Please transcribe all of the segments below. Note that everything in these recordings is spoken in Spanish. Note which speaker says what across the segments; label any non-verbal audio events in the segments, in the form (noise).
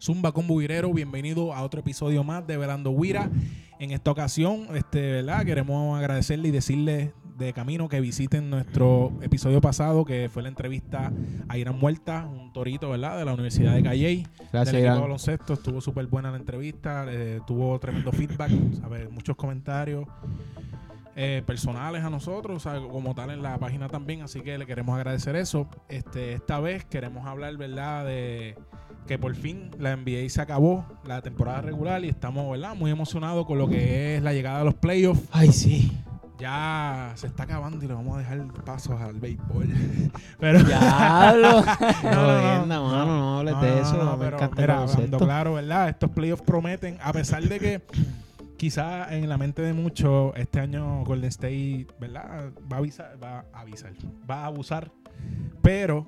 Speaker 1: Zumba con Buirero, bienvenido a otro episodio más de Verando Huira. En esta ocasión, este, ¿verdad? Queremos agradecerle y decirle de camino que visiten nuestro episodio pasado, que fue la entrevista a Irán Muerta, un torito, ¿verdad? De la Universidad de Calley.
Speaker 2: Gracias,
Speaker 1: del equipo de
Speaker 2: Irán.
Speaker 1: baloncesto. Estuvo súper buena la entrevista, eh, tuvo tremendo feedback, a ver, muchos comentarios eh, personales a nosotros, o sea, como tal en la página también, así que le queremos agradecer eso. Este, esta vez queremos hablar, ¿verdad?, de que por fin la NBA se acabó, la temporada regular, y estamos, ¿verdad?, muy emocionados con lo que es la llegada a los playoffs.
Speaker 2: Ay, sí.
Speaker 1: Ya se está acabando y le vamos a dejar pasos al béisbol. (laughs) Pero
Speaker 2: Diablo.
Speaker 1: (laughs) No, no, no.
Speaker 2: Jodienda, mano, no hables de eso. me
Speaker 1: pero
Speaker 2: encanta el
Speaker 1: mira,
Speaker 2: baloncesto.
Speaker 1: hablando claro, ¿verdad? Estos playoffs prometen, a pesar de que quizá en la mente de muchos, este año Golden State, ¿verdad? Va a avisar, va a avisar, va a abusar. Pero,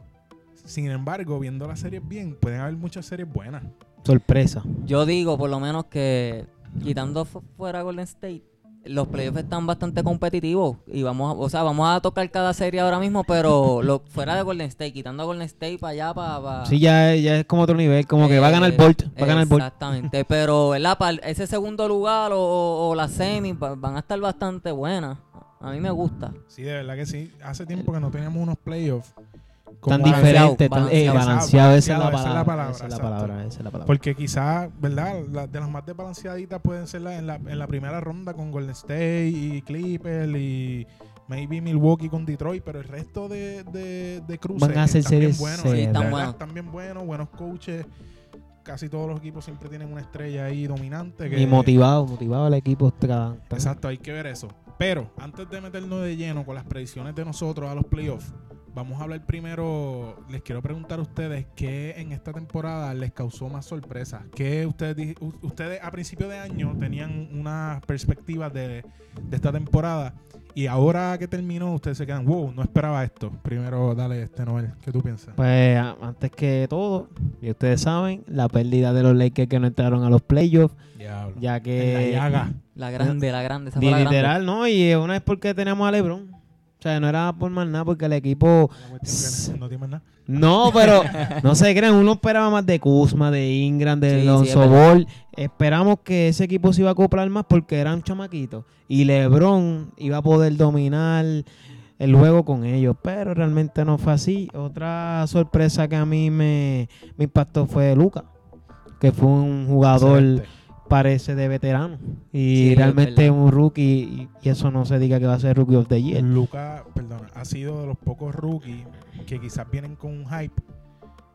Speaker 1: sin embargo, viendo las series bien, pueden haber muchas series buenas.
Speaker 2: Sorpresa.
Speaker 3: Yo digo, por lo menos que quitando fu- fuera Golden State, los playoffs están bastante competitivos y vamos, a, o sea, vamos a tocar cada serie ahora mismo,
Speaker 2: (laughs)
Speaker 3: pero lo, fuera de Golden State, quitando a Golden State para allá, para,
Speaker 2: Sí, ya, ya es como otro nivel. Como que va a ganar Bolt. Va a ganar Bolt.
Speaker 3: Exactamente, pero ¿verdad? Para ese segundo lugar o, o- o la semi va- van a estar bastante buenas. A mí me gusta.
Speaker 1: Sí, de verdad que sí. Hace tiempo que no teníamos unos playoffs como
Speaker 2: Tan
Speaker 1: ahora.
Speaker 2: diferente, tan eh,
Speaker 3: balanceado,
Speaker 2: balanceado. Esa es la
Speaker 1: balanceado,
Speaker 2: palabra. Esa es la
Speaker 1: exacto.
Speaker 2: palabra. Esa es la palabra.
Speaker 1: Porque quizás, ¿verdad? La- de las más desbalanceaditas pueden ser la- en, la, en la primera ronda con Golden State y Clippers y maybe Milwaukee con Detroit, pero el resto de, de, de cruces
Speaker 2: Van a ser
Speaker 1: están bien
Speaker 2: series
Speaker 1: buenos,
Speaker 2: serias.
Speaker 3: Sí, están
Speaker 1: ¿verdad?
Speaker 3: buenos.
Speaker 1: Están bien buenos, buenos coaches. Casi todos los equipos siempre tienen una estrella ahí dominante. Que,
Speaker 2: Y motivado, motivado el equipo. está- está-
Speaker 1: Exacto, hay que ver eso. Pero antes de meternos de lleno con las predicciones de nosotros a los playoffs, vamos a hablar primero. Les quiero preguntar a ustedes qué en esta temporada les causó más sorpresas. ¿Qué ustedes, di- u- ustedes a principio de año tenían unas perspectivas de, de esta temporada y ahora que terminó ustedes se quedan, wow, no esperaba esto. Primero, dale, este Noel, ¿qué tú piensas?
Speaker 2: Pues a- antes que todo, y ustedes saben, la pérdida de los Lakers que no entraron a los playoffs,
Speaker 1: Diablo.
Speaker 2: ya que...
Speaker 1: En la
Speaker 2: (laughs)
Speaker 1: llaga.
Speaker 3: La grande, la grande, esa fue
Speaker 2: Di-
Speaker 3: la grande.
Speaker 2: Literal, ¿no? Y una es porque teníamos a LeBron. O sea, no era por más nada, porque el equipo...
Speaker 1: La cuestión que No tiene nada.
Speaker 2: No,
Speaker 3: (laughs)
Speaker 2: pero no se crean, uno esperaba más de Kuzma, de Ingram, de
Speaker 3: Sí, sí, es
Speaker 2: Lonzo
Speaker 3: verdad.
Speaker 2: Ball. Esperamos que ese equipo se iba a acoplar más porque eran chamaquitos. Y LeBron iba a poder dominar el juego con ellos, pero realmente no fue así. Otra sorpresa que a mí me, me impactó fue Luca, que fue un jugador
Speaker 1: Excelente.
Speaker 2: parece de veterano. Y
Speaker 3: Sí, es
Speaker 2: realmente
Speaker 3: verdad.
Speaker 2: un rookie, y, y eso no se diga que va a ser rookie of the year.
Speaker 1: Luca, perdona, ha sido de los pocos rookies que quizás vienen con un hype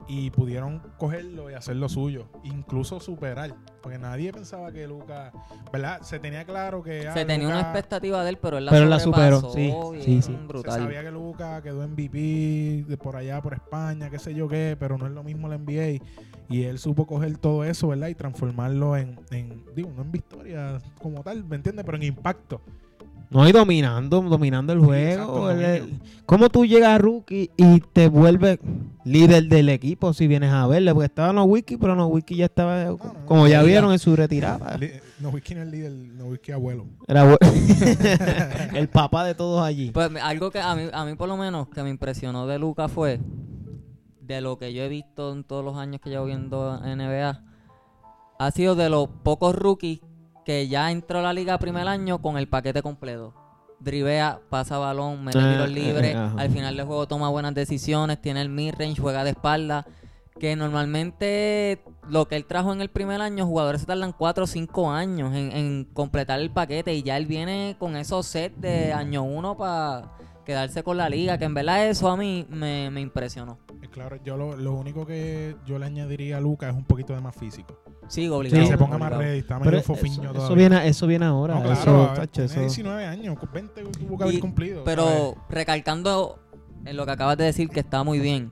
Speaker 1: y pudieron cogerlo y hacerlo suyo, incluso superar, porque nadie pensaba que Luca, ¿verdad? Se tenía claro que ah,
Speaker 3: Se tenía una
Speaker 1: Luka-
Speaker 3: expectativa de él, pero él la
Speaker 2: Pero la superó,
Speaker 3: sobrepasó
Speaker 2: sí,
Speaker 3: y
Speaker 2: sí,
Speaker 3: es
Speaker 2: sí.
Speaker 1: Se
Speaker 3: brutal.
Speaker 1: sabía que Luca quedó MVP de por allá, por España, qué sé yo qué, pero no es lo mismo la NBA. Y él supo coger todo eso, ¿verdad? Y transformarlo en, en digo, no en victoria como tal, ¿me entiendes? Pero en impacto.
Speaker 2: No, y dominando, dominando el
Speaker 1: exacto,
Speaker 2: juego. el- el-
Speaker 1: dominio.
Speaker 2: ¿Cómo tú llegas a rookie y te vuelves líder del equipo si vienes a verle? Porque estaba no wiki, pero no wiki ya estaba,
Speaker 1: no,
Speaker 2: como ya
Speaker 3: mira.
Speaker 2: vieron, en su retirada.
Speaker 1: Ah, Li- eh, Nowitzki no es líder, Nowitzki es abuelo.
Speaker 2: Era bu-
Speaker 1: (laughs)
Speaker 2: (laughs) el papá de todos allí.
Speaker 3: Pues me- algo que a mí, a mí por lo menos que me impresionó de Luca fue de lo que yo he visto en todos los años que llevo viendo NBA ha sido de los pocos rookies que ya entró a la liga primer año con el paquete completo. Drivea, pasa balón, mete
Speaker 2: Ah,
Speaker 3: tiros libres,
Speaker 2: eh, ajá.
Speaker 3: al final del juego toma buenas decisiones, tiene el midrange, juega de espalda, que normalmente lo que él trajo en el primer año, jugadores se tardan 4 o 5 años en, en completar el paquete y ya él viene con esos sets de año 1 para quedarse con la liga, que en verdad eso a mí me, me impresionó.
Speaker 1: Eh, Claro, yo lo, lo único que yo le añadiría a Luca es un poquito de más físico.
Speaker 3: Sí,
Speaker 2: Sí.
Speaker 3: obligado.
Speaker 1: que se ponga más
Speaker 3: obligado.
Speaker 1: ready, está medio
Speaker 2: Pero eso,
Speaker 1: fofiño
Speaker 2: eso
Speaker 1: todavía.
Speaker 2: viene, eso viene ahora.
Speaker 1: No, claro, eh,
Speaker 2: eso,
Speaker 1: a ver,
Speaker 2: tacho,
Speaker 1: tiene
Speaker 2: eso-
Speaker 1: 19 años, con 20 tuvo que haber
Speaker 3: Y-
Speaker 1: cumplido. ¿sabes?
Speaker 3: Pero recalcando en lo que acabas de decir, que está muy bien.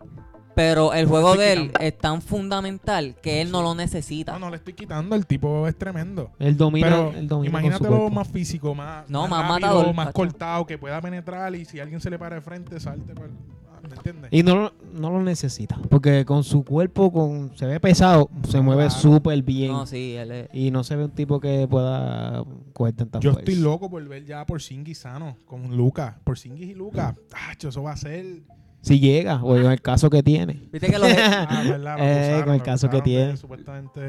Speaker 3: Pero el juego de él es tan fundamental que él no lo necesita.
Speaker 1: No, no le estoy quitando, el tipo es tremendo.
Speaker 2: el domina,
Speaker 1: Pero
Speaker 2: el domina con su
Speaker 1: imagínatelo
Speaker 2: cuerpo.
Speaker 1: más físico, más,
Speaker 3: No, más
Speaker 1: rápido,
Speaker 3: matador,
Speaker 1: más
Speaker 3: macho.
Speaker 1: cortado, que pueda penetrar y si alguien se le para de frente, salte. por- ah, ¿Me entiendes?
Speaker 2: Y no, lo- no lo necesita, porque con su cuerpo con se ve pesado, se mueve
Speaker 1: Claro.
Speaker 2: súper bien.
Speaker 3: No, sí, él es-
Speaker 2: Y no se ve un tipo que pueda coger tantas
Speaker 1: Yo
Speaker 2: fuerzas.
Speaker 1: estoy
Speaker 2: (laughs)
Speaker 1: loco por ver ya por Porzingis sano con Luca. Porzingis y Luca, tacho, eso va a ser
Speaker 2: Si llega, o en el caso que tiene,
Speaker 3: Viste que los,
Speaker 1: (laughs) Ah, verdad, lo
Speaker 2: Eh,
Speaker 1: acusaron,
Speaker 2: con el
Speaker 1: lo
Speaker 2: caso
Speaker 1: acusaron
Speaker 2: que
Speaker 1: de,
Speaker 2: tiene.
Speaker 1: Supuestamente.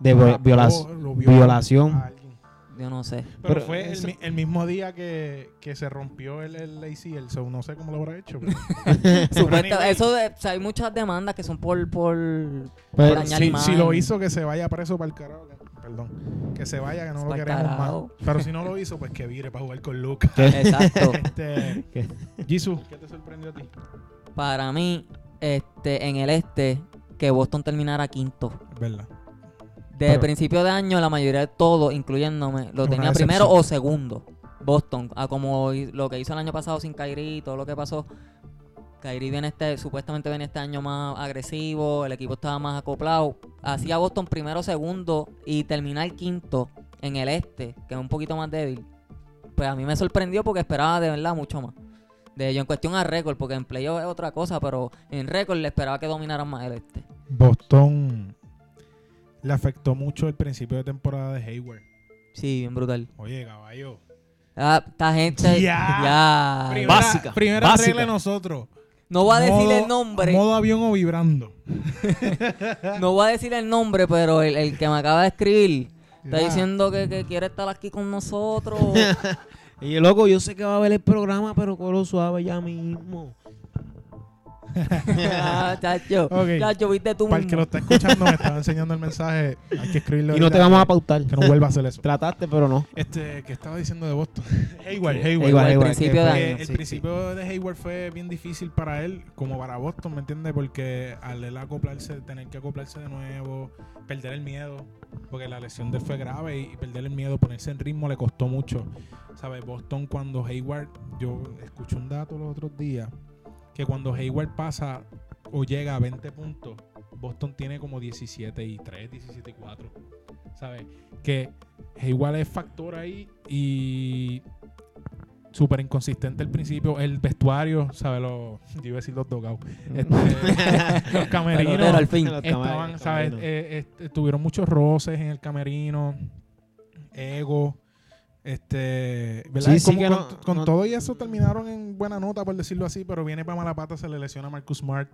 Speaker 2: de
Speaker 1: violó-
Speaker 2: vi- violas-
Speaker 1: Ah, lo violó
Speaker 2: violación.
Speaker 1: a alguien.
Speaker 3: yo no sé.
Speaker 1: Pero,
Speaker 2: Pero
Speaker 1: fue el
Speaker 2: eso-
Speaker 1: mi- el, mismo día que, que se rompió el, el ACL, so no sé cómo lo habrá hecho. pero-
Speaker 2: (laughs)
Speaker 3: Supuesta-
Speaker 1: anyway.
Speaker 3: eso de- o sea, hay muchas demandas que son por por
Speaker 2: Pero
Speaker 3: dañar
Speaker 1: si,
Speaker 3: imagen.
Speaker 1: si lo hizo, que se vaya preso para el carajo. que- Perdón. Que se vaya, que no lo
Speaker 3: Pa'l
Speaker 1: queremos
Speaker 3: carajo.
Speaker 1: más. Pero si no lo hizo, pues que vire para jugar con
Speaker 2: (laughs)
Speaker 1: Lucas. (laughs)
Speaker 3: exacto.
Speaker 1: Este,
Speaker 2: ¿Qué?
Speaker 1: Jisoo, ¿qué te sorprendió a ti?
Speaker 3: Para mí, este en el este que Boston terminara quinto.
Speaker 1: Verdad.
Speaker 3: Desde
Speaker 1: Pero-
Speaker 3: principio de año la mayoría de todos, incluyéndome, lo
Speaker 1: Una
Speaker 3: tenía
Speaker 1: decepción.
Speaker 3: primero o segundo. Boston, a como hi- lo que hizo el año pasado sin Kyrie, todo lo que pasó. Kyrie viene este, supuestamente viene este año más agresivo, el equipo estaba más acoplado. Hacía Boston primero, segundo y terminar quinto en el este, que es un poquito más débil. Pues a mí me sorprendió porque esperaba de verdad mucho más. De ello en cuestión a récord, porque en playoff es otra cosa, pero en récord le esperaba que dominaran más el este.
Speaker 1: Boston le afectó mucho el principio de temporada de Hayward.
Speaker 3: Sí, bien brutal.
Speaker 1: Oye, caballo.
Speaker 3: Ah, esta gente.
Speaker 1: Ya.
Speaker 3: Ya.
Speaker 1: Primera,
Speaker 2: Básica,
Speaker 1: Primera
Speaker 2: básica.
Speaker 1: regla de nosotros.
Speaker 3: No voy a decir
Speaker 1: Modo-
Speaker 3: el nombre.
Speaker 1: Modo avión o vibrando.
Speaker 3: No voy a decir el nombre, pero el, el que me acaba de escribir
Speaker 1: Ya.
Speaker 3: está diciendo que, que quiere estar aquí
Speaker 1: (laughs)
Speaker 3: con nosotros.
Speaker 2: Y yo, loco, yo sé que va a ver el programa, pero con lo suave ya mismo.
Speaker 3: Ah, Chacho,
Speaker 1: Ok.
Speaker 3: chacho, viste tú
Speaker 1: Para el que
Speaker 3: mismo.
Speaker 1: lo está escuchando, me estaba enseñando el mensaje. Hay que escribirlo.
Speaker 2: Y no te
Speaker 1: ahorita
Speaker 2: vamos a
Speaker 1: que-
Speaker 2: pautar.
Speaker 1: Que no vuelva a hacer eso.
Speaker 2: (laughs) Trataste, pero no.
Speaker 1: Este, que estaba diciendo de Boston. (laughs) Hayward,
Speaker 2: Igual,
Speaker 1: Hayward.
Speaker 3: igual,
Speaker 2: igual,
Speaker 3: principio
Speaker 2: que-
Speaker 3: de
Speaker 1: Eh,
Speaker 3: año,
Speaker 1: el
Speaker 2: sí,
Speaker 1: principio de Hayward fue bien difícil para él, como para Boston, ¿me entiendes? Porque al él acoplarse, tener que acoplarse de nuevo, perder el miedo, porque la lesión de él fue grave y, y perder el miedo, ponerse en ritmo le costó mucho. ¿Sabes? Boston cuando Hayward, yo escuché un dato los otros días, que cuando Hayward pasa o llega a 20 puntos, Boston tiene como 17 y 3, 17 y 4. ¿Sabes? Que Hayward es factor ahí y súper inconsistente al principio. El vestuario, ¿sabes? Los, (laughs) yo iba a decir los dogados. Este, (laughs) los camerinos.
Speaker 3: Pelotero, al fin.
Speaker 2: Los
Speaker 1: Estaban,
Speaker 2: camar-
Speaker 1: ¿sabes?
Speaker 2: camarinos.
Speaker 1: Eh, este, tuvieron muchos roces en el camerino, ego, este, ¿verdad?
Speaker 2: Sí, sí
Speaker 1: Como
Speaker 2: que
Speaker 1: con,
Speaker 2: no-
Speaker 1: con
Speaker 2: no-
Speaker 1: todo y eso terminaron en buena nota, por decirlo así, pero viene para mala pata, se le lesiona a Marcus Smart.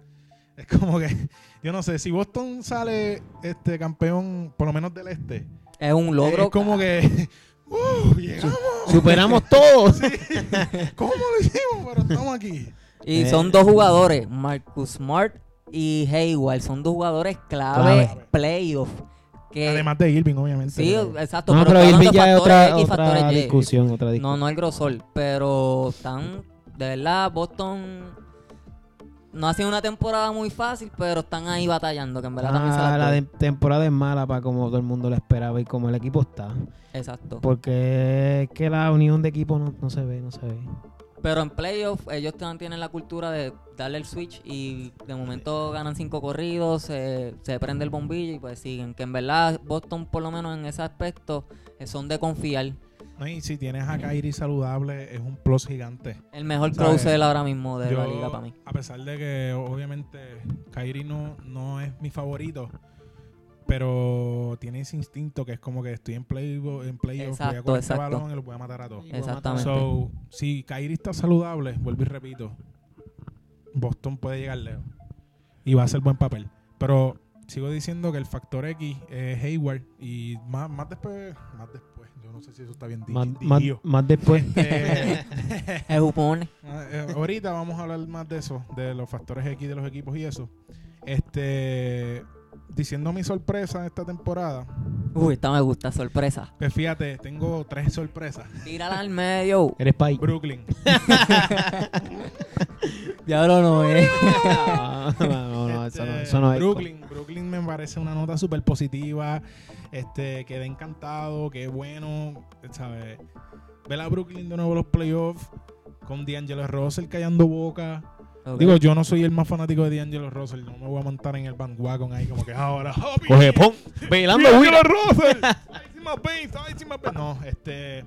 Speaker 1: Es como que, (laughs) yo no sé, si Boston sale este campeón, por lo menos del este,
Speaker 3: Es un logro.
Speaker 1: es como que, (laughs) ¡uh! Llegamos,
Speaker 3: (laughs)
Speaker 2: Superamos todos.
Speaker 1: (laughs) ¿cómo lo hicimos? Pero estamos
Speaker 3: (laughs)
Speaker 1: aquí.
Speaker 3: Y
Speaker 2: Eh.
Speaker 3: son dos jugadores, Marcus Smart y Hayward. Son dos jugadores clave,
Speaker 1: Clave.
Speaker 3: playoff. Que,
Speaker 1: Además de Irving, obviamente.
Speaker 3: Eh, sí,
Speaker 1: pero-
Speaker 3: exacto.
Speaker 2: No, pero
Speaker 3: estoy hablando
Speaker 2: Irving
Speaker 3: de
Speaker 2: ya es
Speaker 3: factores
Speaker 2: otra,
Speaker 3: X, factores
Speaker 2: otra
Speaker 3: Y.
Speaker 2: discusión, otra
Speaker 3: No,
Speaker 2: discusión.
Speaker 3: no el grosor, pero están, de verdad, Boston no ha sido una temporada muy fácil, pero están ahí batallando, que en verdad también se
Speaker 2: Ah,
Speaker 3: las
Speaker 2: la
Speaker 3: doy.
Speaker 2: de- temporada es mala para como todo el mundo lo esperaba y como el equipo está.
Speaker 3: Exacto.
Speaker 2: Porque es que la unión de equipo no, no se ve, no se ve.
Speaker 3: Pero en playoff ellos tan- tienen la cultura de darle el switch y de momento ganan cinco corridos, se, se prende el bombillo y pues siguen. Que en verdad Boston por lo menos en ese aspecto eh, son de confiar.
Speaker 1: No, y si tienes a Kyrie saludable, es un plus gigante.
Speaker 3: El mejor
Speaker 1: ¿Sabes?
Speaker 3: crucel ahora mismo de la
Speaker 1: Yo, (laughs)
Speaker 3: liga para mí.
Speaker 1: A pesar de que obviamente Kyrie no, no es mi favorito, pero tiene ese instinto que es como que estoy en playoff, en playoff voy a
Speaker 3: Exacto,
Speaker 1: coger este
Speaker 3: exacto.
Speaker 1: balón y lo voy a matar a todos.
Speaker 3: Exactamente.
Speaker 1: So, si Kyrie está saludable, vuelvo y repito, Boston puede llegar lejos y va a hacer buen papel. Pero sigo diciendo que el factor X es Hayward y más, más después, más después, yo no sé si eso está bien dicho.
Speaker 2: Más, más- más después.
Speaker 1: Eh,
Speaker 3: Es Jupone.
Speaker 1: Ah, eh, ahorita vamos a hablar más de eso, de los factores X de los equipos y eso. Este, diciendo mi sorpresa esta temporada,
Speaker 3: Uy, esta me gusta, sorpresa.
Speaker 1: pues fíjate, tengo tres sorpresas.
Speaker 3: Tírala al medio.
Speaker 2: Eres país. (laughs)
Speaker 1: Brooklyn.
Speaker 3: Diablo no eh. es.
Speaker 2: Ah, (laughs) no, no, eso no,
Speaker 1: Este,
Speaker 2: eso no es.
Speaker 1: Brooklyn, Brooklyn me parece una nota súper positiva. Este, quedé encantado, qué bueno, ¿sabes? Ver a Brooklyn de nuevo en los playoffs con D'Angelo Russell callando boca. Digo, yo no soy el más fanático de D'Angelo Russell, no me voy a montar en el bandwagon ahí como que ahora. "Happy
Speaker 2: Coge pon. Bailando
Speaker 1: ¡Mira,
Speaker 2: Willa.
Speaker 1: Angela Russell!
Speaker 3: (laughs)
Speaker 1: ¡Ay, sí, más veinte! ¡Ay, sí, más veinte! No, este.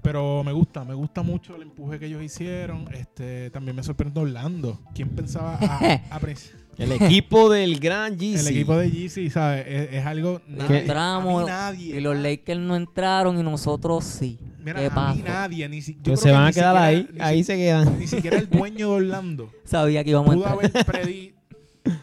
Speaker 1: Pero me gusta, me gusta mucho el empuje que ellos hicieron. Este, también me sorprendió Orlando. ¿Quién pensaba a,
Speaker 3: (laughs)
Speaker 1: a princ-
Speaker 2: El equipo del gran GC.
Speaker 1: el equipo de Yeezy, ¿sabes? Es, es algo. nadie-
Speaker 3: Entramos
Speaker 1: a mí nadie.
Speaker 3: Y los Lakers no entraron y nosotros sí.
Speaker 1: Mira,
Speaker 3: Qué
Speaker 1: a mí
Speaker 3: bajo.
Speaker 1: nadie, ni si- yo creo
Speaker 2: Pues se
Speaker 1: que
Speaker 2: van
Speaker 1: ni
Speaker 2: a quedar
Speaker 1: siquiera-
Speaker 2: ahí,
Speaker 1: ni
Speaker 2: ahí se quedan.
Speaker 1: Ni siquiera el dueño de
Speaker 3: (laughs)
Speaker 1: Orlando
Speaker 3: Sabía que íbamos a
Speaker 1: pudo
Speaker 3: entrar.
Speaker 1: haber predi-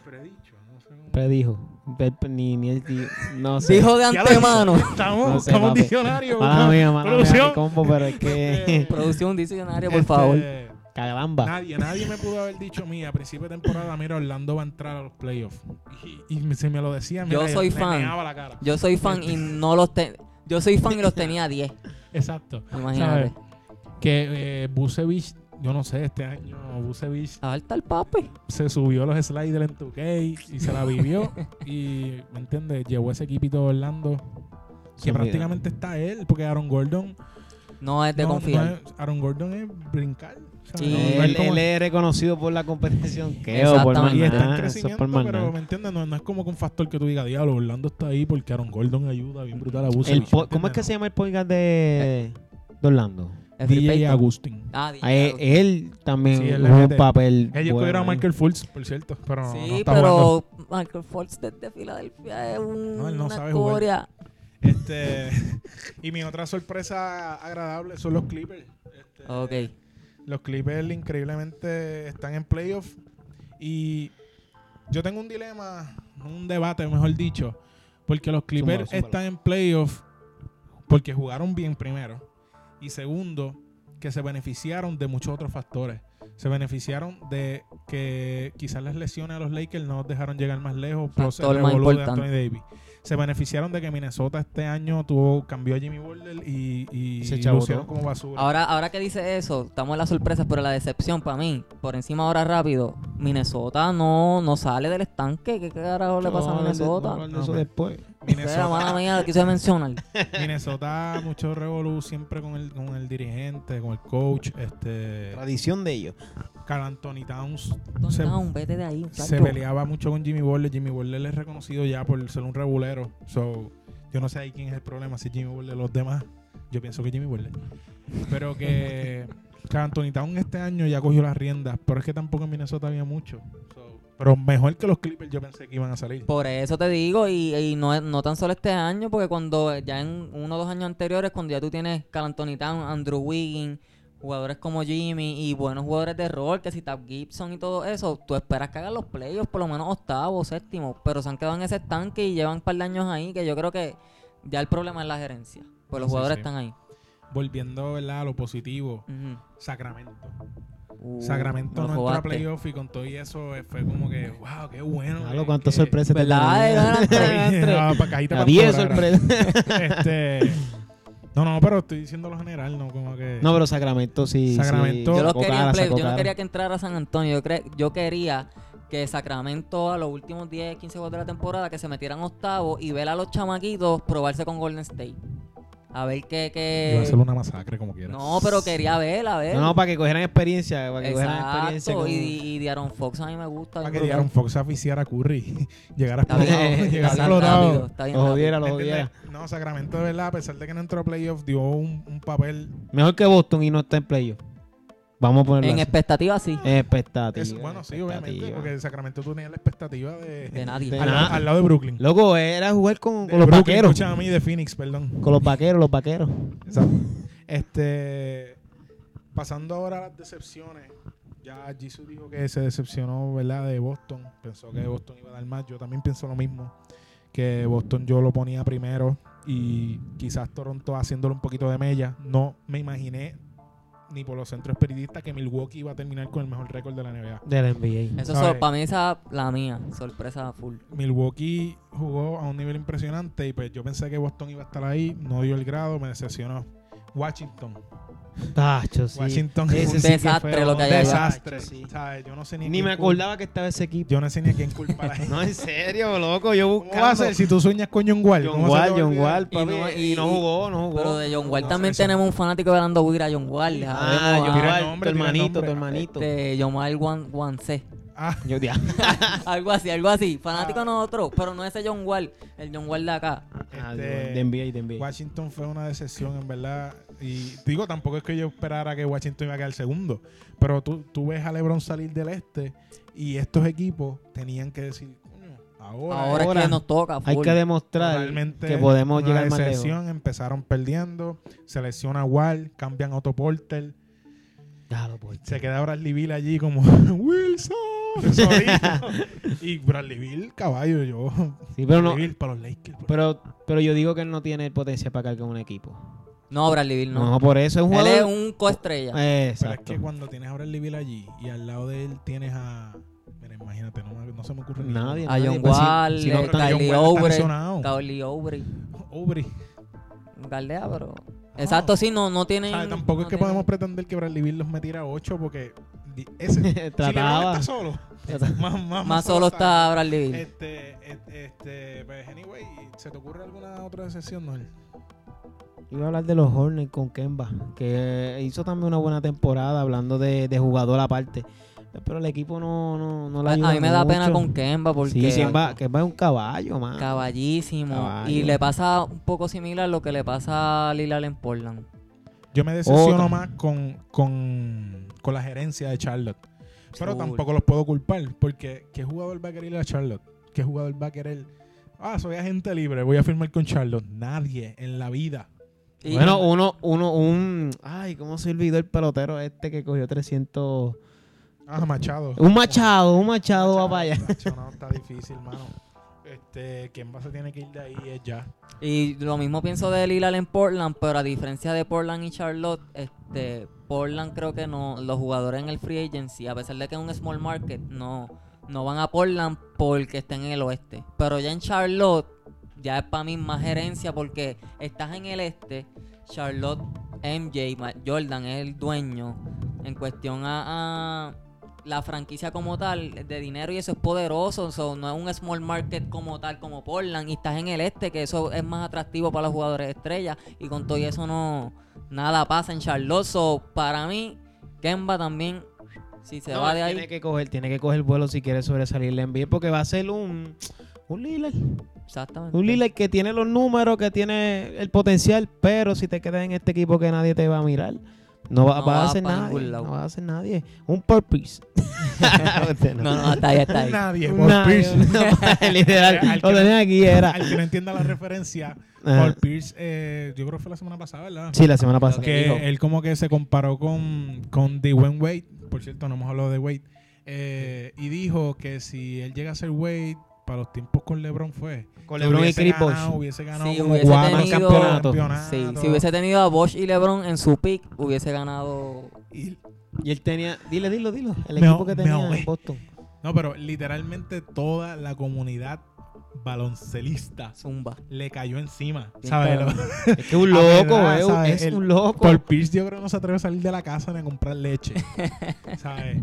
Speaker 1: predicho. No sé cómo-
Speaker 2: Predijo. Pe- pe- Ni, ni el tío. No sé.
Speaker 3: Dijo de
Speaker 1: Ya lo hizo.
Speaker 3: antemano.
Speaker 1: Estamos,
Speaker 2: No sé,
Speaker 1: estamos
Speaker 2: papi.
Speaker 1: diccionarios.
Speaker 2: Mala mía, mala mía,
Speaker 1: Producción.
Speaker 2: mi combo, pero es que. (laughs)
Speaker 1: Este,
Speaker 3: (laughs) Producción un diccionario, por
Speaker 1: Este,
Speaker 3: favor.
Speaker 2: Caramba.
Speaker 1: Nadie, nadie me pudo haber dicho, mira, a principio de temporada, mira, Orlando va a entrar a los playoffs. Y, y se me lo decía, mira,
Speaker 3: Yo soy
Speaker 1: le
Speaker 3: fan.
Speaker 1: meaba la cara.
Speaker 3: Yo soy fan
Speaker 1: este.
Speaker 3: y no los te- Yo soy fan
Speaker 1: (laughs)
Speaker 3: y los tenía 10.
Speaker 1: Exacto.
Speaker 3: Imagínate.
Speaker 1: ¿Sabes? Que eh, Busevich, yo no sé, este año Busevich
Speaker 3: Alta el papi.
Speaker 1: se subió a los sliders en 2K y se
Speaker 3: (laughs)
Speaker 1: la vivió. y, ¿me entiendes? Llevó ese equipito de Orlando. Que
Speaker 2: Se olvidó.
Speaker 1: prácticamente está él, porque Aaron Gordon.
Speaker 3: No es de
Speaker 1: no- no
Speaker 3: confiar.
Speaker 1: es- Aaron Gordon es brincar. o sea,
Speaker 3: Sí,
Speaker 1: no- no es
Speaker 2: Él,
Speaker 1: como-
Speaker 2: él es reconocido por la
Speaker 3: (laughs)
Speaker 2: competición que es, o por más
Speaker 3: Exactamente.
Speaker 1: Y está en
Speaker 2: nada, eso es
Speaker 1: crecimiento,
Speaker 2: por más
Speaker 1: pero
Speaker 2: nada.
Speaker 1: me entiendes, no, no es como que un factor que tú digas, diablo, Orlando está ahí porque Aaron Gordon ayuda bien brutal a
Speaker 2: El
Speaker 1: Busevich.
Speaker 2: po- ¿Cómo es que se llama el podcast de, de Orlando?
Speaker 3: Es
Speaker 1: DJ
Speaker 3: Free Payton.
Speaker 1: Agustin.
Speaker 3: Ah, DJ
Speaker 2: Ah, eh,
Speaker 3: Agustín.
Speaker 2: Él también
Speaker 1: Sí, él le
Speaker 2: jugó un
Speaker 1: mete.
Speaker 2: papel.
Speaker 1: Ellos
Speaker 2: bueno
Speaker 1: cogieron a
Speaker 2: ahí.
Speaker 1: Michael Fultz, por cierto, pero
Speaker 3: Sí,
Speaker 1: no está jugando.
Speaker 3: pero Michael Fox desde Filadelfia es un-
Speaker 1: No, él no
Speaker 3: una
Speaker 1: sabe jugar.
Speaker 3: escoria.
Speaker 1: Este, (laughs) y mi otra sorpresa agradable son los Clippers. Este,
Speaker 3: Ok.
Speaker 1: Los Clippers increíblemente están en playoff. Y yo tengo un dilema, un debate, mejor dicho. Porque los Clippers
Speaker 2: Zúmbalo, zúmbalo.
Speaker 1: están en playoff porque jugaron bien primero. Y segundo, que se beneficiaron de muchos otros factores. Se beneficiaron de que quizás las lesiones a los Lakers no los dejaron llegar más lejos. pero se
Speaker 3: Factor más
Speaker 1: revoló de
Speaker 3: importante.
Speaker 1: Anthony Davis. Se beneficiaron de que Minnesota este año tuvo cambió a Jimmy Butler y, y
Speaker 2: Se chabotó.
Speaker 1: lucieron como basura.
Speaker 3: Ahora, ahora que dice eso, estamos en las sorpresas, pero la decepción para mí, por encima ahora rápido, Minnesota no, no sale del estanque. ¿Qué carajo le pasa
Speaker 2: No,
Speaker 3: a Minnesota?
Speaker 2: no, no, no,
Speaker 1: No,
Speaker 2: eso
Speaker 1: hombre.
Speaker 2: después.
Speaker 3: Era mala mía, la quise mencionar.
Speaker 2: (laughs)
Speaker 1: Minnesota, mucho revolú siempre con el, con el dirigente, con el coach. Este,
Speaker 2: Tradición de ellos.
Speaker 1: Carl Anthony Towns se,
Speaker 3: Downtown, ah, vete de ahí, muchacho.
Speaker 1: se peleaba mucho con Jimmy Butler. Jimmy Butler es reconocido ya por ser un regulero. So, yo no sé ahí quién es el problema, si Jimmy Butler o los demás. Yo pienso que Jimmy Butler. Pero que Carl Anthony Towns este año ya cogió las riendas. Pero es que tampoco en Minnesota había mucho. So, pero mejor que los Clippers yo pensé que iban a salir.
Speaker 3: Por eso te digo, y, y no, no tan solo este año, porque cuando ya en uno o dos años anteriores, cuando ya tú tienes Carl Anthony Town, Andrew Wiggin, jugadores como Jimmy y buenos jugadores de rol, que si Tab Gibson y todo eso, tú esperas que hagan los playoffs, por lo menos octavo, séptimo, pero se han quedado en ese estanque y llevan un par de años ahí, que yo creo que ya el problema es la gerencia, pues los
Speaker 1: Sí,
Speaker 3: jugadores
Speaker 1: sí.
Speaker 3: están ahí.
Speaker 1: Volviendo ¿verdad? a lo positivo,
Speaker 3: Ujú.
Speaker 1: Sacramento.
Speaker 3: Uh,
Speaker 1: Sacramento
Speaker 3: me
Speaker 1: no
Speaker 3: lo
Speaker 1: entró a
Speaker 3: jugaste.
Speaker 1: playoff y con todo y eso eh, fue como que, wow, qué bueno. eh,
Speaker 2: Claro,
Speaker 1: que-
Speaker 2: cuántas
Speaker 1: que- (laughs)
Speaker 2: sorpresas
Speaker 3: ¿Verdad?
Speaker 2: tenemos.
Speaker 3: Eran
Speaker 2: (laughs)
Speaker 3: tres.
Speaker 1: Ah, pa- cajita
Speaker 2: A 10
Speaker 1: Pandora, era.
Speaker 2: sorpresas.
Speaker 1: Este, no, no, pero estoy diciendo lo general, no como que.
Speaker 2: (laughs) No, pero Sacramento sí.
Speaker 1: Sacramento.
Speaker 2: sí,
Speaker 3: Yo, los
Speaker 2: sacó
Speaker 3: quería en
Speaker 2: cara,
Speaker 3: play-
Speaker 2: sacó
Speaker 3: yo no
Speaker 2: cara.
Speaker 3: quería que entrara San Antonio. Yo, cre- yo quería que Sacramento a los últimos 10, 15 juegos de la temporada que se metieran octavo y ver a los chamaquitos probarse con Golden State. A ver qué... qué-
Speaker 1: Iba a ser una masacre como quiera.
Speaker 3: No, pero quería ver, a ver.
Speaker 2: No, no, para que cogieran experiencia. Para que cogieran experiencia.
Speaker 3: Exacto.
Speaker 2: con-
Speaker 3: Y, y de Aaron Fox a mí me gusta.
Speaker 1: Para
Speaker 3: bien
Speaker 1: que
Speaker 3: brutal.
Speaker 1: Aaron Fox aficiara a Curry. (laughs) Llegar a
Speaker 3: Está bien,
Speaker 1: explotado. llegar
Speaker 3: (laughs) está bien
Speaker 1: explotado.
Speaker 3: rápido, está bien
Speaker 2: Lo
Speaker 3: rápido.
Speaker 2: jodiera, lo
Speaker 1: ¿Entiendes?
Speaker 2: jodiera.
Speaker 1: No, Sacramento, de verdad, a pesar de que no entró a playoff, dio un, un papel.
Speaker 2: Mejor que Boston y no está en playoff. Vamos a ponerlo
Speaker 3: En
Speaker 2: así.
Speaker 3: expectativa sí.
Speaker 2: Eh, Expectativa.
Speaker 1: Es, bueno, sí, obviamente,
Speaker 2: expectativa.
Speaker 1: porque Sacramento tú tenías la expectativa de.
Speaker 3: De nadie.
Speaker 2: de
Speaker 1: al,
Speaker 2: nada.
Speaker 1: al lado de Brooklyn.
Speaker 2: Loco, era jugar con,
Speaker 1: De
Speaker 2: con los
Speaker 1: Brooklyn,
Speaker 2: vaqueros.
Speaker 1: escucha a mí, de Phoenix, perdón.
Speaker 2: Con los vaqueros, los vaqueros.
Speaker 1: Exacto. Este, pasando ahora a las decepciones. Ya Jesus dijo que se decepcionó, ¿verdad? De Boston. Pensó que Boston iba a dar más. Yo también pienso lo mismo. Que Boston yo lo ponía primero. Y quizás Toronto haciéndole un poquito de mella. No me imaginé, ni por los centros periodistas, que Milwaukee iba a terminar con el mejor récord de la NBA.
Speaker 2: Del NBA.
Speaker 3: Eso
Speaker 1: Sabe.
Speaker 3: para mí esa la mía. Sorpresa full.
Speaker 1: Milwaukee jugó a un nivel impresionante y pues yo pensé que Boston iba a estar ahí, no dio el grado, me decepcionó. Washington,
Speaker 2: Tacho, sí.
Speaker 1: Washington
Speaker 2: Ese
Speaker 3: Un
Speaker 2: sí que
Speaker 3: desastre
Speaker 1: fue
Speaker 3: lo que hay allá.
Speaker 1: desastre.
Speaker 2: Tacho, sí.
Speaker 1: ¿Sabes? Yo no sé ni,
Speaker 2: Ni
Speaker 1: quién
Speaker 2: me
Speaker 1: cul-
Speaker 2: acordaba que estaba ese equipo.
Speaker 1: Yo no sé ni a quién
Speaker 2: (laughs)
Speaker 1: culpar a
Speaker 2: No, en serio, loco. Yo
Speaker 1: ¿Cómo va a
Speaker 2: buscaba.
Speaker 1: ser si tú sueñas con John Wall?
Speaker 2: John
Speaker 1: ¿Cómo se te va a
Speaker 2: Wall, John
Speaker 1: olvidar?
Speaker 2: Wall,
Speaker 3: Y
Speaker 2: papi.
Speaker 3: no-
Speaker 2: Y,
Speaker 3: y-
Speaker 2: no jugó, no jugó.
Speaker 3: Pero de John Wall
Speaker 1: No,
Speaker 3: también
Speaker 1: eso-
Speaker 3: tenemos un fanático de dando Weir a John Wall. ya
Speaker 2: Ah,
Speaker 3: sabemos,
Speaker 2: John
Speaker 1: Tira el
Speaker 2: Wall,
Speaker 1: nombre,
Speaker 2: tu
Speaker 1: tira el
Speaker 2: hermanito, tu
Speaker 1: nombre. Este,
Speaker 2: hermanito.
Speaker 3: de Yomal Wan- Wanse.
Speaker 1: Ah,
Speaker 2: Yo, ya.
Speaker 3: Algo así, algo así. Fanático
Speaker 1: Ah.
Speaker 3: de nosotros, pero no ese John Wall, el John Wall de acá.
Speaker 2: (laughs) Ah,
Speaker 1: este,
Speaker 2: de NBA, de NBA.
Speaker 1: Washington fue una decepción, en verdad. Y digo, tampoco es que yo esperara que Washington iba a quedar segundo. Pero tú, tú ves a LeBron salir del este y estos equipos tenían que decir, coño, Ahora,
Speaker 3: Ahora es
Speaker 2: ahora
Speaker 3: que nos toca.
Speaker 2: Hay
Speaker 3: full.
Speaker 2: que demostrar
Speaker 1: realmente
Speaker 2: que podemos
Speaker 1: una
Speaker 2: llegar más lejos.
Speaker 1: decepción, empezaron perdiendo, se lesiona Wall, cambian a Otto Porter,
Speaker 2: Déjalo, por-
Speaker 1: se queda Bradley Bill allí como (laughs)
Speaker 2: (laughs)
Speaker 1: Wilson solito. y Bradley Bill, caballo, yo
Speaker 2: Sí, pero, no,
Speaker 1: Bradley Beal para los Lakers. bro.
Speaker 2: pero, pero yo digo que él no tiene el potencial para cargar un equipo.
Speaker 3: No, Bradley Beal
Speaker 2: No,
Speaker 3: no.
Speaker 2: por eso es un
Speaker 3: Él
Speaker 2: jugador.
Speaker 3: es un coestrella.
Speaker 2: Eh,
Speaker 1: Pero es
Speaker 2: Exacto. (laughs)
Speaker 1: que cuando tienes a Bradley Bill allí y al lado de él tienes a. Mira, imagínate, no, me- no se me ocurre ni
Speaker 2: Nadie.
Speaker 3: A John
Speaker 2: pues, si-
Speaker 3: Wall,
Speaker 2: si no
Speaker 3: eh,
Speaker 1: Pero que
Speaker 2: está-
Speaker 1: John
Speaker 3: Kylie
Speaker 1: Wall está
Speaker 3: Oubre.
Speaker 1: lesionado.
Speaker 3: Cowley Oubre.
Speaker 1: Aubrey.
Speaker 3: Galdea, pero.
Speaker 2: Ah.
Speaker 3: Exacto, sí, no, no tienen.
Speaker 1: O sea, tampoco es
Speaker 3: Mm, no
Speaker 1: que
Speaker 3: tienen-
Speaker 1: podemos pretender que Bradley Bill los metiera a 8 porque di- ese
Speaker 2: (laughs)
Speaker 1: si LeBron
Speaker 2: Trataba.
Speaker 1: está solo. (laughs) más, más- más
Speaker 3: Más solo está Bradley Beal.
Speaker 1: Este, et- este, pues anyway, ¿se te ocurre alguna otra sesión, Noel?
Speaker 2: Iba a hablar de los Hornets con Kemba, que eh, hizo también una buena temporada hablando de, de jugador aparte. Pero el equipo no, no, no le
Speaker 3: A, a
Speaker 2: ayuda
Speaker 3: mí me da
Speaker 2: Eh, mucho.
Speaker 3: pena con Kemba porque.
Speaker 2: Sí, Kemba, Kemba es un caballo, man.
Speaker 3: Caballísimo.
Speaker 2: Caballo.
Speaker 3: Y le pasa un poco similar a lo que le pasa a Lillard en Portland.
Speaker 1: Yo me decepciono
Speaker 2: Otra.
Speaker 1: más con, con, con la gerencia de Charlotte. Pero
Speaker 3: Full.
Speaker 1: tampoco los puedo culpar, porque ¿qué jugador va a querer ir a Charlotte? ¿Qué jugador va a querer? Ah, soy agente libre, voy a firmar con Charlotte. Nadie en la vida.
Speaker 3: Y-
Speaker 2: Bueno, uno, uno, un... Ay, cómo se olvidó el pelotero este que cogió 300...
Speaker 1: Ah, Machado.
Speaker 2: Un machado, un machado va para allá.
Speaker 1: Tacho, no, está difícil, mano. Este, ¿quién va a tiene que ir de ahí? Es ya.
Speaker 3: Y lo mismo pienso de Lillard en Portland, pero a diferencia de Portland y Charlotte, este, Portland creo que no, los jugadores en el free agency, a pesar de que es un small market, no, no van a Portland porque están en el oeste. Pero ya en Charlotte, ya es para mí más gerencia porque estás en el este, Charlotte, MJ, Ma- Jordan es el dueño. En cuestión a, a la franquicia como tal, de dinero y eso es poderoso, so, no es un small market como tal como Portland y estás en el este, que eso es más atractivo para los jugadores estrellas y con todo y eso no nada pasa en Charlotte. so, para mí, Kemba también, si se
Speaker 2: No,
Speaker 3: va
Speaker 2: él
Speaker 3: de ahí...
Speaker 2: Tiene que coger, tiene que coger vuelo si quiere sobresalirle en bien, porque va a ser un... Un Lillard.
Speaker 3: Exactamente.
Speaker 2: Un Lillard que tiene los números, que tiene el potencial, pero si te quedas en este equipo que nadie te va a mirar, no va,
Speaker 3: No
Speaker 2: va
Speaker 3: va
Speaker 2: a ser
Speaker 3: pa'
Speaker 2: nadie.
Speaker 3: ningún lado.
Speaker 2: No va a ser nadie. Un (laughs) purpose. Usted
Speaker 3: No, no, hasta ahí, hasta (laughs) ahí.
Speaker 1: Nadie, (laughs)
Speaker 2: Un
Speaker 1: Paul
Speaker 2: nadie,
Speaker 1: Pierce.
Speaker 2: (laughs) no, literal.
Speaker 1: Al que
Speaker 2: Lo
Speaker 1: no-
Speaker 2: tenía aquí, era.
Speaker 1: Al que no entienda la referencia,
Speaker 2: Ajá.
Speaker 1: Paul Pierce, eh, yo creo que fue la semana pasada, ¿verdad?
Speaker 2: Sí, la semana pasada.
Speaker 3: Ok.
Speaker 1: que
Speaker 3: dijo.
Speaker 1: él como que se comparó con, con Dwayne Wade, por cierto, no hemos hablado de Wade, eh, y dijo que si él llega a ser Wade, para los tiempos con LeBron fue.
Speaker 2: Con
Speaker 1: que
Speaker 2: LeBron y
Speaker 1: hubiese
Speaker 2: Chris
Speaker 1: ganado,
Speaker 2: Bosh.
Speaker 1: Hubiese ganado
Speaker 3: Sí,
Speaker 1: como
Speaker 3: hubiese
Speaker 1: cuatro
Speaker 3: tenido-
Speaker 1: campeonatos.
Speaker 3: Sí, si hubiese tenido a Bosch y LeBron en su pick, hubiese ganado.
Speaker 1: Y-
Speaker 2: Y él tenía. Dile, dilo, dilo.
Speaker 1: Me
Speaker 2: El equipo
Speaker 1: o-
Speaker 2: que
Speaker 1: me
Speaker 2: tenía
Speaker 1: ahogué.
Speaker 2: en Boston.
Speaker 1: No, pero literalmente toda la comunidad baloncelista
Speaker 3: Zumba.
Speaker 1: le cayó encima,
Speaker 3: Bien
Speaker 1: ¿sabes?
Speaker 3: cabrón.
Speaker 1: Lo-
Speaker 2: Es que un
Speaker 1: A ver,
Speaker 2: loco,
Speaker 1: nada,
Speaker 2: eh,
Speaker 1: ¿sabes?
Speaker 2: es
Speaker 1: El-
Speaker 2: un loco.
Speaker 1: Paul Pierce yo creo que no se atreve a salir de la casa ni a comprar leche,
Speaker 2: (laughs)
Speaker 1: ¿sabes?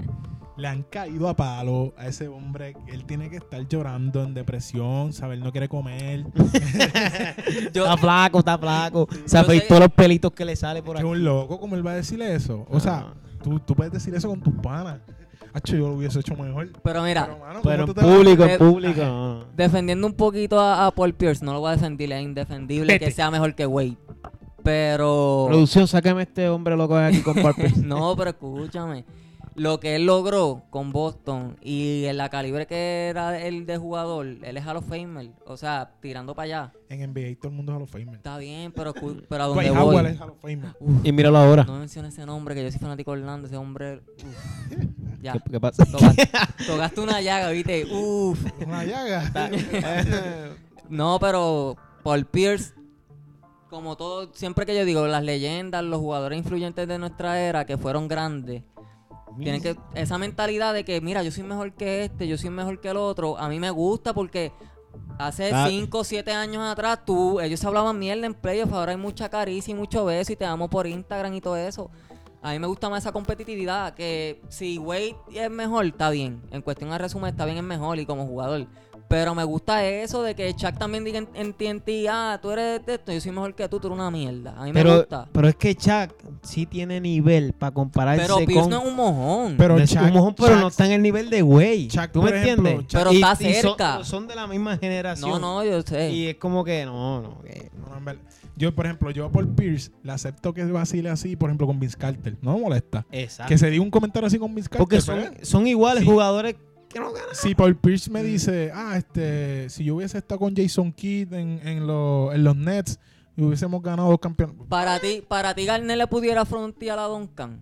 Speaker 1: Le han caído a palo a ese hombre. Él tiene que estar llorando en depresión, ¿sabes? Él no quiere comer.
Speaker 3: Yo,
Speaker 2: Está flaco, está flaco. Se
Speaker 3: Yo
Speaker 2: afeitó
Speaker 3: sé-
Speaker 2: los pelitos que le sale por
Speaker 1: Es
Speaker 2: aquí.
Speaker 1: un loco, ¿cómo él va a decirle eso? O sea, tú, tú puedes decir eso con tus panas. Hacho, yo lo hubiese hecho mejor.
Speaker 3: pero mira,
Speaker 1: mano, ¿cómo
Speaker 2: Pero
Speaker 1: tú
Speaker 2: en
Speaker 1: te vas a-
Speaker 2: público,
Speaker 3: Eh,
Speaker 2: en público. no.
Speaker 3: defendiendo un poquito a, a Paul Pierce, no lo voy a defender, es indefendible que
Speaker 1: Vete.
Speaker 3: sea mejor que Wade. Pero.
Speaker 2: Producción, sácame a este hombre loco de
Speaker 3: (laughs)
Speaker 2: aquí con Paul Pierce.
Speaker 3: No, pero escúchame. Lo que él logró con Boston y en la calibre que era él de jugador, él es Hall of Famer. O sea, tirando para allá.
Speaker 1: En NBA todo el mundo es Hall of Famer.
Speaker 3: Está bien, pero, escu- pero a
Speaker 1: Dwight
Speaker 3: dónde
Speaker 1: Howard
Speaker 3: voy.
Speaker 1: es Hall of
Speaker 2: (laughs)
Speaker 1: Famer.
Speaker 2: Y míralo ahora.
Speaker 3: No menciones ese nombre, que yo soy fanático de Orlando, ese hombre. uf, ya.
Speaker 2: ¿Qué, qué (laughs) pasa?
Speaker 3: Tocaste, tocaste una llaga, viste. Uf.
Speaker 1: Una llaga.
Speaker 3: No, pero Paul Pierce, como todo, siempre que yo digo, las leyendas, los jugadores influyentes de nuestra era que fueron grandes, tienen que esa mentalidad de que, mira, yo soy mejor que este, yo soy mejor que el otro, a mí me gusta porque hace
Speaker 2: Ah.
Speaker 3: 5 o 7 años atrás tú, ellos se hablaban mierda en playoffs, ahora hay mucha caricia y mucho beso y te amo por Instagram y todo eso. A mí me gusta más esa competitividad, que si Wade es mejor, está bien. En cuestión de resumen, está bien, es mejor y como jugador. Pero me gusta eso de que Chuck también diga en, en TNT, ah, tú eres de esto, yo soy mejor que tú, tú eres una mierda. A mí me
Speaker 2: Pero,
Speaker 3: gusta.
Speaker 2: pero es que Chuck sí tiene nivel para compararse
Speaker 3: Pero Pierce
Speaker 2: con...
Speaker 3: no es un mojón.
Speaker 1: Pero
Speaker 2: es
Speaker 1: Shaq-
Speaker 2: un mojón, pero
Speaker 1: Shaq-
Speaker 2: no está en el nivel de güey.
Speaker 1: Shaq,
Speaker 2: ¿Tú me
Speaker 1: por ejemplo,
Speaker 2: entiendes?
Speaker 1: Shaq-
Speaker 3: Pero está cerca.
Speaker 2: son, son de la misma generación.
Speaker 3: no, eh. no, yo sé.
Speaker 2: Y es como que, no, no. eh, que-
Speaker 1: (laughs) No, no, en verdad. Yo, por ejemplo, yo a Paul Pierce le acepto que vacile así, por ejemplo, con Vince Carter. No me molesta.
Speaker 2: Exacto.
Speaker 1: Que se diga un comentario así con Vince Carter.
Speaker 2: Porque
Speaker 1: pero,
Speaker 2: son, son iguales
Speaker 1: Sí.
Speaker 2: jugadores que no gana.
Speaker 1: Si Paul Pierce me dice, ah, este, si yo hubiese estado con Jason Kidd en, en, los- en los Nets y hubiésemos ganado dos campeones.
Speaker 3: Para ti, para ti Garnett le pudiera frontear a Duncan.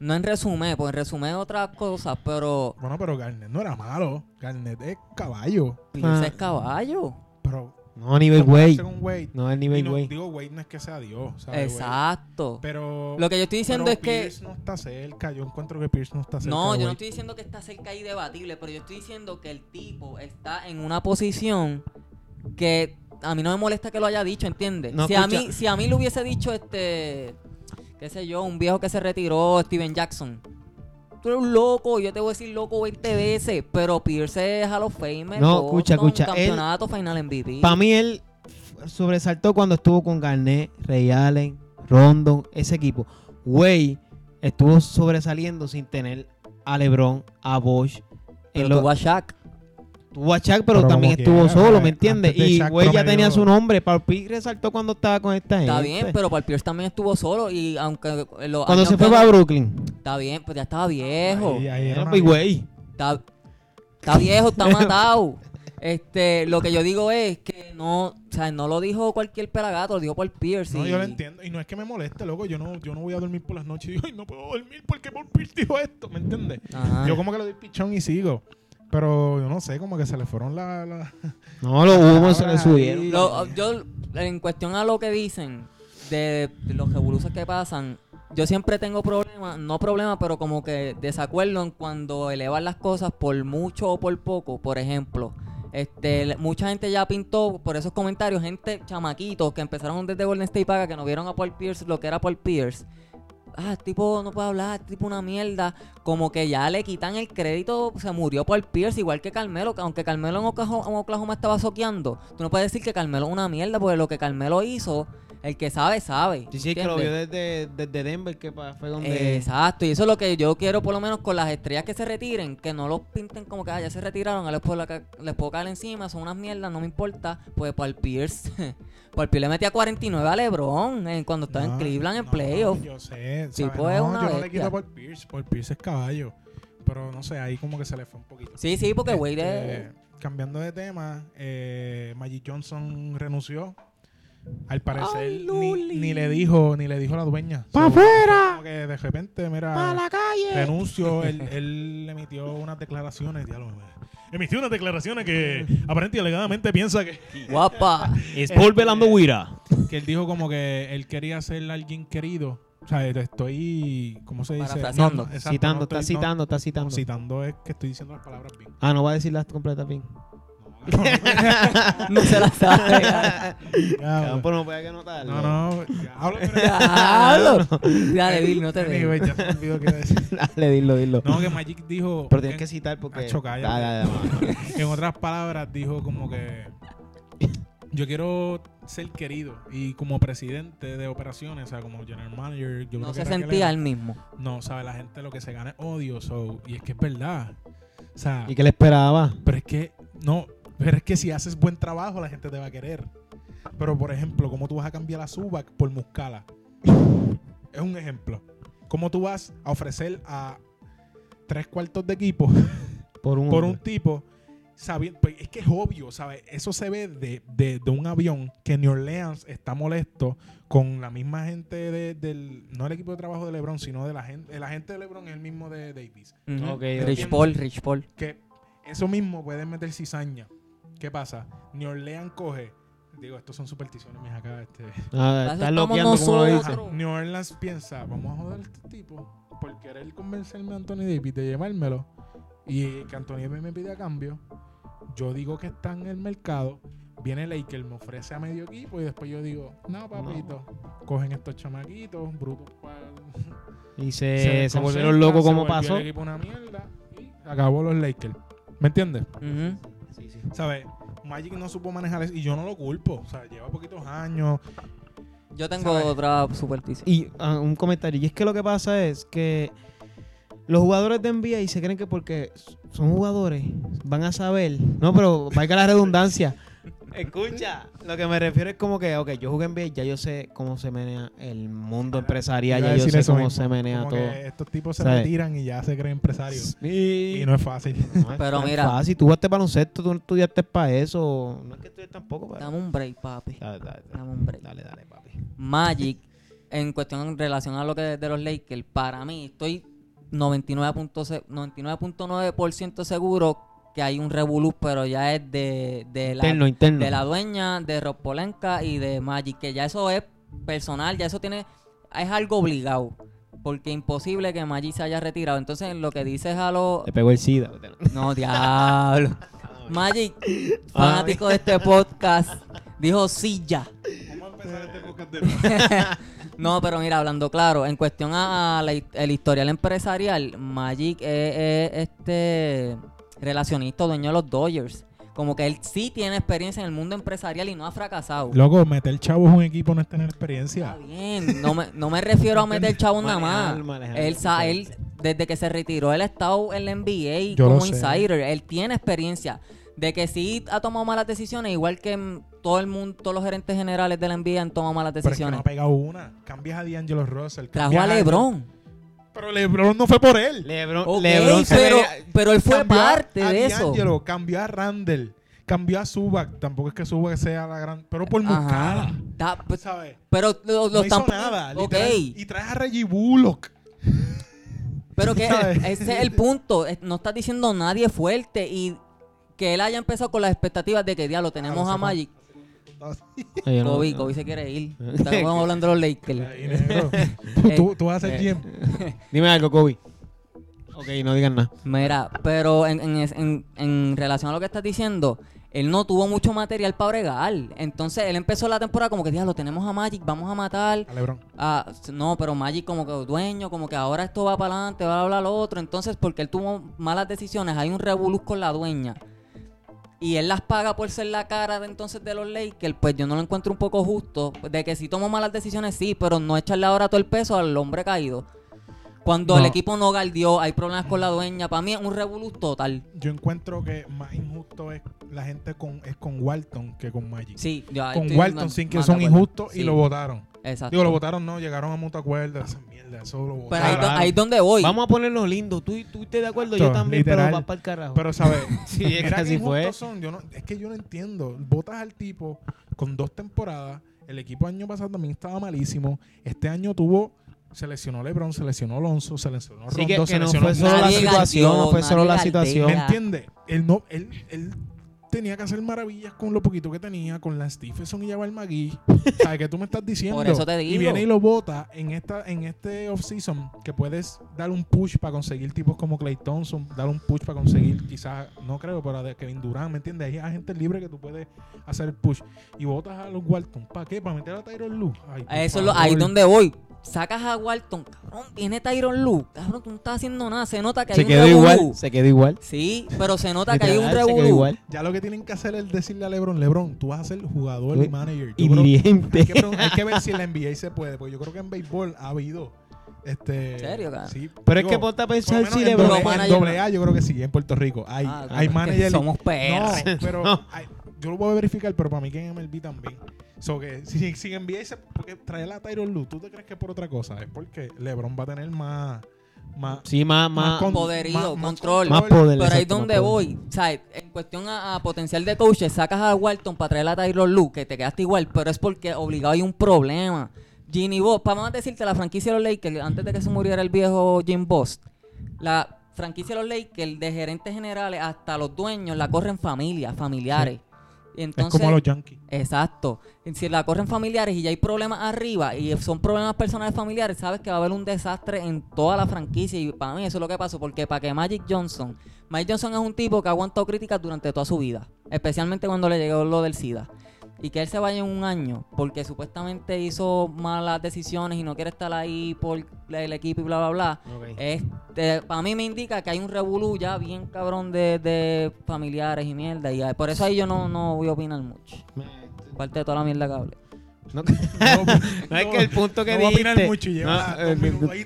Speaker 3: No en resumen, pues en resumen otras cosas, pero
Speaker 1: Bueno, pero Garnett no era malo. Garnett es caballo.
Speaker 3: Pierce
Speaker 2: Ah.
Speaker 3: es caballo.
Speaker 1: Pero.
Speaker 2: No, nivel güey.
Speaker 1: compararse con Wade-
Speaker 2: No, el
Speaker 1: y
Speaker 2: nivel
Speaker 1: no-
Speaker 2: güey.
Speaker 1: digo, Wade no es que sea Dios. ¿sabes? Wade?
Speaker 3: Exacto.
Speaker 1: Pero.
Speaker 3: Lo que yo estoy diciendo
Speaker 1: pero
Speaker 3: es que
Speaker 1: Pierce no está cerca. Yo encuentro que Pierce no está cerca.
Speaker 3: No,
Speaker 1: de
Speaker 3: yo no
Speaker 1: Wade.
Speaker 3: estoy diciendo que está cerca y debatible, pero yo estoy diciendo que el tipo está en una posición que a mí no me molesta que lo haya dicho, ¿entiendes?
Speaker 2: No,
Speaker 3: si, a
Speaker 2: escucha.
Speaker 3: mí, si a mí le hubiese dicho este, qué sé yo, un viejo que se retiró, Steven Jackson. Tú eres un loco, yo te voy a decir loco 20 veces, pero Pierce es Hall of Famer,
Speaker 2: No, escucha, escucha, él-
Speaker 3: campeonato, final MVP.
Speaker 2: Para mí él sobresaltó cuando estuvo con Garnett, Ray Allen, Rondon, ese equipo. Güey estuvo sobresaliendo sin tener a LeBron, a Bosch.
Speaker 3: pero
Speaker 2: en lo-
Speaker 3: tuvo a Shaq.
Speaker 2: Tuvo a Chuck, pero,
Speaker 1: Pero
Speaker 2: también
Speaker 1: como
Speaker 2: estuvo
Speaker 1: quiera, eh,
Speaker 2: solo, ¿me
Speaker 1: antes
Speaker 2: entiendes?
Speaker 1: de
Speaker 2: Y
Speaker 1: Shaq
Speaker 2: güey ya
Speaker 1: promedió-
Speaker 2: tenía su nombre. Paul Pierce resaltó cuando estaba con esta gente.
Speaker 3: Está bien, pero para Pierce también estuvo solo y aunque lo
Speaker 2: Cuando se
Speaker 3: años
Speaker 2: fue
Speaker 3: que-
Speaker 2: para Brooklyn.
Speaker 3: Está bien, pues ya estaba viejo.
Speaker 1: Ahí- ahí era
Speaker 2: Era
Speaker 1: una
Speaker 2: mi güey.
Speaker 3: Está, está
Speaker 1: (laughs)
Speaker 3: viejo, está matado. Este, lo que yo digo es que no, o sea, no lo dijo cualquier pelagato, lo dijo por Pierce.
Speaker 1: No,
Speaker 3: y-
Speaker 1: yo lo entiendo. Y no es que me moleste, loco. Yo no, yo no voy a dormir por las noches y digo, "Ay, no puedo dormir porque Paul Pierce dijo esto, ¿me entiendes?
Speaker 3: Ajá.
Speaker 1: Yo como que le doy pichón y sigo. Pero yo no sé, como que se le fueron la... la-
Speaker 2: No, los humos se
Speaker 1: Ahora
Speaker 2: le subieron.
Speaker 1: ahí-
Speaker 3: Lo- yo, en cuestión a lo que dicen de, de los revoluciones que pasan, yo siempre tengo problemas, no problemas, pero como que desacuerdo en cuando elevan las cosas por mucho o por poco. Por ejemplo, este, le- mucha gente ya pintó por esos comentarios, gente chamaquitos que empezaron desde Golden State para acá, que no vieron a Paul Pierce lo que era Paul Pierce. Ah, el tipo no puede hablar, el tipo una mierda. Como que ya le quitan el crédito, se murió Paul Pierce, igual que Carmelo, que aunque Carmelo en Oklahoma, en Oklahoma estaba soqueando, tú no puedes decir que Carmelo es una mierda, porque lo que Carmelo hizo, el que sabe, sabe.
Speaker 2: Sí, sí, que lo vio desde, desde Denver, que pa- fue donde...
Speaker 3: Exacto, y eso es lo que yo quiero por lo menos con las estrellas que se retiren, que no los pinten como que ah, ya se retiraron, ahora les puedo, la- les puedo caer encima, son unas mierdas, no me importa, pues Paul Pierce, (laughs) Paul Pierce le metía 49 a Lebron eh, cuando estaba
Speaker 1: No,
Speaker 3: en Cleveland en
Speaker 1: no,
Speaker 3: playoff.
Speaker 1: Yo sé,
Speaker 3: Tipo,
Speaker 1: ¿sabes?
Speaker 3: es
Speaker 1: No, yo
Speaker 3: una
Speaker 1: no le quito
Speaker 3: bestia.
Speaker 1: a Paul Pierce. Paul Pierce es caballo. Pero no sé, ahí como que se le fue un poquito.
Speaker 3: Sí, sí, porque
Speaker 1: Este,
Speaker 3: güey de...
Speaker 1: Cambiando de tema, eh, Magic Johnson renunció. Al parecer
Speaker 3: Ay,
Speaker 1: ni,
Speaker 3: Luli.
Speaker 1: ni le dijo, ni le dijo la dueña.
Speaker 2: ¡Pa'
Speaker 1: So,
Speaker 2: afuera!
Speaker 1: como que de repente, mira,
Speaker 2: ¡Para la calle!
Speaker 1: renuncio, él, él emitió unas declaraciones, diablo, güey. Emitió unas declaraciones que aparentemente y alegadamente piensa que,
Speaker 3: Guapa.
Speaker 2: Es por velando Huira.
Speaker 1: que él dijo como que él quería ser alguien querido. O sea, te estoy, ¿cómo se dice?
Speaker 3: Parafraseando.
Speaker 1: exacto,
Speaker 2: Citando,
Speaker 1: no
Speaker 2: está
Speaker 1: estoy- no-
Speaker 2: citando, está
Speaker 1: no,
Speaker 2: citando.
Speaker 1: citando es que estoy diciendo las palabras
Speaker 2: (laughs)
Speaker 1: bien.
Speaker 2: Ah, no va a decir las completas bien.
Speaker 1: No,
Speaker 3: No se la sabe.
Speaker 1: diablo.
Speaker 2: Pero no voy a anotarlo.
Speaker 1: No, no, hablo
Speaker 3: Diablo. (laughs) Dale, Bill, no te
Speaker 1: Anyway,
Speaker 3: dejes.
Speaker 1: ya se me olvidó qué decir.
Speaker 2: (laughs) Dale, dilo, dilo.
Speaker 1: No, que Magic dijo.
Speaker 2: Pero tienes que
Speaker 1: en,
Speaker 2: citar porque... Ah,
Speaker 1: Acho, cállate.
Speaker 2: Dale, dale, dale, dale.
Speaker 1: en otras palabras, dijo como que. Yo quiero ser querido y como presidente de operaciones, o sea, como general manager, yo
Speaker 3: No
Speaker 1: creo
Speaker 3: se
Speaker 1: que Raquel
Speaker 3: sentía
Speaker 1: era-
Speaker 3: el mismo.
Speaker 1: No, sabe, la gente lo que se gana es odio, so, y es que es verdad. O sea,
Speaker 2: ¿Y qué le esperaba?
Speaker 1: pero es que, no, pero es que si haces buen trabajo, la gente te va a querer. Pero, por ejemplo, ¿cómo tú vas a cambiar la Subac por Muscala? Es un ejemplo. ¿Cómo tú vas a ofrecer a tres cuartos de equipo
Speaker 2: Por un...
Speaker 1: por un tipo. sabi- pues, es que es obvio, ¿sabes? Eso se ve de, de- de un avión que New Orleans está molesto con la misma gente de- del. No el equipo de trabajo de LeBron, sino de la gente. El agente de LeBron es el mismo de Davis.
Speaker 3: Ujú.
Speaker 2: Ok,
Speaker 3: Rich
Speaker 1: ok.
Speaker 3: Paul, Rich Paul.
Speaker 1: Que eso mismo puede meter cizaña. ¿Qué pasa? New Orleans coge. Digo, estos son supersticiones, mis acá. Este.
Speaker 2: Ah,
Speaker 3: Eso
Speaker 2: está
Speaker 3: estamos
Speaker 2: loqueando como lo dice.
Speaker 3: nosotros.
Speaker 1: New Orleans piensa, vamos a joder a este tipo por querer convencerme a Anthony Davis de llevármelo y que Anthony Davis me pide a cambio. Yo digo que está en el mercado, viene Laker, me ofrece a medio equipo y después yo digo, no, papito, cogen estos chamaquitos, brutos para...
Speaker 2: Y
Speaker 1: Eh,
Speaker 2: se, se volvieron locos como pasó.
Speaker 1: El equipo una mierda y acabó los Lakers. ¿Me entiendes?
Speaker 3: Ujú.
Speaker 1: ¿Sabes? Magic no supo manejar eso y yo no lo culpo. O sea, lleva poquitos años.
Speaker 3: Yo tengo
Speaker 1: ¿Sabes?
Speaker 3: otra superstición.
Speaker 2: Y ah, un comentario. Y es que lo que pasa es que los jugadores de NBA se
Speaker 1: (laughs)
Speaker 2: creen que porque son jugadores van a saber. No, pero valga la redundancia. Escucha, lo que me refiero es como que, ok, yo jugué en NBA, ya yo sé cómo se menea el mundo empresarial,
Speaker 1: Iba a
Speaker 2: ya yo
Speaker 1: decir
Speaker 2: sé
Speaker 1: eso
Speaker 2: cómo
Speaker 1: mismo,
Speaker 2: se menea
Speaker 1: como
Speaker 2: todo.
Speaker 1: que estos tipos se
Speaker 2: ¿Sabes?
Speaker 1: retiran y ya se creen empresarios.
Speaker 2: Sí.
Speaker 1: Y no es fácil.
Speaker 2: No es
Speaker 3: Pero
Speaker 2: tan
Speaker 3: mira.
Speaker 2: fácil, tú jugaste baloncesto, tú no estudiaste para eso. No es que estudies tampoco, pero.
Speaker 3: Dame un break, papi.
Speaker 2: Dale, dale,
Speaker 3: Dame un break.
Speaker 2: dale, dale, papi.
Speaker 3: Magic, en cuestión en relación a lo que de los Lakers, para mí estoy 99.9% 99.9% seguro que hay un revolú, pero ya es de, de la,
Speaker 2: Interno, interno.
Speaker 3: de la dueña, de Rob Polenka y de Magic, que ya eso es personal, ya eso tiene, es algo obligado, porque imposible que Magic se haya retirado. Entonces, lo que dices a los...
Speaker 2: Te pegó el SIDA.
Speaker 3: No, diablo. Magic, fanático de este podcast, dijo sí ya.
Speaker 1: Vamos a empezar este podcast
Speaker 3: No, pero mira, hablando claro, en cuestión a, a la hi- el historial empresarial, Magic es, es, este relacionista, dueño de los Dodgers. Como que él sí tiene experiencia en el mundo empresarial y no ha fracasado.
Speaker 1: Loco, meter chavos en un equipo no es tener experiencia.
Speaker 3: Está bien, no me, no me refiero a meter chavo nada más.
Speaker 2: Manejar, manejar.
Speaker 3: Él, sa- él, desde que se retiró, él ha estado en la NBA
Speaker 1: Yo lo
Speaker 3: como
Speaker 1: sé.
Speaker 3: insider. Él tiene experiencia. De que sí ha tomado malas decisiones, igual que mm, todo el mundo, todos los gerentes generales de la NBA han tomado malas
Speaker 1: Pero es que no
Speaker 3: decisiones.
Speaker 1: ha pegado una. Cambias a D'Angelo Russell.
Speaker 3: Trajo
Speaker 1: cambias
Speaker 3: a LeBron.
Speaker 1: Pero LeBron no fue por él.
Speaker 2: Lebron,
Speaker 3: Ok,
Speaker 2: Lebron se
Speaker 3: pero,
Speaker 2: venía-
Speaker 3: pero él fue
Speaker 1: Cambió
Speaker 3: parte
Speaker 1: a
Speaker 3: de eso.
Speaker 1: D'Angelo, cambió a Randall, cambió a Zubac. Tampoco es que Zubac sea la gran... Pero por
Speaker 3: Ajá.
Speaker 1: Muscala,
Speaker 3: Da- pe-
Speaker 1: ¿sabes?
Speaker 3: pero lo, lo
Speaker 1: no hizo
Speaker 3: están-
Speaker 1: nada.
Speaker 3: Ok,
Speaker 1: literal. Y traes a Reggie
Speaker 3: (laughs)
Speaker 1: Bullock.
Speaker 3: pero que e,
Speaker 1: ¿sabes?
Speaker 3: ese es el punto. es- No estás diciendo nadie fuerte y que él haya empezado con las expectativas de que diablo tenemos
Speaker 1: no
Speaker 3: a
Speaker 1: sé
Speaker 3: Magic.
Speaker 2: Ay, yo no-
Speaker 3: Kobe, Kobe se
Speaker 2: (laughs)
Speaker 3: quiere ir. Estamos hablando de los Lakers.
Speaker 1: Ahí, negro. Tú- tú, tú vas a ser
Speaker 3: eh.
Speaker 1: GM.
Speaker 2: Dime algo, Kobe. Ok, no digan nada.
Speaker 3: Mira, pero en, en es- en- en relación a lo que estás diciendo, él no tuvo mucho material para bregar. Entonces él empezó la temporada como que diablo tenemos a Magic, vamos a matar.
Speaker 1: A LeBron.
Speaker 3: Ah, s- no, pero Magic como que dueño, como que ahora esto va para adelante, va a hablar lo otro. Entonces, porque él tuvo malas decisiones, hay un revolú con la dueña. Y él las paga por ser la cara de entonces de los Lakers, pues yo no lo encuentro un poco justo. De que si tomo malas decisiones, sí, pero no echarle ahora todo el peso al hombre caído. Cuando el
Speaker 2: No.
Speaker 3: equipo no galdió, hay problemas con la dueña. Para mí es un revolú total.
Speaker 1: Yo encuentro que más injusto es la gente con, es con Walton que con Magic.
Speaker 3: Sí, yo ahí
Speaker 1: con
Speaker 3: estoy
Speaker 1: Walton
Speaker 3: más-
Speaker 1: sin que
Speaker 3: más de
Speaker 1: son
Speaker 3: acuerdo.
Speaker 1: injustos
Speaker 3: Sí,
Speaker 1: y lo votaron.
Speaker 3: Exacto.
Speaker 1: Digo, lo votaron, no, llegaron a mutua cuerda. Esa mierda, eso lo
Speaker 3: pero
Speaker 1: votaron.
Speaker 3: ahí,
Speaker 2: Ah,
Speaker 3: do-
Speaker 2: claro.
Speaker 3: ahí es donde voy.
Speaker 2: Vamos a ponerlo lindo. Tú, tú estés de acuerdo, yo
Speaker 1: Exacto,
Speaker 2: también,
Speaker 1: literal.
Speaker 2: pero va para el carajo.
Speaker 1: Pero, ¿sabes?
Speaker 2: (laughs) Sí, es
Speaker 1: Mira
Speaker 2: que
Speaker 1: qué
Speaker 2: así
Speaker 1: injustos
Speaker 2: fue.
Speaker 1: son. Yo no, es que yo no entiendo. Votas al tipo con dos temporadas. El equipo año pasado también estaba malísimo. Este acho tuvo. Se lesionó LeBron, se lesionó Alonso, se lesionó
Speaker 2: Sí,
Speaker 1: Rondo,
Speaker 2: que, que
Speaker 1: se
Speaker 2: no
Speaker 1: lesionó
Speaker 2: fue solo la
Speaker 3: Nadie
Speaker 2: situación, no
Speaker 3: galdeó,
Speaker 2: fue solo
Speaker 3: nadie
Speaker 2: la
Speaker 3: galdea.
Speaker 2: situación.
Speaker 1: ¿Me
Speaker 3: Ya.
Speaker 1: entiendes? Él no, él, él tenía que hacer maravillas con lo poquito que tenía, con Lance Stephenson y Jabal McGee.
Speaker 3: (laughs)
Speaker 1: ¿Sabes qué tú me estás diciendo?
Speaker 3: Por eso te
Speaker 1: Y
Speaker 3: digo.
Speaker 1: viene y lo bota en esta, en este offseason que puedes dar un push para conseguir tipos como Clay Thompson, dar un push para conseguir quizás, no creo, pero de Kevin Durant, ¿me entiendes? Hay gente libre que tú puedes hacer el push. Y botas a los Walton. ¿Para qué? ¿Para meter a Tyron Lue? Ay, por
Speaker 3: A eso es lo- ahí
Speaker 1: favor.
Speaker 3: donde voy. Sacas a Walton, cabrón, viene Tyron Lu, cabrón, tú no estás haciendo nada, se nota que hay
Speaker 2: Se
Speaker 3: un
Speaker 2: quedó
Speaker 3: revolú.
Speaker 2: igual, se quedó igual.
Speaker 3: Sí, pero se nota que hay un
Speaker 2: Literal, se quedó
Speaker 3: revolú.
Speaker 2: igual.
Speaker 1: Ya lo que tienen que hacer es decirle a LeBron, LeBron, tú vas a ser jugador y
Speaker 2: Uy,
Speaker 1: manager. Yo
Speaker 2: Y
Speaker 1: creo-
Speaker 2: dirigente.
Speaker 1: Hay que, pregun- hay que ver si en la NBA se puede, porque yo creo que en béisbol ha habido. Este,
Speaker 3: ¿En serio, cara?
Speaker 1: Sí,
Speaker 2: Pero es
Speaker 1: digo,
Speaker 2: que ponte a
Speaker 1: por lo
Speaker 2: pensar
Speaker 1: menos
Speaker 2: si
Speaker 1: en
Speaker 3: Lebron-
Speaker 1: doble-
Speaker 3: Los
Speaker 1: En
Speaker 3: managers-
Speaker 1: doble A yo creo que sí, en Puerto Rico. Hay,
Speaker 3: Ah, claro,
Speaker 1: hay
Speaker 3: es que
Speaker 1: manager.
Speaker 3: Somos
Speaker 1: no,
Speaker 3: perros.
Speaker 1: pero hay- yo lo voy a verificar, pero para mí que en MLB también. So que si, si en NBA se porque traer a Tyron Lue, ¿tú te crees que es por otra cosa? Es porque LeBron va a tener más... más
Speaker 2: Sí, más, más,
Speaker 1: con-
Speaker 3: Poderío,
Speaker 1: más- más
Speaker 3: control.
Speaker 2: más poder.
Speaker 3: Pero ahí es
Speaker 2: exacto, más
Speaker 3: donde
Speaker 2: poder.
Speaker 3: voy. O sea, en cuestión a, a potencial de coaches, sacas a Walton para traer a Tyron Lu, que te quedaste igual, pero es porque obligado hay un problema. Ginny Boss, para más decirte, la franquicia de los Lakers, antes de que se muriera el viejo Jim Boss, la franquicia de los Lakers, de gerentes generales hasta los dueños, la corren familias, familiares. Y
Speaker 1: es
Speaker 3: entonces,
Speaker 1: como los Yankees.
Speaker 3: Exacto. Si la corren familiares y ya hay problemas arriba y son problemas personales familiares, sabes que va a haber un desastre en toda la franquicia. Y para mí eso es lo que pasó, porque para que Magic Johnson, Magic Johnson es un tipo que ha aguantado críticas durante toda su vida, especialmente cuando le llegó lo del SIDA. Y que él se vaya en un año porque supuestamente hizo malas decisiones y no quiere estar ahí por el equipo y bla, bla, bla. Este, para mí me indica que hay un revolú ya bien cabrón de, de
Speaker 1: (laughs)
Speaker 3: familiares y mierda. Y por eso ahí yo (laughs) no, no voy a opinar mucho. Parte de toda la mierda que hablé.
Speaker 2: No,
Speaker 1: No,
Speaker 2: (laughs) no es que el punto que
Speaker 1: no voy a
Speaker 2: dijiste-
Speaker 1: opinar mucho y lleva
Speaker 2: No,
Speaker 1: dos
Speaker 2: eh,
Speaker 1: minutos ahí.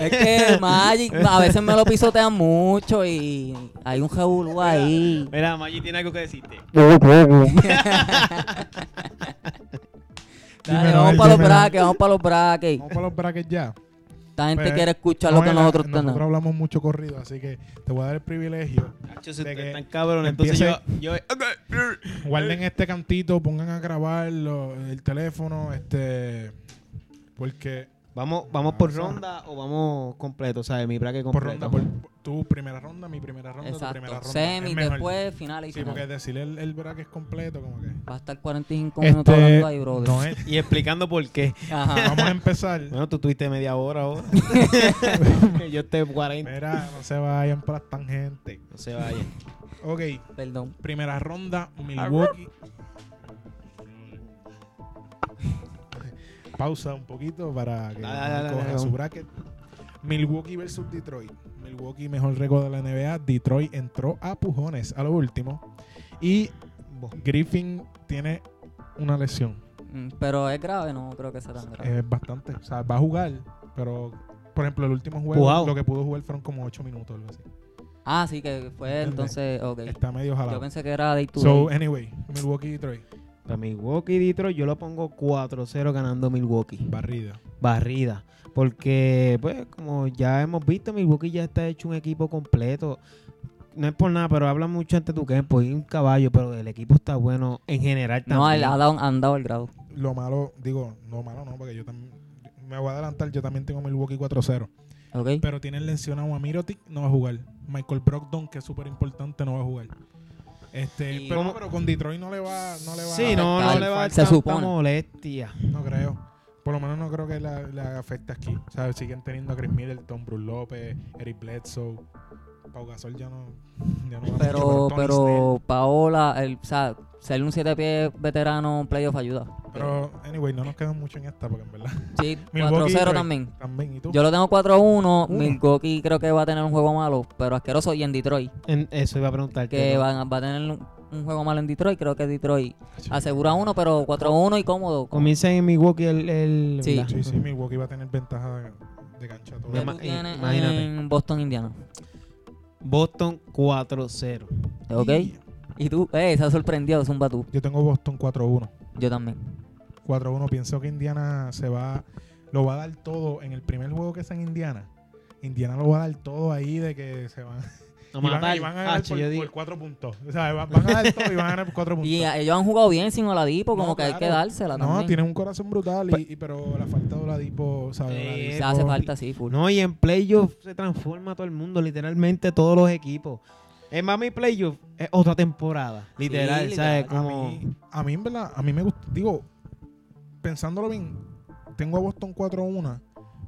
Speaker 3: Es que Magic a veces me lo pisotean mucho y hay un
Speaker 1: (laughs)
Speaker 3: jaulú ahí.
Speaker 2: (laughs) Mira, Maggi tiene algo que decirte.
Speaker 3: Dale,
Speaker 1: Dímelo,
Speaker 3: vamos para los
Speaker 1: dímelo.
Speaker 3: brackets, vamos para los brackets.
Speaker 1: Vamos para los brackets ya.
Speaker 3: Esta gente
Speaker 1: Pues,
Speaker 3: quiere escuchar lo
Speaker 1: No,
Speaker 3: que
Speaker 1: mira,
Speaker 3: nosotros
Speaker 1: Nosotros
Speaker 3: tenemos.
Speaker 1: hablamos mucho corrido, así que te voy a dar el privilegio.
Speaker 2: Nacho,
Speaker 1: De
Speaker 2: si ustedes
Speaker 1: que
Speaker 2: están cabrones, entonces yo,
Speaker 1: empiece-
Speaker 2: yo...
Speaker 1: Guarden este cantito, pongan a grabar lo- el teléfono, este. Porque.
Speaker 2: Vamos, vamos por ronda o vamos completo, ¿sabes? Mi braque
Speaker 1: Por
Speaker 2: completo.
Speaker 1: ronda, por, tu primera ronda, mi primera ronda, tu primera ronda.
Speaker 3: Exacto. Semi,
Speaker 1: Es mejor.
Speaker 3: después, final y
Speaker 1: Sí, porque
Speaker 3: final.
Speaker 1: decirle el, el bracket completo, como que.
Speaker 3: Va a estar 45 minutos
Speaker 1: Este,
Speaker 3: hablando ahí, brother.
Speaker 1: no es- ah,
Speaker 2: Y explicando por qué.
Speaker 3: Ajá.
Speaker 1: Vamos a
Speaker 3: (laughs)
Speaker 1: empezar.
Speaker 2: Bueno, tú tuviste media hora
Speaker 1: (laughs)
Speaker 2: ahora. yo estoy 40.
Speaker 1: Mira, no se vayan para las tangentes.
Speaker 2: No se vaya.
Speaker 1: Ok,
Speaker 3: Perdón.
Speaker 1: primera ronda, Milwaukee. (laughs) Pausa un poquito para que
Speaker 2: Dale, dale, dale,
Speaker 1: coja
Speaker 2: vamos.
Speaker 1: su bracket. Milwaukee versus Detroit. Milwaukee mejor récord de la NBA. Detroit entró a pujones a lo último. Y Griffin tiene una lesión.
Speaker 3: Mm, Pero es grave, no creo que sea tan
Speaker 2: Ah.
Speaker 3: grave.
Speaker 1: Es bastante. O sea, va a jugar, pero por ejemplo, el último juego,
Speaker 2: Pujao.
Speaker 1: lo que pudo jugar fueron como 8 minutos o algo así.
Speaker 3: Ah, sí, que fue
Speaker 1: ¿Entiendes?
Speaker 3: entonces, ok.
Speaker 1: Está medio
Speaker 3: Yo
Speaker 1: jalado.
Speaker 3: pensé que era de
Speaker 1: So, anyway, Milwaukee Detroit.
Speaker 2: Para Milwaukee Detroit, yo lo pongo 4-0 ganando Milwaukee.
Speaker 1: Barrida.
Speaker 2: Barrida. Porque, pues, como ya hemos visto, Milwaukee ya está hecho un equipo completo. No es por nada, pero habla mucho ante tu campo. Y pues, un caballo, pero el equipo está bueno en general también.
Speaker 3: No, él ha dado, han dado el grado.
Speaker 1: Lo malo, digo, no malo no, porque yo también me voy a adelantar, yo también tengo Milwaukee 4-0.
Speaker 3: Ok.
Speaker 1: Pero tienen lesionado a Mirotic, no va a jugar. Michael Brogdon, que es súper importante, no va a jugar. Este,
Speaker 3: Y-
Speaker 1: pero,
Speaker 2: ¿Cómo?
Speaker 1: pero con Detroit no le va, no le va
Speaker 2: Sí, no, no
Speaker 3: afectar,
Speaker 2: le va a dar
Speaker 3: se
Speaker 2: tanta
Speaker 3: supone.
Speaker 2: molestia.
Speaker 1: No creo. Por lo menos no creo que la, la afecte aquí. O sea, siguen teniendo a Chris Middleton, Bruce López, Eric Bledsoe. Pau Gasol ya no, ya no va
Speaker 3: Pero,
Speaker 1: mucho, Tony
Speaker 3: pero Paola, el, o sea, ser un 7 pie veterano en playoff ayuda.
Speaker 1: Snell. Pero, anyway, no nos quedan mucho en esta, porque en verdad. (laughs)
Speaker 3: Sí,
Speaker 1: Milwaukee,
Speaker 3: 4-0
Speaker 1: Detroit.
Speaker 3: también.
Speaker 1: También, ¿y tú?
Speaker 3: Yo lo tengo 4-1.
Speaker 1: Uno.
Speaker 3: Milwaukee creo que va a tener un juego malo, pero asqueroso. Y en Detroit,
Speaker 2: En- eso iba a preguntar.
Speaker 3: que
Speaker 2: ¿no?
Speaker 3: va, va a tener un, un juego malo en Detroit. Creo que Detroit asegura uno, pero 4-1 y cómodo.
Speaker 2: Comienza en Milwaukee el... el
Speaker 3: Sí.
Speaker 2: ¿verdad?
Speaker 1: Sí, sí, Milwaukee va a tener ventaja de, de cancha todo.
Speaker 3: ¿Qué
Speaker 2: Ma-
Speaker 3: tú tienes
Speaker 2: imagínate.
Speaker 3: en Boston, Indiana?
Speaker 2: Boston 4-0.
Speaker 3: ¿Ok?
Speaker 1: Y
Speaker 3: Y tú, eh, se ha sorprendido, Zumba tú.
Speaker 1: Yo tengo Boston 4-1.
Speaker 3: Yo también.
Speaker 1: 4-1. Pienso que Indiana se va. Lo va a dar todo en el primer juego que es en Indiana. Indiana lo va a dar todo ahí de que se van.
Speaker 2: No
Speaker 1: y van,
Speaker 2: matar.
Speaker 1: y van a
Speaker 2: Ah,
Speaker 1: ganar
Speaker 2: che,
Speaker 1: por,
Speaker 2: yo digo,
Speaker 1: por cuatro puntos. O sea, van, van a dar todo y van a ganar por cuatro puntos.
Speaker 3: (laughs) Y a- eh, ellos han jugado bien sin Oladipo, como
Speaker 1: No,
Speaker 3: que hay que
Speaker 1: claro.
Speaker 3: dársela
Speaker 1: no,
Speaker 3: también.
Speaker 1: tienen un corazón brutal, y, y- pero la falta de Oladipo, ¿sabes?
Speaker 2: Sí,
Speaker 1: Oladipo-
Speaker 3: Se hace falta, sí, full.
Speaker 2: No, y en playoff se transforma todo el mundo, literalmente todos los equipos. Es más, mi playoff es otra temporada, literal, ¿sabes?
Speaker 3: literal.
Speaker 1: A
Speaker 2: Como...
Speaker 1: mí, a mí, en verdad, a mí me gusta. Digo, pensándolo bien, tengo a Boston 4-1,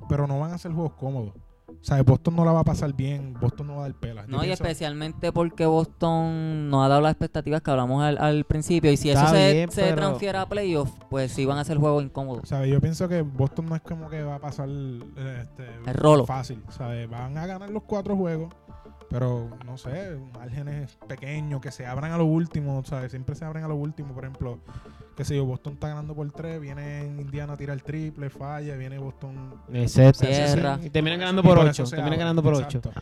Speaker 1: pero no van a ser juegos cómodos. O sea, Boston no la va a pasar bien, Boston no va a dar pelas. Yo
Speaker 3: No, y
Speaker 1: pienso-
Speaker 3: especialmente porque Boston no ha dado las expectativas que hablamos al, al principio. Y si
Speaker 2: Está
Speaker 3: eso se,
Speaker 2: bien,
Speaker 3: se
Speaker 2: pero-
Speaker 3: transfiere a playoffs, pues sí van a ser juegos
Speaker 1: O
Speaker 3: incómodos.
Speaker 1: sea, yo pienso que Boston no es como que va a pasar eh, este,
Speaker 3: El rolo.
Speaker 1: fácil. O sea, van a ganar los cuatro juegos, pero no sé, márgenes pequeños que se abran a lo último. O sea, siempre se abren a lo último. Por ejemplo, que sé yo, Boston está ganando por tres, viene Indiana a tirar triple, falla, viene Boston.
Speaker 2: Exacto.
Speaker 3: Tierra.
Speaker 2: Y terminan ganando
Speaker 1: Y
Speaker 2: por
Speaker 1: eso
Speaker 2: 8.
Speaker 1: se
Speaker 2: Terminan
Speaker 1: abre.
Speaker 2: ganando por 8.
Speaker 1: Exacto.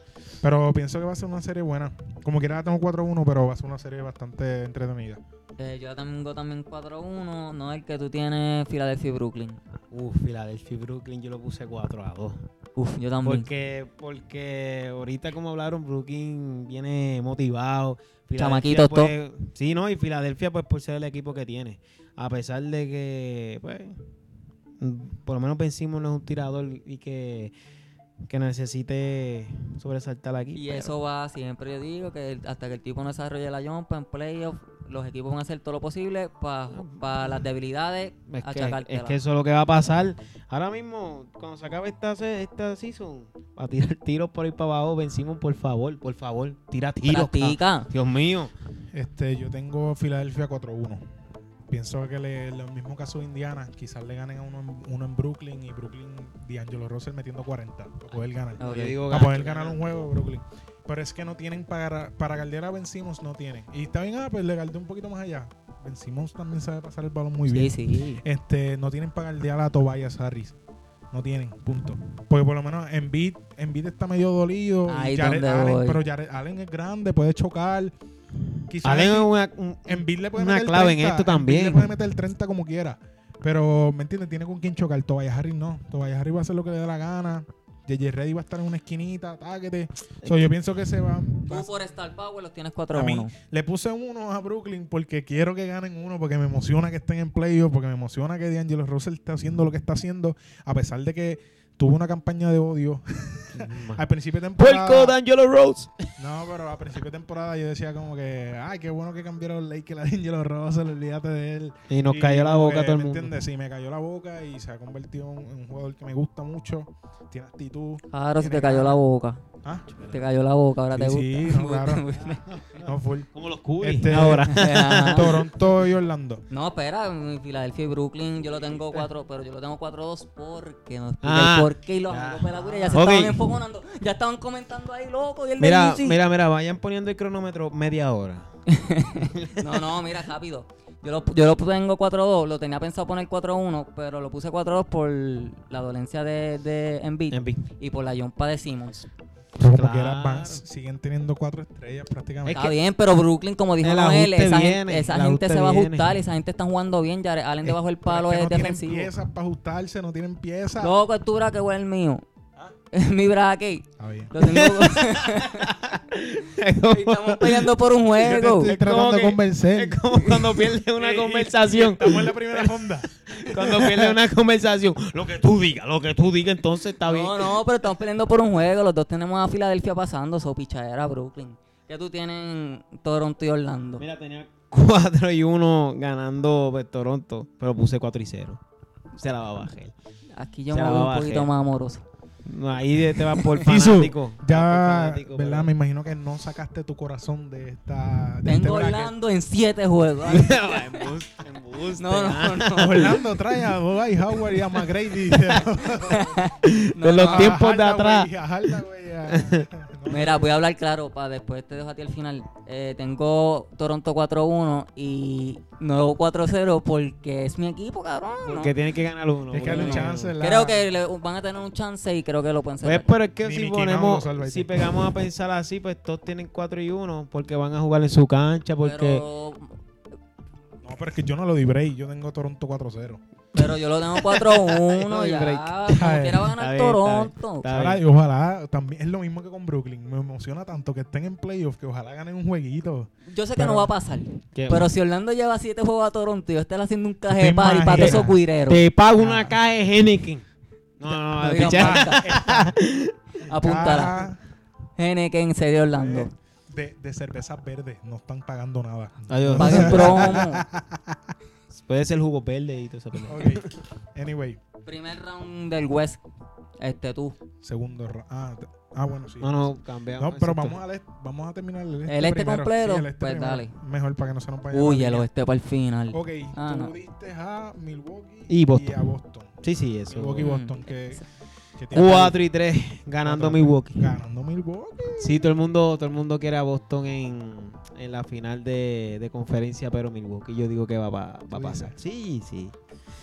Speaker 1: Pero pienso que va a ser una serie buena. Como quiera, la tengo 4-1, pero va a ser una serie bastante entretenida.
Speaker 3: Eh, yo tengo también 4-1, no el que tú tienes, Philadelphia y Brooklyn.
Speaker 2: Uf, Filadelfia y Brooklyn yo lo puse 4 a 2.
Speaker 3: Uf, yo también.
Speaker 2: Porque, porque ahorita como hablaron, Brooklyn viene motivado. Filadelfia,
Speaker 3: Chamaquitos,
Speaker 2: pues, Sí, no, y Filadelfia pues por ser el equipo que tiene. A pesar de que, pues, mm, por lo menos Ben Simmons no es un tirador y que, que necesite sobresaltar aquí.
Speaker 3: Y
Speaker 2: pero-
Speaker 3: eso va siempre, yo digo, que el- hasta que el tipo no desarrolle la jumpa en playoff, los equipos van a hacer todo lo posible para las debilidades,
Speaker 2: Es que, es
Speaker 3: achacártelas.
Speaker 2: que eso es lo que va a pasar. Ahora mismo, cuando se acabe esta, se- esta season, a tirar tiros por ahí para abajo, Ben Simmons, por favor, por favor, tira tiros. ca-
Speaker 3: Practica.
Speaker 2: Dios mío.
Speaker 1: Este, yo tengo Filadelfia 4-1. Pienso que le, el mismo caso de Indiana, quizás le ganen a uno en, uno en Brooklyn y Brooklyn, D'Angelo Russell metiendo 40 para poder ganar.
Speaker 3: Ah, Ok.
Speaker 2: Yo digo,
Speaker 1: Para poder ganar un juego, Brooklyn. Pero es que no tienen para, para galdear a Ben Simmons, no tienen. Y está bien, ah, pues le galdeó un poquito más allá. Ben Simmons también sabe pasar el balón muy
Speaker 3: Sí,
Speaker 1: bien.
Speaker 3: sí.
Speaker 1: Este, no tienen para el a Tobias Harris. No tienen, punto. Porque por lo menos Embiid, Embiid está medio dolido. y
Speaker 3: Ahí
Speaker 1: Jared
Speaker 3: donde
Speaker 1: Allen-
Speaker 3: voy.
Speaker 1: pero Jared Allen es grande, puede chocar. Quizás
Speaker 2: Allen es
Speaker 1: Embiid-
Speaker 2: una- un-
Speaker 1: Embiid le puede
Speaker 2: una
Speaker 1: meter
Speaker 2: clave en
Speaker 1: 30,
Speaker 2: esto
Speaker 1: Embiid
Speaker 2: también.
Speaker 1: le puede meter 30 como quiera. Pero, ¿me entiendes? Tiene con quién chocar. Tobias Harris no. Tobias Harris va a hacer lo que le dé la gana. JJ Reddy va a estar en una esquinita, táquete. So, yo pienso que se va. va-
Speaker 3: Tú por Star Power los tienes
Speaker 1: a mí,
Speaker 3: 4-1.
Speaker 1: le puse uno a Brooklyn porque quiero que ganen uno, porque me emociona que estén en playoff, porque me emociona que D'Angelo Russell está haciendo lo que está haciendo, a pesar de que tuvo una campaña de odio (laughs)
Speaker 2: Mm.
Speaker 1: al principio de temporada.
Speaker 2: Puerco de Angelo Rose.
Speaker 1: No, pero a principio de temporada yo decía como que, ay, qué bueno que cambiaron Lake, la D'Angelo Russell, olvídate de él.
Speaker 2: Y nos
Speaker 1: Y
Speaker 2: cayó la
Speaker 1: como
Speaker 2: boca
Speaker 1: que,
Speaker 2: a todo el
Speaker 1: ¿me
Speaker 2: mundo.
Speaker 1: entiendes? Sí, me cayó la boca y se ha convertido en un jugador que me gusta mucho, tiene actitud.
Speaker 3: Claro, si
Speaker 1: Tiene
Speaker 3: te cayó
Speaker 1: ganas.
Speaker 3: la boca.
Speaker 1: Ah,
Speaker 3: Te cayó la boca, ahora te
Speaker 1: Sí,
Speaker 3: gusta.
Speaker 1: sí, claro.
Speaker 3: (laughs)
Speaker 1: no, full.
Speaker 4: Como los Curry.
Speaker 1: Este,
Speaker 2: Ahora.
Speaker 3: Ajá.
Speaker 1: (laughs) Toronto y Orlando.
Speaker 3: (laughs) No, espera, en Filadelfia y Brooklyn yo lo tengo 4, pero yo lo tengo 4-2 porque no explica
Speaker 2: Ah.
Speaker 3: el por qué y los amigos Pelagüera ya se
Speaker 2: Ok.
Speaker 3: estaban enfogonando, ya estaban comentando ahí, loco, y el de
Speaker 2: Mira,
Speaker 3: Lucy.
Speaker 2: mira, mira, vayan poniendo el cronómetro media hora.
Speaker 3: No, no, mira, rápido. Yo lo, yo lo tengo 4-2, lo tenía pensado poner 4-1, pero lo puse 4-2 por la dolencia de, de Embiid
Speaker 2: En
Speaker 3: (laughs)
Speaker 2: fin.
Speaker 3: y por la yompa de Simmons.
Speaker 1: Como
Speaker 2: Claro.
Speaker 1: que las Vans siguen teniendo cuatro estrellas prácticamente.
Speaker 3: Está bien, pero Brooklyn, como dijo
Speaker 2: El
Speaker 3: Noel,
Speaker 2: ajuste
Speaker 3: esa, gen-
Speaker 2: viene,
Speaker 3: esa
Speaker 2: el
Speaker 3: gente se
Speaker 2: ajuste
Speaker 3: va a
Speaker 2: viene.
Speaker 3: ajustar, esa gente está jugando bien, Jared Allen
Speaker 1: Es-
Speaker 3: debajo del palo
Speaker 1: pero
Speaker 3: es,
Speaker 1: que no
Speaker 3: defensivo.
Speaker 1: tienen piezas para ajustarse, no tienen piezas.
Speaker 3: Loco, es tu braque o el mío.
Speaker 2: Ah.
Speaker 3: (laughs) Es mi braque.
Speaker 1: Está bien.
Speaker 3: Lo tengo- (laughs) Estamos peleando por un
Speaker 1: Yo te
Speaker 3: juego.
Speaker 1: estoy
Speaker 2: Es
Speaker 1: tratando
Speaker 2: como
Speaker 1: de
Speaker 2: que-
Speaker 1: convencer.
Speaker 2: (laughs) Es como cuando pierdes una
Speaker 1: (laughs)
Speaker 2: conversación.
Speaker 1: Estamos en la primera ronda.
Speaker 2: Cuando pierdes una conversación. Lo que tú digas, lo que tú digas, entonces está bien.
Speaker 3: No, no, pero estamos peleando por un juego. Los dos tenemos a Filadelfia pasando, so pichadera, Brooklyn. ¿Qué tú tienes en Toronto y Orlando?
Speaker 2: Mira, tenía 4 y 1 ganando pues, Toronto, pero puse 4 y 0. Se la va a bajar.
Speaker 3: Aquí yo
Speaker 2: se
Speaker 3: me
Speaker 2: la
Speaker 3: voy
Speaker 2: va
Speaker 3: un
Speaker 2: a
Speaker 3: poquito
Speaker 2: bajar.
Speaker 3: más amoroso.
Speaker 2: No, ahí de- te vas por
Speaker 1: Isu,
Speaker 2: fanático.
Speaker 1: (laughs) Ya,
Speaker 2: Vas por fanático,
Speaker 1: ¿verdad?
Speaker 2: pero-
Speaker 1: Me
Speaker 2: (laughs)
Speaker 1: imagino que no sacaste tu corazón de esta. De
Speaker 3: Tengo
Speaker 1: este bracket.
Speaker 3: Orlando en siete
Speaker 2: (laughs)
Speaker 3: juegos.
Speaker 2: Embuste, embuste.
Speaker 3: No, no, no.
Speaker 1: Orlando trae a Dwight Howard y a (laughs) McGrady.
Speaker 2: de los
Speaker 1: A
Speaker 2: tiempos de
Speaker 1: Hardaway,
Speaker 2: atrás.
Speaker 1: A Hardaway, (laughs) a- no.
Speaker 3: Mira, voy a hablar claro para después te dejo a ti al final. Eh, tengo Toronto 4-1 y Nuevo 4-0 porque es mi equipo, cabrón. ¿no?
Speaker 2: Porque tiene que ganar uno.
Speaker 1: Es que
Speaker 2: uno,
Speaker 1: hay
Speaker 2: uno,
Speaker 1: chance.
Speaker 2: uno.
Speaker 1: ¿verdad?
Speaker 3: Creo que le- van a tener un chance y creo que lo pueden
Speaker 2: Pues,
Speaker 3: hacer.
Speaker 2: pero es que
Speaker 1: Ni
Speaker 2: si
Speaker 1: Mickey
Speaker 2: ponemos,
Speaker 1: Mouse salva el
Speaker 2: si
Speaker 1: Haití.
Speaker 2: pegamos a pensar así, pues todos tienen 4 y 1 porque van a jugar en su cancha, porque...
Speaker 3: Pero,
Speaker 1: No, pero es que yo no lo di break. Yo tengo Toronto 4-0.
Speaker 3: pero yo lo
Speaker 2: (laughs)
Speaker 3: tengo
Speaker 2: No
Speaker 3: 4-1
Speaker 2: hay
Speaker 3: ya.
Speaker 2: break.
Speaker 3: Como
Speaker 1: Está
Speaker 3: quiera va a
Speaker 2: bien,
Speaker 3: ganar
Speaker 2: está bien,
Speaker 3: Toronto.
Speaker 2: está bien.
Speaker 1: Ojalá, y ojalá también es lo mismo que con Brooklyn. Me emociona tanto que estén en playoffs que ojalá ganen un jueguito.
Speaker 3: Yo sé que
Speaker 1: Pero-
Speaker 3: no va a pasar.
Speaker 2: que-
Speaker 3: Pero si Orlando lleva 7 juegos a Toronto y yo estar haciendo un
Speaker 1: ¿Te
Speaker 3: caje par y para
Speaker 1: imaginas?
Speaker 3: todos esos guireros.
Speaker 2: Te pago
Speaker 1: Ah.
Speaker 2: una caja de Henneken. No, no,
Speaker 3: No
Speaker 2: no,
Speaker 3: digan
Speaker 2: pichar- (laughs)
Speaker 3: basta. Apúntala.
Speaker 1: Ah,
Speaker 3: Gene que en serio Orlando.
Speaker 1: eh, De, de cervezas verdes, no están pagando nada.
Speaker 2: Adiós. (laughs)
Speaker 3: Paguen promo.
Speaker 2: Puede ser jugo verde y todo eso. pero-
Speaker 1: Ok. Anyway,
Speaker 3: Primer round del West. Este tú.
Speaker 1: segundo round. Ah, t- ah, bueno, sí.
Speaker 2: No, no, cambiamos.
Speaker 1: No, pero
Speaker 2: exacto.
Speaker 1: vamos al este- vamos a terminar el este.
Speaker 3: ¿El este
Speaker 1: primero.
Speaker 3: completo?
Speaker 1: Sí, el este
Speaker 3: Pues
Speaker 1: primero.
Speaker 3: dale.
Speaker 1: Mejor para que no se nos vaya.
Speaker 3: Uy,
Speaker 1: la
Speaker 3: el
Speaker 1: línea.
Speaker 3: oeste para el final.
Speaker 1: Ok,
Speaker 3: Ah,
Speaker 1: tú
Speaker 3: no.
Speaker 1: diste a Milwaukee
Speaker 2: Y Boston.
Speaker 1: a Boston.
Speaker 2: Sí, sí, eso.
Speaker 1: Milwaukee y
Speaker 3: Mm.
Speaker 1: Boston, que, que tiene-
Speaker 2: 4 y 3 ganando
Speaker 1: Cuatro,
Speaker 2: Milwaukee.
Speaker 1: Ganando Milwaukee.
Speaker 2: Sí, todo el mundo, todo el mundo quiere a Boston en, en la final de, de conferencia, pero Milwaukee yo digo que va, pa- va a pasar. Sí, sí.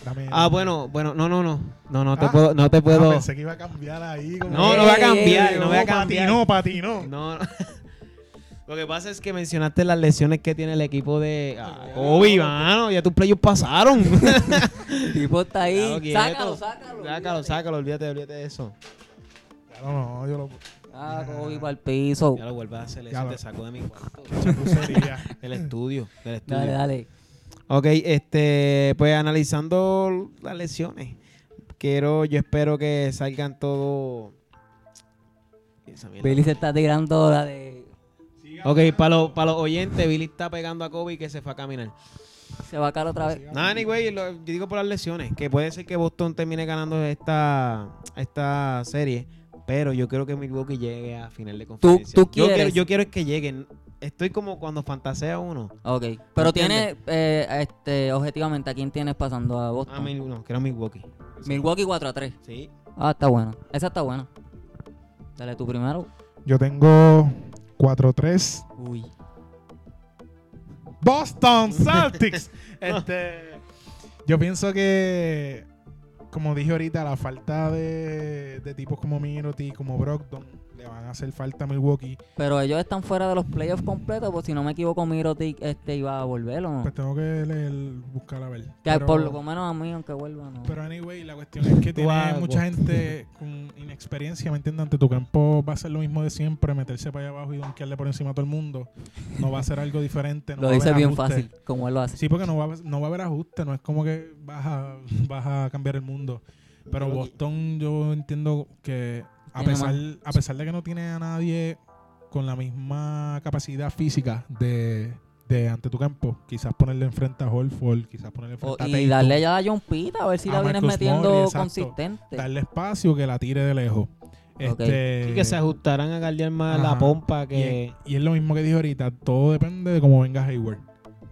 Speaker 1: Dame-
Speaker 2: Ah, bueno, bueno, no, no, no. No, no te
Speaker 1: Ah.
Speaker 2: puedo, no te
Speaker 1: Ah,
Speaker 2: puedo.
Speaker 1: pensé que iba a cambiar ahí. como
Speaker 2: No,
Speaker 1: que-
Speaker 2: no voy a
Speaker 3: Ey,
Speaker 2: cambiar,
Speaker 3: ey,
Speaker 2: no voy a
Speaker 1: Oh,
Speaker 2: cambiar.
Speaker 1: Patinó, patinó.
Speaker 2: No, (laughs) no. Lo que pasa es que mencionaste las lesiones que tiene el equipo de. Ah,
Speaker 1: Ay,
Speaker 2: Kobe, mano, ya tus playos pasaron.
Speaker 3: El tipo está
Speaker 2: (laughs) Claro,
Speaker 3: ahí.
Speaker 2: quieto.
Speaker 3: Sácalo, sácalo.
Speaker 2: Sácalo, sácalo, olvídate, olvídate de eso.
Speaker 1: Ya no, no, yo lo.
Speaker 3: Ah, Kobe para el piso.
Speaker 2: Ya lo vuelvas a hacer,
Speaker 1: Ya
Speaker 2: eso
Speaker 1: lo-
Speaker 2: te saco de mi cuarto.
Speaker 1: Crucería.
Speaker 2: (laughs) Del estudio, del estudio.
Speaker 3: Dale, dale.
Speaker 2: Ok, este, pues analizando las lesiones, quiero, yo espero que salgan todo. Esa mierda.
Speaker 3: Billy se está tirando la de.
Speaker 2: Ok, para los, para los oyentes, Billy está pegando a Kobe que se fue a caminar.
Speaker 3: Se va a caer otra vez.
Speaker 2: Nada, anyway, lo- yo digo por las lesiones, que puede ser que Boston termine ganando esta, esta serie, pero yo creo que Milwaukee llegue a final de conferencia.
Speaker 3: tú
Speaker 2: yo, quiero,
Speaker 3: quieres-
Speaker 2: yo quiero es que lleguen. Estoy como cuando fantasea uno.
Speaker 3: Ok. Pero
Speaker 2: ¿Entiendes?
Speaker 3: tiene, eh, este, objetivamente, ¿a quién tienes pasando a Boston?
Speaker 2: Ah, Mil- no, quiero Milwaukee.
Speaker 3: Milwaukee 4 a 3.
Speaker 2: Sí.
Speaker 3: Ah, está bueno. Esa está buena. Dale tú primero.
Speaker 1: Yo tengo 4-3
Speaker 3: Uy.
Speaker 1: Boston
Speaker 2: (laughs)
Speaker 1: Celtics. este, yo pienso que, como dije ahorita, la falta de, de tipos como Miroti, como Brogdon, le van a hacer falta a Milwaukee.
Speaker 3: Pero ellos están fuera de los playoffs completos, pues si no me equivoco, Mirotic este iba a volver o
Speaker 2: Ah.
Speaker 3: no.
Speaker 1: Pues tengo que leer, buscar a ver.
Speaker 3: que
Speaker 1: Pero-
Speaker 3: por lo menos a mí, aunque vuelva, no.
Speaker 1: Pero anyway, la cuestión es que
Speaker 2: Tú
Speaker 1: tiene
Speaker 2: vas-
Speaker 1: mucha gente con inexperiencia, ¿me entiendes? Ante tu campo va a ser lo mismo de siempre, meterse para allá abajo y donkearle por encima a todo el mundo. No va a ser algo diferente. No
Speaker 3: lo
Speaker 1: va a
Speaker 3: dice
Speaker 1: haber
Speaker 3: bien
Speaker 1: ajuste.
Speaker 3: fácil, como él lo hace.
Speaker 1: Sí, porque no va, a haber- no va a haber ajuste, no es como que vas a, vas a cambiar el mundo. Pero
Speaker 2: Creo que-
Speaker 1: Boston yo entiendo que a
Speaker 3: Tiene
Speaker 1: pesar, a pesar de que no tiene a nadie con la misma capacidad física de, de ante tu campo, quizás ponerle enfrente a Holford, quizás ponerle
Speaker 3: O-
Speaker 1: enfrente a
Speaker 3: y
Speaker 1: Tatum,
Speaker 3: darle ya a John Pita, a ver si
Speaker 1: A
Speaker 3: la vienes
Speaker 1: Marcus
Speaker 3: metiendo
Speaker 1: Morris, exacto.
Speaker 3: consistente.
Speaker 1: darle espacio que la tire de lejos. Este,
Speaker 2: Y que
Speaker 3: Eh.
Speaker 2: se ajustarán a guardiar más
Speaker 1: Ajá.
Speaker 2: la pompa
Speaker 1: y, es,
Speaker 2: que...
Speaker 1: y es lo mismo que dije ahorita, todo depende de cómo venga Hayward.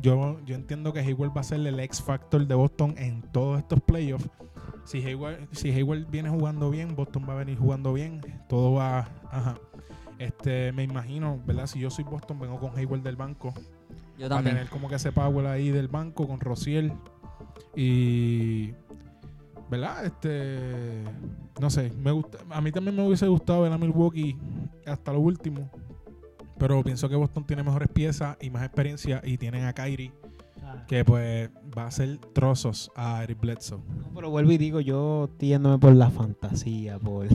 Speaker 1: Yo, yo entiendo que Hayward va a ser el X Factor de Boston en todos estos playoffs. Si Hayward, si Hayward viene jugando bien, Boston va a venir jugando bien. Todo va. Ajá. Este, me imagino, ¿verdad? Si yo soy Boston, vengo con Hayward del banco.
Speaker 3: Yo
Speaker 1: Va a
Speaker 3: también.
Speaker 1: tener como que ese power ahí del banco con Rociel. Y. ¿Verdad? Este. No sé. Me gusta, a mí también me hubiese gustado ver a Milwaukee hasta lo último. Pero pienso que Boston tiene mejores piezas y más experiencia. Y tienen a Kyrie, que pues va a hacer trozos a Eric Bledsoe.
Speaker 2: No, Pero vuelvo y digo, yo estoy yéndome por la fantasía, por...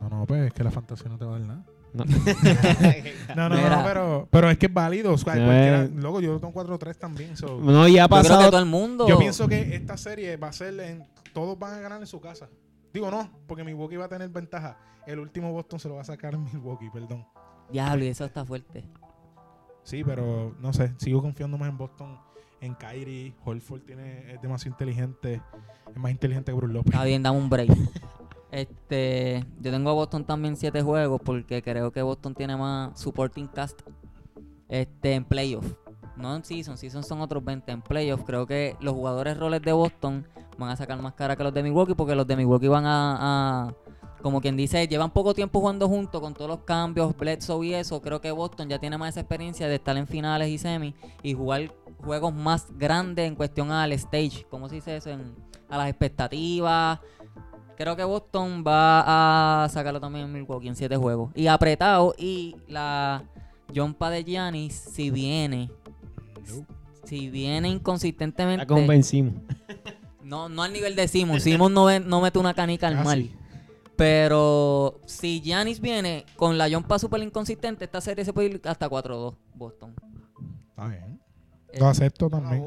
Speaker 1: No, no, pues es que la fantasía no te va a dar nada.
Speaker 2: No. (laughs)
Speaker 1: No, no,
Speaker 3: Mira.
Speaker 1: no, pero, pero es que es válido. O sea,
Speaker 2: Eh.
Speaker 1: cualquiera- Luego yo tengo 4-3 también. so-
Speaker 2: No, ya ha
Speaker 3: Yo creo que
Speaker 2: pasado...
Speaker 3: todo el mundo.
Speaker 1: Yo pienso que esta serie va a ser en. Todos van a ganar en su casa. Digo, no, porque Milwaukee va a tener ventaja. El último Boston se lo va a sacar Milwaukee, perdón.
Speaker 3: Diablo, y eso está fuerte.
Speaker 1: Sí, pero no sé, sigo confiando más en Boston, en Kyrie. Holford tiene, es demasiado inteligente. Es más inteligente que Bruce López.
Speaker 3: Está bien, dame un break. (laughs) Este, yo tengo a Boston también siete juegos porque creo que Boston tiene más supporting cast este, en playoff. No en season, season son otros 20 en playoff. Creo que los jugadores roles de Boston van a sacar más cara que los de Milwaukee porque los de Milwaukee van a, a- como quien dice, llevan poco tiempo jugando juntos con todos los cambios, Bledsoe y eso. Creo que Boston ya tiene más esa experiencia de estar en finales y semis y jugar juegos más grandes en cuestión al stage. ¿Cómo se dice eso? En- a las expectativas. Creo que Boston va a sacarlo también en Milwaukee en siete juegos. Y apretado. Y la Jompa de Giannis, si viene,
Speaker 1: No.
Speaker 3: si viene
Speaker 2: La
Speaker 3: inconsistentemente.
Speaker 2: convencimos.
Speaker 3: No, no al nivel de Simon. Simon no, ve- no mete una canica al
Speaker 1: Ah,
Speaker 3: mal.
Speaker 1: sí.
Speaker 3: Pero si Giannis viene con la Jompa super inconsistente, esta serie se puede ir hasta 4-2 Boston.
Speaker 1: Está bien.
Speaker 3: Eh,
Speaker 1: Lo acepto
Speaker 2: Ah,
Speaker 1: también.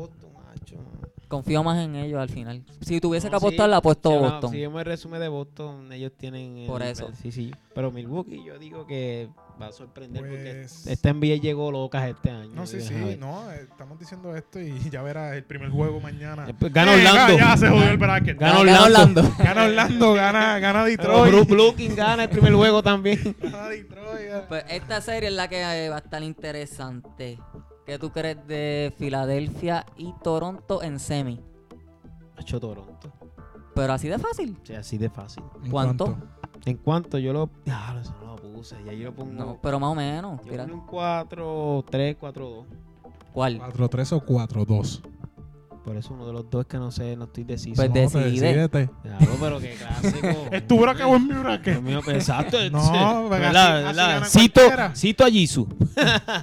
Speaker 3: Confío más en ellos al final. Si tuviese
Speaker 2: No,
Speaker 3: que
Speaker 2: sí.
Speaker 3: apostar, la apuesto
Speaker 2: Sí,
Speaker 3: a
Speaker 2: no,
Speaker 3: Boston.
Speaker 2: Si vemos el resumen de Boston, ellos tienen. el-
Speaker 3: Por eso.
Speaker 2: Sí, sí. Pero Milwaukee, yo digo que va a sorprender
Speaker 1: Pues-
Speaker 2: porque esta NBA llegó locas este año.
Speaker 1: No, sí,
Speaker 2: deja
Speaker 1: sí,
Speaker 2: ver.
Speaker 1: no, eh, estamos diciendo esto y (laughs) ya verás el primer juego mañana.
Speaker 2: Eh, pues, Gana
Speaker 1: Eh,
Speaker 2: Orlando.
Speaker 1: Ya, ya se jodió el bracket.
Speaker 2: Gana
Speaker 3: Gana
Speaker 2: Orlando.
Speaker 1: Gana Orlando, gana, gana
Speaker 2: (laughs) Pero
Speaker 1: Detroit.
Speaker 2: Brook Brooklyn gana el primer juego también. (laughs)
Speaker 1: Gana Detroit. eh.
Speaker 3: Pues esta serie es la que eh, va a estar interesante. ¿Qué tú crees de Filadelfia y Toronto en semi?
Speaker 2: Hacho Toronto.
Speaker 3: Pero así de fácil.
Speaker 2: O sea, así de fácil.
Speaker 3: ¿Cuánto?
Speaker 2: En cuanto yo lo. Ah, eso no lo puse. Ya yo lo pongo.
Speaker 3: No, pero más o menos.
Speaker 2: yo
Speaker 3: Mira,
Speaker 2: pongo un 4, 3, 4, 2.
Speaker 3: ¿Cuál?
Speaker 1: 4-3 o 4-2.
Speaker 2: Por eso uno de los dos es que no sé, no estoy deciso.
Speaker 3: Pues
Speaker 1: No, te
Speaker 3: decide.
Speaker 1: decídete.
Speaker 2: Diablo, pero qué clásico.
Speaker 1: (laughs) Es tu bracket o es mi bracket.
Speaker 2: Dios mío, pues, exacto.
Speaker 1: No,
Speaker 2: (laughs) Sí, Pues,
Speaker 1: pero
Speaker 2: ¿verdad?
Speaker 1: así- así
Speaker 2: ¿verdad?
Speaker 1: gana
Speaker 2: Cito,
Speaker 1: cualquiera.
Speaker 2: cito a Jisoo. (laughs)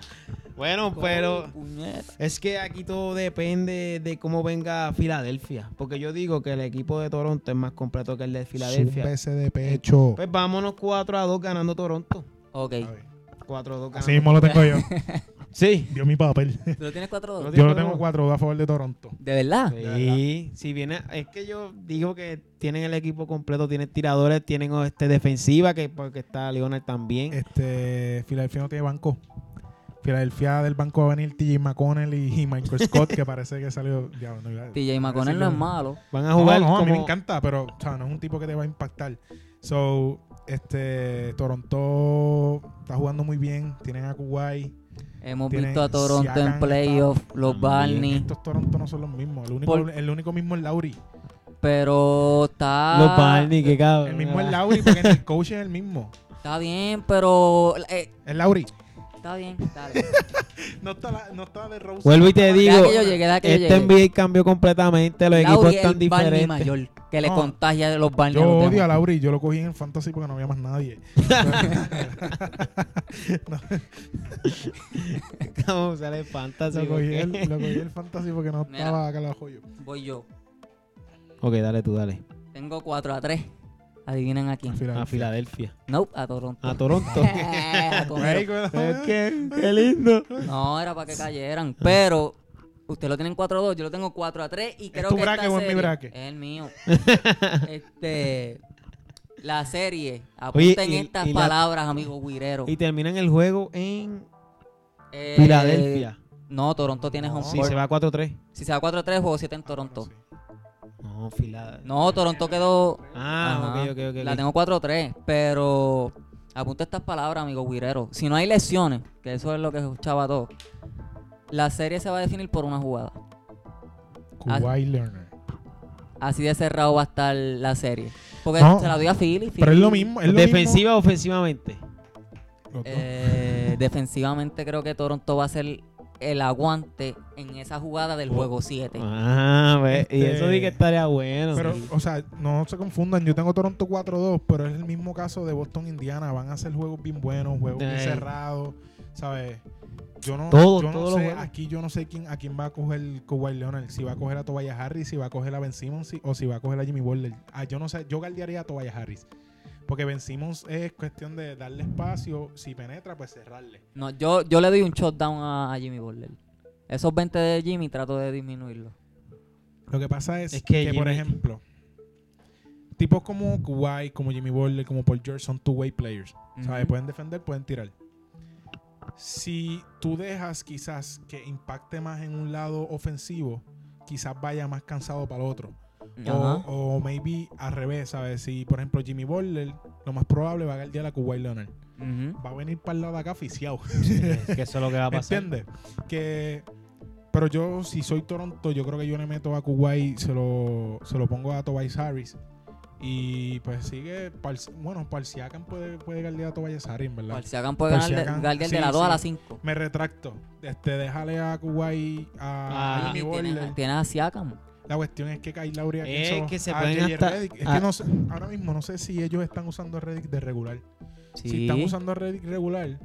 Speaker 2: bueno,
Speaker 3: Ay,
Speaker 2: pero
Speaker 3: puñeta.
Speaker 2: es que aquí todo depende de cómo venga Filadelfia. Porque yo digo que el equipo de Toronto es más completo que el de Filadelfia.
Speaker 1: Súbese de pecho.
Speaker 2: Pues vámonos 4 a 2 ganando Toronto.
Speaker 3: Ok.
Speaker 1: A ver.
Speaker 2: 4 a 2 ganando.
Speaker 1: Así mismo lo tengo yo.
Speaker 2: Sí.
Speaker 1: Dio mi papel.
Speaker 3: ¿Tú lo tienes 4-2?
Speaker 2: Lo
Speaker 1: Yo lo tengo 4 a favor de Toronto.
Speaker 3: ¿De (laughs) verdad?
Speaker 2: Sí, si viene, es que yo digo que tienen el equipo completo, tienen tiradores, tienen este defensiva que porque está Leonard también.
Speaker 1: Este, Filadelfia no tiene banco. Filadelfia del banco va a venir TJ McConnell y, y Michael Scott, que parece que salió. Ya, no, iba-
Speaker 3: TJ McConnell no es malo.
Speaker 2: Van a
Speaker 1: No,
Speaker 2: jugar
Speaker 1: no, a mí
Speaker 2: como
Speaker 1: me encanta, pero o sea, no es un tipo que te va a impactar. So, este, Toronto está jugando muy bien. Tienen a Kuwait.
Speaker 3: Hemos
Speaker 1: Tienen-
Speaker 3: visto a Toronto
Speaker 1: Siakam
Speaker 3: en playoff, los
Speaker 2: también.
Speaker 3: Barney,
Speaker 1: Estos Toronto no son los mismos. El único,
Speaker 3: Por-
Speaker 1: el único mismo es Lauri.
Speaker 3: pero está...
Speaker 2: los Barney, que cabrón. Ah.
Speaker 1: El mismo es Lauri porque el coach es el mismo.
Speaker 3: Está bien, pero... eh,
Speaker 1: Es Lauri.
Speaker 3: Está bien, dale.
Speaker 1: No está, la, no está de Rose.
Speaker 2: Vuelvo y te digo,
Speaker 3: deja que yo llegue, deja que yo
Speaker 2: este
Speaker 3: llegue.
Speaker 2: NBA cambió completamente, los equipos
Speaker 3: Lauri es
Speaker 2: están
Speaker 3: el Barney
Speaker 2: (laughs) diferentes.
Speaker 3: mayor que le
Speaker 1: No.
Speaker 3: contagia de los Barney a
Speaker 1: Yo
Speaker 3: los demás.
Speaker 1: odio a Lauri, yo lo cogí en Fantasy porque no había más
Speaker 2: (laughs)
Speaker 1: nadie. (laughs)
Speaker 2: Vamos a hacer fantasy.
Speaker 1: Lo cogí,
Speaker 2: porque-
Speaker 1: el, lo cogí el Fantasy porque no
Speaker 3: Mira.
Speaker 1: estaba acá la joya.
Speaker 3: Voy yo.
Speaker 2: (laughs) Ok, dale tú, dale.
Speaker 3: Tengo 4 a 3. Adivinen a quién.
Speaker 2: A Filadelfia.
Speaker 3: No, a
Speaker 2: (laughs)
Speaker 3: Toronto.
Speaker 2: A
Speaker 3: (laughs)
Speaker 2: Toronto.
Speaker 3: A Toronto.
Speaker 2: Es (laughs) que- qué lindo.
Speaker 3: No, era para que cayeran. Pero ustedes lo tienen 4 a 2, yo lo tengo 4 a 3 y creo
Speaker 1: tu
Speaker 3: que
Speaker 1: braque
Speaker 3: esta
Speaker 1: o es mi
Speaker 3: serie-
Speaker 1: braque?
Speaker 3: Es
Speaker 2: (laughs)
Speaker 3: el mío. este la serie,
Speaker 2: Oye,
Speaker 3: apunten
Speaker 2: y-
Speaker 3: estas
Speaker 2: y la-
Speaker 3: palabras, amigo guirero.
Speaker 2: Y terminan el juego en
Speaker 3: Eh,
Speaker 2: Filadelfia.
Speaker 3: No, Toronto tiene
Speaker 1: No.
Speaker 3: home
Speaker 2: Sí,
Speaker 3: court.
Speaker 2: se va 4-3.
Speaker 3: Si se va 4 a 3, juego 7 en Toronto.
Speaker 2: No, Filadelfia.
Speaker 3: No, Toronto quedó
Speaker 2: Ah,
Speaker 3: Ajá.
Speaker 2: ok, ok, ok.
Speaker 3: La
Speaker 2: ok.
Speaker 3: tengo 4-3, pero apunta estas palabras, amigo Guirero. Si no hay lesiones, que eso es lo que escuchaba todo, la serie se va a definir por una jugada.
Speaker 2: Ah,
Speaker 1: Kawhi Leonard.
Speaker 3: Así de cerrado va a estar la serie. Porque
Speaker 1: No,
Speaker 3: se la doy a Philly.
Speaker 1: Pero es
Speaker 3: Philly,
Speaker 1: lo mismo. Es lo
Speaker 2: Defensiva o ofensivamente.
Speaker 1: mismo. Los dos.
Speaker 3: eh, defensivamente creo que Toronto va a ser el aguante en esa jugada
Speaker 1: Oh.
Speaker 3: del juego 7.
Speaker 2: Ah, pues, y
Speaker 1: Este-
Speaker 2: eso sí que estaría bueno.
Speaker 1: Pero,
Speaker 2: sí.
Speaker 1: o sea, no se confundan. Yo tengo Toronto 4-2, pero es el mismo caso de Boston, Indiana. Van a ser juegos bien buenos, juegos bien
Speaker 2: Ey.
Speaker 1: cerrados, ¿sabes? Yo no,
Speaker 2: Todo,
Speaker 1: yo no
Speaker 2: todos los
Speaker 1: sé,
Speaker 2: juegos.
Speaker 1: aquí yo no sé quién, a quién va a coger Kawhi Leonard, si va a coger a Tobias Harris, si va a coger a Ben Simmons si- o si va a coger a Jimmy Butler. Ah, yo no sé, yo guardiaría a Tobias Harris. Porque Ben Simmons es cuestión de darle espacio, si penetra, pues cerrarle.
Speaker 3: No, yo, yo le doy un shutdown a, a Jimmy Butler. Esos 20 de Jimmy trato de disminuirlo.
Speaker 1: Lo que pasa es,
Speaker 2: Es que
Speaker 1: que, por
Speaker 2: Jimmy-
Speaker 1: ejemplo, tipos como Kawhi, como Jimmy Butler, como Paul George son two-way players. ¿Sabes?
Speaker 3: Ujú.
Speaker 1: Pueden defender, pueden tirar. Si tú dejas quizás que impacte más en un lado ofensivo, quizás vaya más cansado para el otro.
Speaker 3: Ajá.
Speaker 1: O, o maybe al revés, ¿sabes? Si, por ejemplo, Jimmy Butler, lo más probable va a guardiar a Kawhi Leonard.
Speaker 3: Ujú.
Speaker 1: Va a venir para el lado de acá aficiado.
Speaker 2: Es que eso es lo que va a
Speaker 1: ¿Me
Speaker 2: pasar.
Speaker 1: entiendes? Que. Pero yo, si soy Toronto, yo creo que yo le meto a Kuwait, se lo, se lo pongo a Tobias Harris. Y pues sigue. Pal- bueno, Parciacan puede, puede guardiar a Tobias Harris, en ¿verdad?
Speaker 3: Cual se hagan puede
Speaker 1: Cual
Speaker 3: ganar
Speaker 1: se
Speaker 3: de,
Speaker 1: hagan-
Speaker 3: guardian
Speaker 1: sí,
Speaker 3: de la 2 a
Speaker 1: sí.
Speaker 3: la 5.
Speaker 1: Me retracto. Este, déjale a Kuwait a
Speaker 2: Ah,
Speaker 1: Jimmy
Speaker 3: tienes,
Speaker 1: Butler.
Speaker 3: tienes a Siakam.
Speaker 1: La cuestión es que Kyle Lowry
Speaker 2: Es
Speaker 1: eso-
Speaker 2: que se
Speaker 1: a
Speaker 2: pueden
Speaker 1: J.J.
Speaker 2: hasta-
Speaker 1: Redick. Es
Speaker 2: a-
Speaker 1: que no sé- ahora mismo no sé si ellos están usando a Reddick de regular.
Speaker 3: Sí.
Speaker 1: Si están usando a Reddick regular,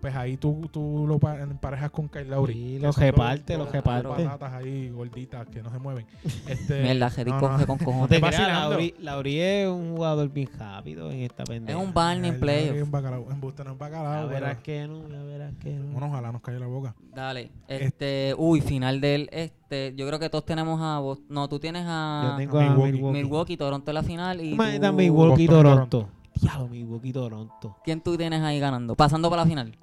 Speaker 1: pues ahí tú, tú lo pa- emparejas con Kyle Lowry.
Speaker 2: Sí,
Speaker 1: que
Speaker 2: los
Speaker 1: son dos-
Speaker 2: reparte,
Speaker 1: dos-
Speaker 2: los reparte.
Speaker 1: dos Patatas ahí gorditas que no se mueven.
Speaker 2: (laughs)
Speaker 1: Este,
Speaker 3: Mierda, Jerry
Speaker 1: no,
Speaker 3: coge
Speaker 1: no.
Speaker 3: con
Speaker 2: No
Speaker 3: cojones.
Speaker 2: te creas,
Speaker 1: vacilando.
Speaker 2: Lauri, Lauri es un jugador bien rápido en esta
Speaker 3: Es
Speaker 2: pendeja.
Speaker 3: un
Speaker 1: Ay,
Speaker 3: Barney
Speaker 1: yo creo que
Speaker 3: player.
Speaker 1: es bacalao. Embuste, no es
Speaker 2: Ya
Speaker 1: bacalao.
Speaker 2: verás
Speaker 1: pero-
Speaker 2: que no, ya verás que no.
Speaker 1: Bueno, ojalá nos caiga la boca.
Speaker 3: Dale. Este, uy, final del este. Yo creo que todos tenemos a vos. No, tú tienes a
Speaker 2: Yo tengo a
Speaker 1: Milwaukee.
Speaker 2: Milwaukee.
Speaker 3: Ah, Milwaukee, uh, Toronto en la final. Y
Speaker 2: Imagínate a
Speaker 3: tú-
Speaker 2: Milwaukee
Speaker 1: Boston,
Speaker 2: Toronto. Diablo, Milwaukee Toronto.
Speaker 3: ¿Quién tú tienes ahí ganando? Pasando para la final.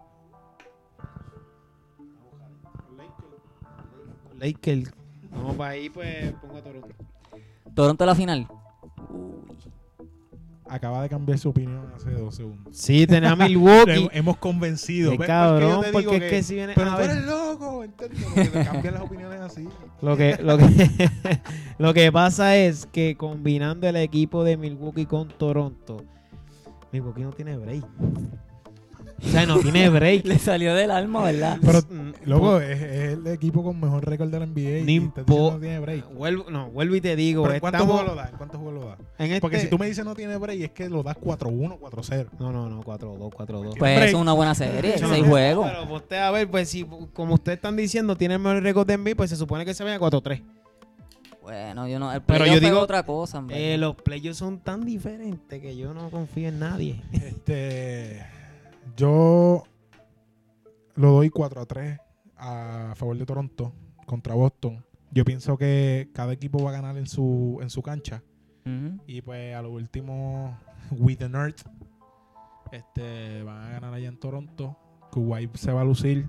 Speaker 2: Lakers. Vamos para ahí, pues pongo a Toronto.
Speaker 3: Toronto en la final. Uy.
Speaker 1: Acaba de cambiar su opinión hace dos segundos.
Speaker 2: Sí, tenés
Speaker 1: (laughs)
Speaker 2: a Milwaukee.
Speaker 1: Lo Hemos convencido.
Speaker 2: Qué
Speaker 1: ¿Ves por qué yo
Speaker 2: cabrón,
Speaker 1: te digo
Speaker 2: porque
Speaker 1: que-
Speaker 2: es que si viene
Speaker 1: Pero
Speaker 2: a
Speaker 1: tú
Speaker 2: ver,
Speaker 1: eres loco, ¿entiendes? Porque te cambian las opiniones así.
Speaker 2: lo que lo que (laughs) lo que pasa es que combinando el equipo de Milwaukee con Toronto, Milwaukee no tiene break. O sea, no
Speaker 3: (laughs)
Speaker 2: tiene break.
Speaker 3: Le salió del alma, ¿verdad?
Speaker 1: Pero,
Speaker 2: Mm,
Speaker 1: Loco, es, es el equipo con mejor récord de la NBA.
Speaker 2: Ni
Speaker 1: y te dicen
Speaker 2: po-
Speaker 1: no tiene break.
Speaker 2: Vuelvo, no, vuelvo y te digo,
Speaker 1: Pero ¿en ¿Cuántos
Speaker 2: estamos
Speaker 1: juegos lo da? ¿En ¿Cuántos juegos lo da?
Speaker 2: en este...
Speaker 1: Porque si tú me dices no tiene break, es que lo das 4-1, 4-0.
Speaker 2: No, no, no, 4-2, 4-2.
Speaker 3: Pues
Speaker 1: Break.
Speaker 3: es una buena serie,
Speaker 1: No,
Speaker 3: seis
Speaker 1: no,
Speaker 3: juegos.
Speaker 2: Pero usted, a ver, pues si como ustedes están diciendo, tiene el mejor récord de NBA, pues se supone que se vaya 4-3.
Speaker 3: Bueno, yo no. El
Speaker 2: Pero yo
Speaker 3: playoff es
Speaker 2: digo-
Speaker 3: otra cosa, en verdad.
Speaker 2: Eh, los playoffs son tan diferentes que yo no confío en nadie.
Speaker 1: Este, yo lo doy 4 a 3 a favor de Toronto contra Boston. Yo pienso que cada equipo va a ganar en su, en su cancha.
Speaker 3: Ujú.
Speaker 1: Y pues a lo último, with the Nerd, este, van a ganar allá en Toronto. Kuwait se va a lucir.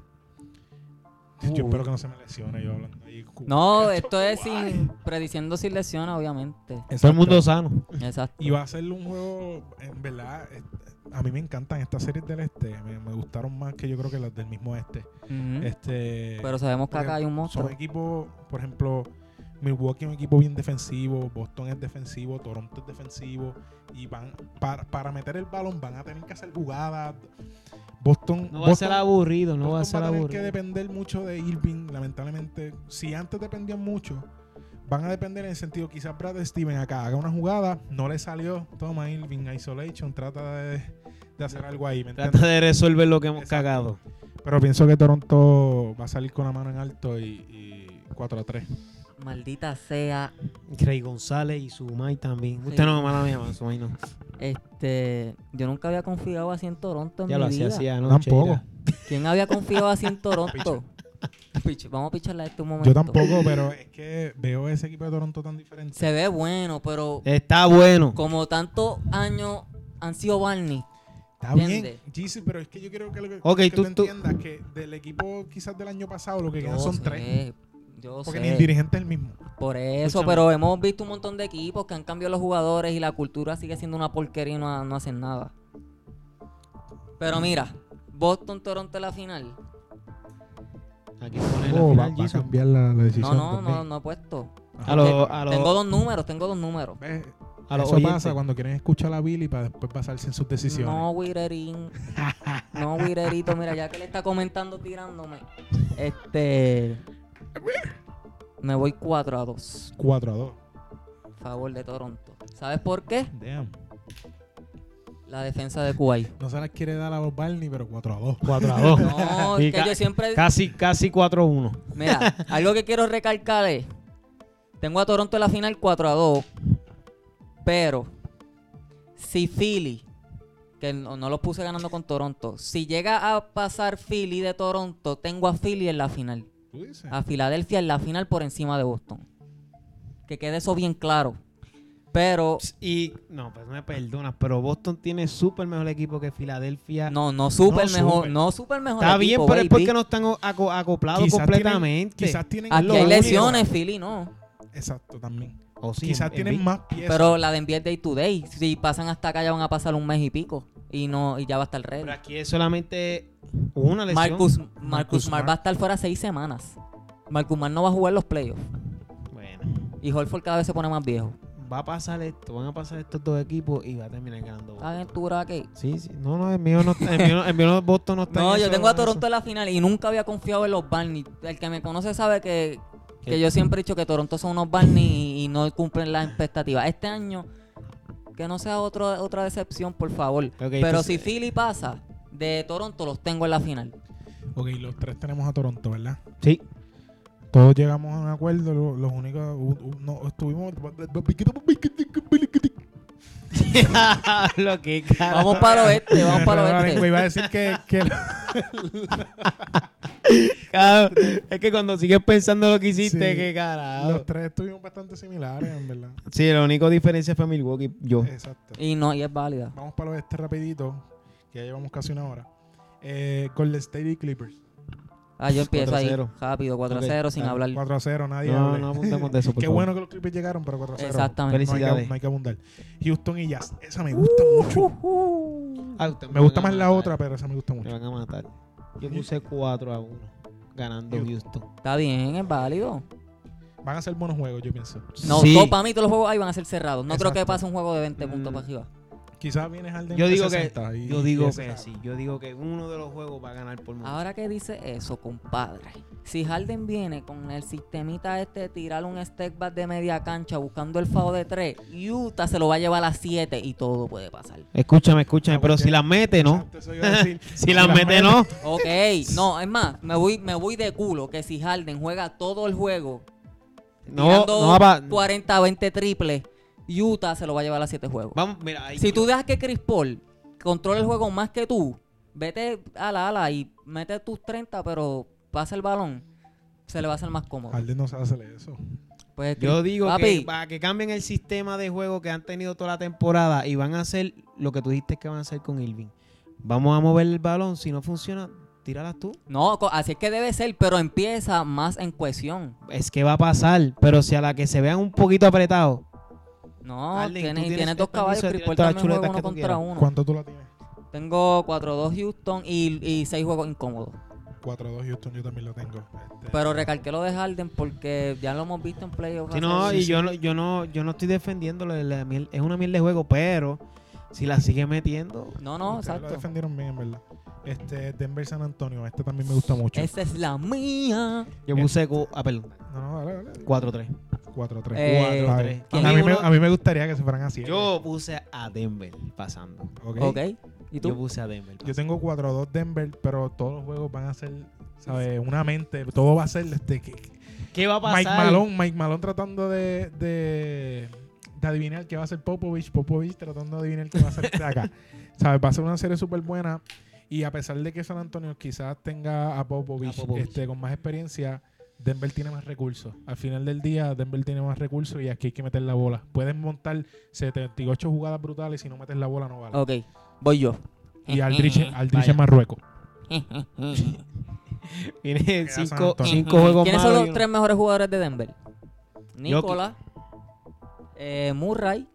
Speaker 1: Yo espero que no se me lesione yo hablando ahí.
Speaker 3: No, esto es sin prediciendo sin lesiones, obviamente.
Speaker 2: Todo el
Speaker 1: Exacto.
Speaker 2: mundo sano.
Speaker 3: Exacto.
Speaker 1: Y va a ser un juego, en verdad, eh, a mí me encantan estas series del este. Me, me gustaron más que yo creo que las del mismo este.
Speaker 3: Ujú.
Speaker 1: este
Speaker 3: Pero sabemos que
Speaker 1: porque
Speaker 3: acá hay un monstruo.
Speaker 1: Son equipos, por ejemplo, Milwaukee es un equipo bien defensivo, Boston es defensivo, Toronto es defensivo. Y van para, para meter el balón van a tener que hacer jugadas. Boston.
Speaker 2: No va a
Speaker 1: Boston-
Speaker 2: ser aburrido, no va a
Speaker 1: Boston
Speaker 2: ser
Speaker 1: va a tener
Speaker 2: aburrido.
Speaker 1: que depender mucho de Irving, lamentablemente. Si antes dependían mucho, van a depender en el sentido, quizás Brad Steven acá haga una jugada, no le salió, toma Irving, isolation, trata de, de hacer algo ahí, ¿me entiendes?
Speaker 2: Trata de resolver lo que hemos
Speaker 1: Exacto.
Speaker 2: cagado.
Speaker 1: Pero pienso que Toronto va a salir con la mano en alto y, y 4 a 3.
Speaker 3: Maldita sea.
Speaker 2: Craig González y Sumay también.
Speaker 3: Sí.
Speaker 2: Usted no, mala mía, más Sumay no.
Speaker 3: Este, yo nunca había confiado así en Toronto en
Speaker 2: Ya
Speaker 3: mi
Speaker 2: lo hacía,
Speaker 3: vida.
Speaker 2: hacía, ¿no?
Speaker 1: Tampoco.
Speaker 2: Cheira.
Speaker 3: ¿Quién había confiado así
Speaker 1: (laughs)
Speaker 3: en Toronto? Piche, Vamos a picharla este un momento.
Speaker 1: Yo tampoco, pero es que veo ese equipo de Toronto tan diferente.
Speaker 3: Se ve bueno, pero
Speaker 1: Eh.
Speaker 2: Está bueno.
Speaker 3: como tantos años han sido Barney,
Speaker 1: Está bien,
Speaker 3: Entiende.
Speaker 1: Gizzy, pero es que yo quiero que, lo que,
Speaker 2: Ok,
Speaker 1: que
Speaker 2: tú- tú-
Speaker 1: entiendas que del equipo quizás del año pasado lo que
Speaker 3: Yo
Speaker 1: quedan son
Speaker 3: sé,
Speaker 1: tres.
Speaker 3: Yo
Speaker 1: Porque ni el
Speaker 3: sé.
Speaker 1: dirigente es el mismo.
Speaker 3: Por eso,
Speaker 1: Escúchame.
Speaker 3: pero hemos visto un montón de equipos que han cambiado los jugadores y la cultura sigue siendo una porquería y no, ha- no hacen nada. Pero mira, Boston-Toronto en la final.
Speaker 2: Aquí pone la
Speaker 1: Oh, va,
Speaker 2: final,
Speaker 1: va a
Speaker 2: Jisoo.
Speaker 1: cambiar la, la
Speaker 3: No,
Speaker 1: decisión.
Speaker 3: no, no,
Speaker 1: también.
Speaker 3: no he puesto.
Speaker 2: A los a
Speaker 3: Tengo
Speaker 2: lo,
Speaker 3: dos números, tengo dos números.
Speaker 1: ¿Ves?
Speaker 2: a lo
Speaker 1: Eso
Speaker 2: oyentes.
Speaker 1: pasa cuando quieren escuchar a Billy para después basarse en sus decisiones.
Speaker 3: No, Wirerín. No, Wirerito. Mira, ya que le está comentando tirándome. Este. Me voy 4 a 2.
Speaker 1: 4 a 2.
Speaker 3: Favor de Toronto. ¿Sabes por qué?
Speaker 1: Damn.
Speaker 3: La defensa de Kuwait.
Speaker 1: No se las quiere dar a los Barney, pero 4 a 2.
Speaker 2: 4 a 2.
Speaker 3: No,
Speaker 2: Y
Speaker 3: es que
Speaker 2: ca-
Speaker 3: yo
Speaker 2: (laughs)
Speaker 3: siempre.
Speaker 2: Casi, casi 4 a 1. (laughs)
Speaker 3: Mira, algo que quiero recalcar es. Tengo a Toronto en la final 4 a 2. Pero. Si Philly. Que no, no lo puse ganando con Toronto. Si llega a pasar Philly de Toronto, tengo a Philly en la final.
Speaker 1: ¿Tú dices?
Speaker 3: a Filadelfia en la final por encima de Boston. Que quede eso bien claro. Pero
Speaker 2: Y no, pues me perdonas, pero Boston tiene súper mejor equipo que Filadelfia.
Speaker 3: no, no super
Speaker 1: No,
Speaker 3: mejor,
Speaker 1: súper.
Speaker 3: no super mejor.
Speaker 2: Está bien,
Speaker 3: equipo,
Speaker 2: pero es
Speaker 3: baby.
Speaker 2: porque no están o- aco- acoplados
Speaker 1: Quizás
Speaker 2: completamente.
Speaker 1: Tienen, quizás tienen.
Speaker 3: Aquí
Speaker 2: lo
Speaker 3: hay
Speaker 2: único.
Speaker 3: lesiones, Philly, no.
Speaker 1: Exacto, también.
Speaker 2: O sí,
Speaker 1: quizás
Speaker 2: en- en
Speaker 1: tienen
Speaker 2: Big-
Speaker 1: más piezas.
Speaker 3: Pero la de NBA Day Today, si pasan hasta acá ya van a pasar un mes y pico y no y ya va a estar
Speaker 2: Pero
Speaker 3: ready.
Speaker 2: aquí es solamente una lesión.
Speaker 3: Marcus Marcus,
Speaker 1: Marcus
Speaker 3: Smart
Speaker 1: Smart.
Speaker 3: va a estar fuera seis semanas. Marcus Smart no va a jugar los playoffs
Speaker 2: Bueno,
Speaker 3: y Holford cada vez se pone más viejo.
Speaker 2: va a pasar esto, van a pasar estos dos equipos y va a terminar ganando.
Speaker 3: Está
Speaker 2: Boston.
Speaker 3: bien, tú, Raquel.
Speaker 2: Ah. Sí, sí. No, no, el mío no está. El mío, no- el mío no- Boston no está.
Speaker 3: No,
Speaker 2: en
Speaker 3: yo
Speaker 2: eso-
Speaker 3: tengo a
Speaker 2: en eso.
Speaker 3: Toronto en la final y nunca había confiado en los Barney. El que me conoce sabe que, que
Speaker 2: ¿Qué?
Speaker 3: yo siempre he dicho que Toronto son unos Barney y, y no cumplen las expectativas. Este año, que no sea otro, otra decepción, por favor. Pero si
Speaker 2: entonces-
Speaker 3: Philly pasa de Toronto, los tengo en la final.
Speaker 1: Ok, los tres tenemos a Toronto, ¿verdad?
Speaker 2: (laughs) Sí.
Speaker 1: Todos llegamos a un acuerdo. lo- Los, únicos. u- u- no, estuvimos.
Speaker 2: lo que cara.
Speaker 3: Vamos para el
Speaker 1: (laughs)
Speaker 3: oeste, vamos para el
Speaker 1: Me
Speaker 3: oeste.
Speaker 1: iba a decir que. (laughs) que
Speaker 2: Cabrón, Es que cuando sigues pensando lo que hiciste,
Speaker 1: Sí.
Speaker 2: qué carajo.
Speaker 1: los tres estuvimos bastante similares, en verdad.
Speaker 2: Sí, la única diferencia fue Milwaukee. Yo.
Speaker 1: Exacto.
Speaker 3: Y no, y es válida.
Speaker 1: Vamos para los este rapidito, que ya llevamos casi una hora. Eh, Golden State y Clippers.
Speaker 3: Ah, yo empiezo ahí.
Speaker 2: 4-0.
Speaker 3: Rápido, 4-0, sin
Speaker 2: ah,
Speaker 3: hablar.
Speaker 1: 4 a 0, nadie
Speaker 2: No,
Speaker 1: hable.
Speaker 2: no apuntemos de eso.
Speaker 1: (laughs)
Speaker 2: por
Speaker 1: Qué
Speaker 2: favor.
Speaker 1: bueno que los Clippers llegaron, pero 4 a 0.
Speaker 3: Exactamente.
Speaker 1: No hay, que,
Speaker 2: Felicidades.
Speaker 1: no hay que abundar. Houston y Jazz. Esa me gusta mucho.
Speaker 2: Ah, usted
Speaker 1: Me gusta
Speaker 2: van
Speaker 1: más la
Speaker 2: a matar.
Speaker 1: otra, pero esa me gusta
Speaker 2: Me
Speaker 1: mucho.
Speaker 2: van a matar. Yo puse 4 a 1 ganando Houston.
Speaker 3: Está bien, es válido.
Speaker 1: Van a ser buenos juegos, yo pienso.
Speaker 3: No,
Speaker 2: Sí.
Speaker 3: todo- para mí todos los juegos ahí van a ser cerrados. No creo
Speaker 1: Exacto.
Speaker 3: que pase un juego de 20 puntos
Speaker 2: Mm.
Speaker 3: para arriba.
Speaker 1: Quizás viene Harden
Speaker 2: Yo
Speaker 1: de
Speaker 2: digo que
Speaker 1: 60 y-
Speaker 2: yo digo
Speaker 1: y esa-
Speaker 2: que sí, yo digo que uno de los juegos va a ganar por mucho.
Speaker 3: Ahora que dice eso, compadre. Si Harden viene con el sistemita este de tirar un step back de media cancha buscando el fao de 3, Utah se lo va a llevar a 7 y todo puede pasar.
Speaker 2: Escúchame, escúchame,
Speaker 1: La
Speaker 2: pero si
Speaker 1: cuestión-
Speaker 2: las mete, ¿no?
Speaker 1: Exacto, eso iba a decir.
Speaker 2: (laughs) Si las mete, ¿no?
Speaker 3: Ok, no, es más, me voy, me voy de culo que si Harden juega todo el juego
Speaker 2: No,
Speaker 3: tirando
Speaker 2: no va.
Speaker 3: 40, 20 triples, Utah se lo va a llevar a 7 juegos.
Speaker 2: Vamos, mira, ahí.
Speaker 3: Si tú dejas que Chris Paul controle el juego más que tú, vete a la ala y mete tus 30, pero pasa el balón, se le va a hacer más cómodo.
Speaker 1: Harden no sabe hacer eso.
Speaker 3: Pues,
Speaker 2: Yo
Speaker 3: Chris-
Speaker 2: digo
Speaker 3: Papi,
Speaker 2: que para que cambien el sistema de juego que han tenido toda la temporada y van a hacer lo que tú dijiste que van a hacer con Irving. Vamos a mover el balón, si no funciona, tíralas tú.
Speaker 3: No, co- así es que debe ser, pero empieza más en cohesión.
Speaker 2: Es que va a pasar, pero si a la que se vean un poquito apretados,
Speaker 3: No,
Speaker 2: Harden, tú
Speaker 3: tienes,
Speaker 2: tienes
Speaker 3: tienes
Speaker 2: el
Speaker 3: dos caballos,
Speaker 2: permiso de
Speaker 3: Chris
Speaker 2: tirar
Speaker 3: Paul
Speaker 2: todas las
Speaker 3: también juega
Speaker 2: chuletas
Speaker 3: uno
Speaker 2: que tú
Speaker 3: contra uno.
Speaker 1: ¿Cuánto tú la tienes?
Speaker 3: Tengo 4-2 Houston y, y 6 juegos incómodos.
Speaker 1: 4-2 Houston, yo también lo tengo. Este,
Speaker 3: Pero recalqué lo de Harden porque ya lo hemos visto en playoffs.
Speaker 2: Sí, no,
Speaker 3: hace-
Speaker 2: y yo, no- yo no yo no estoy defendiéndolo. la miel- es una miel de juego, pero si la sigue metiendo.
Speaker 3: No, no,
Speaker 1: ustedes Lo
Speaker 3: exacto.
Speaker 1: defendieron bien, en verdad. Este, Denver San Antonio, este también me gusta mucho.
Speaker 3: Esa es la mía.
Speaker 2: Yo puse. cu- Ah, perdón.
Speaker 1: No, no, dale, dale.
Speaker 2: 4-3.
Speaker 1: 4-3.
Speaker 3: Eh,
Speaker 1: Está
Speaker 2: tres.
Speaker 1: bien.
Speaker 2: ¿Quién
Speaker 1: a, mí me,
Speaker 2: uno?
Speaker 1: a mí me gustaría que se fueran así.
Speaker 2: Yo puse a Denver pasando.
Speaker 1: Ok.
Speaker 3: Ok. ¿Y
Speaker 2: Yo
Speaker 3: tú?
Speaker 2: puse a Denver.
Speaker 1: Yo
Speaker 2: pasando.
Speaker 1: tengo 4-2 Denver, pero todos los juegos van a ser, ¿sabes? Una mente, todo va a ser este, que- que-
Speaker 2: ¿Qué va a pasar?
Speaker 1: Mike Malone, Mike Malone tratando de, de, de adivinar qué va a ser Popovich, Popovich tratando de adivinar qué va a ser
Speaker 2: (laughs)
Speaker 1: acá. ¿Sabes? Va a ser una serie súper buena. Y a pesar de que San Antonio quizás tenga a Popovich,
Speaker 2: A Popovich.
Speaker 1: Este, con más experiencia, Denver tiene más recursos. Al final del día, Denver tiene más recursos y aquí hay que meter la bola. Pueden montar 78 jugadas brutales y si no metes la bola no vale.
Speaker 3: Ok. Voy yo.
Speaker 1: Y Aldrich, Aldrich
Speaker 2: Mm, Vaya.
Speaker 1: en Marruecos.
Speaker 2: (laughs) Tiene
Speaker 1: San
Speaker 2: cinco,
Speaker 1: Antonio.
Speaker 2: cinco juegos malos
Speaker 3: ¿Quiénes son
Speaker 2: y
Speaker 3: los
Speaker 2: uno-
Speaker 3: tres mejores jugadores de Denver? Nicola, eh, Murray,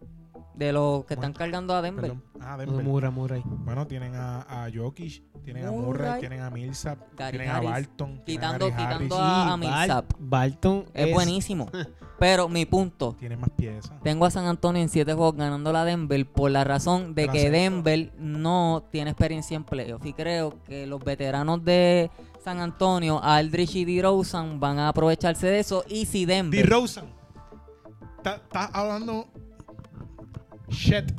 Speaker 3: de los que están cargando a Denver.
Speaker 1: Perdón. Ah, Denver.
Speaker 2: Murray, Murray.
Speaker 1: Bueno, tienen a, a Jokic, tienen a
Speaker 3: Murray,
Speaker 1: Murray, tienen a Millsap,
Speaker 3: Gary
Speaker 1: tienen
Speaker 3: Harris.
Speaker 1: a Barton, tienen
Speaker 3: Quitando-
Speaker 1: a Gary Harris.
Speaker 3: quitando a- a Millsap.
Speaker 2: Barton
Speaker 3: Es (laughs) buenísimo. Pero mi punto,
Speaker 1: Tienen más piezas.
Speaker 3: tengo a San Antonio en siete juegos ganando la Denver por la razón de que
Speaker 1: Gracias.
Speaker 3: Denver no tiene experiencia en playoffs. Y creo que los veteranos de San Antonio, Aldrich y DeRozan, van a aprovecharse de eso. Y si
Speaker 1: D.
Speaker 3: Denver...
Speaker 1: Rosen. Estás hablando shit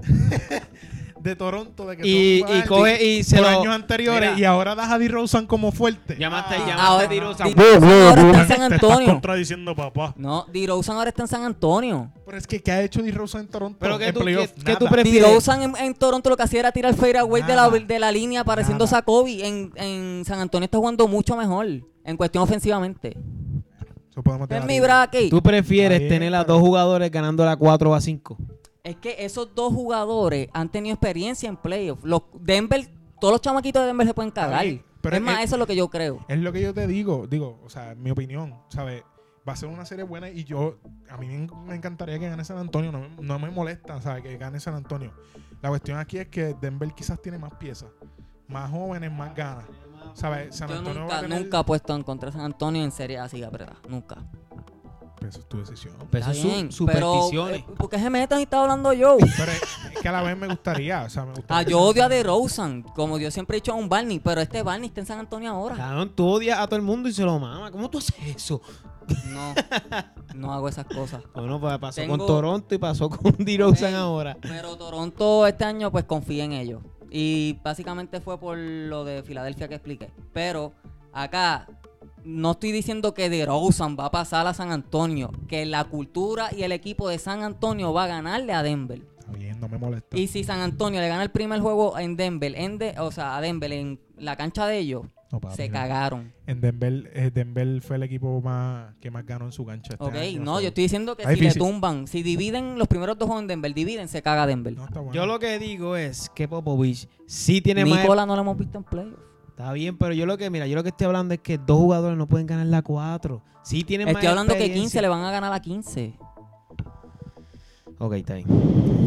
Speaker 1: (laughs) de Toronto. De que
Speaker 2: Y,
Speaker 1: todo el mundo
Speaker 2: y
Speaker 1: va a
Speaker 2: coge
Speaker 1: Aldi
Speaker 2: y se
Speaker 1: por
Speaker 2: lo...
Speaker 1: años anteriores
Speaker 2: Mira.
Speaker 1: y ahora das a D. Rosen como fuerte.
Speaker 2: Llamaste,
Speaker 1: Ah,
Speaker 2: llamaste
Speaker 3: Ahora,
Speaker 2: a Tirosa.
Speaker 3: Di- ahora está en San
Speaker 1: Te estás
Speaker 3: Antonio.
Speaker 1: contradiciendo, papá.
Speaker 3: No, DeRozan ahora está en San Antonio.
Speaker 1: Pero es que, ¿qué ha hecho D. Rosen en Toronto?
Speaker 2: Pero que
Speaker 1: en
Speaker 2: tú,
Speaker 1: playoff?
Speaker 2: que, que tú
Speaker 1: Nada.
Speaker 2: prefieres.
Speaker 3: DeRozan en, en Toronto lo que hacía era tirar fadeaway de la,
Speaker 1: Nada.
Speaker 3: de la línea pareciendo
Speaker 1: Nada.
Speaker 3: Sacobi. En, en San Antonio está jugando mucho mejor en cuestión ofensivamente.
Speaker 1: Eso podemos
Speaker 3: Es
Speaker 1: dejar
Speaker 3: mi
Speaker 1: ahí.
Speaker 3: bracket.
Speaker 2: Tú prefieres
Speaker 1: Está bien,
Speaker 2: tener a
Speaker 1: pero-
Speaker 2: dos jugadores ganando la 4 o a 5.
Speaker 3: Es que esos dos jugadores han tenido experiencia en playoffs. Los Denver, todos los chamaquitos de Denver se pueden cagar.
Speaker 1: bien, pero
Speaker 3: es más,
Speaker 1: es-
Speaker 3: eso es lo que yo creo.
Speaker 1: Es lo que yo te digo, digo, o sea, mi opinión, ¿sabes? Va a ser una serie buena y yo, a mí me me encantaría que gane San Antonio, no me, no me molesta, ¿sabes? Que gane San Antonio. La cuestión aquí es que Denver quizás tiene más piezas, más jóvenes, más ganas, ¿sabes? San
Speaker 3: Yo
Speaker 1: Antonio
Speaker 3: nunca,
Speaker 1: va a tener-
Speaker 3: nunca he puesto en contra de San Antonio en serie así apretada. Nunca.
Speaker 1: Pero eso es tu decisión.
Speaker 2: Pero
Speaker 3: Está
Speaker 2: Pues eso
Speaker 3: bien,
Speaker 2: son su- supersticiones.
Speaker 3: Pero, eh, ¿Por qué se meten y está hablando yo?
Speaker 1: Pero es que a la vez me gustaría, o sea, me gustaría.
Speaker 3: Ah, yo odio a DeRozan, como yo siempre he dicho a un Barney, pero este Barney está en San Antonio ahora.
Speaker 2: Cabrón, tú odias a todo el mundo y se lo mama. ¿Cómo tú haces eso?
Speaker 3: No, no hago esas cosas.
Speaker 2: Bueno, pues pasó
Speaker 3: Tengo-
Speaker 2: con Toronto y pasó con (laughs) Dirosan ahora.
Speaker 3: Pero Toronto este año, pues confía en ellos. Y básicamente fue por lo de Filadelfia que expliqué. Pero acá no estoy diciendo que DeRozan va a pasar a San Antonio. Que la cultura y el equipo de San Antonio va a ganarle a Denver.
Speaker 1: Está bien, no me molesta.
Speaker 3: Y si San Antonio le gana el primer juego en Denver, en de- o sea, a Denver en la cancha de ellos,
Speaker 1: No, papi,
Speaker 3: se
Speaker 1: no.
Speaker 3: cagaron.
Speaker 1: En Denver, eh, Denver fue el equipo más que más ganó en su cancha. este
Speaker 3: Ok,
Speaker 1: año,
Speaker 3: no,
Speaker 1: so-
Speaker 3: yo estoy diciendo que
Speaker 1: Está
Speaker 3: si
Speaker 1: difícil.
Speaker 3: le tumban, si dividen los primeros dos juegos en Denver, dividen, se caga Denver.
Speaker 1: No, está bueno.
Speaker 2: Yo lo que digo es que Popovich sí tiene más...
Speaker 3: Nicola no lo hemos visto en playoffs.
Speaker 2: Está bien, pero yo lo que, mira, yo lo que estoy hablando es que dos jugadores no pueden ganar la 4. Sí tienen más
Speaker 3: Estoy hablando que 15
Speaker 2: experiencia.
Speaker 3: le van a ganar a 15.
Speaker 2: Ok, está bien.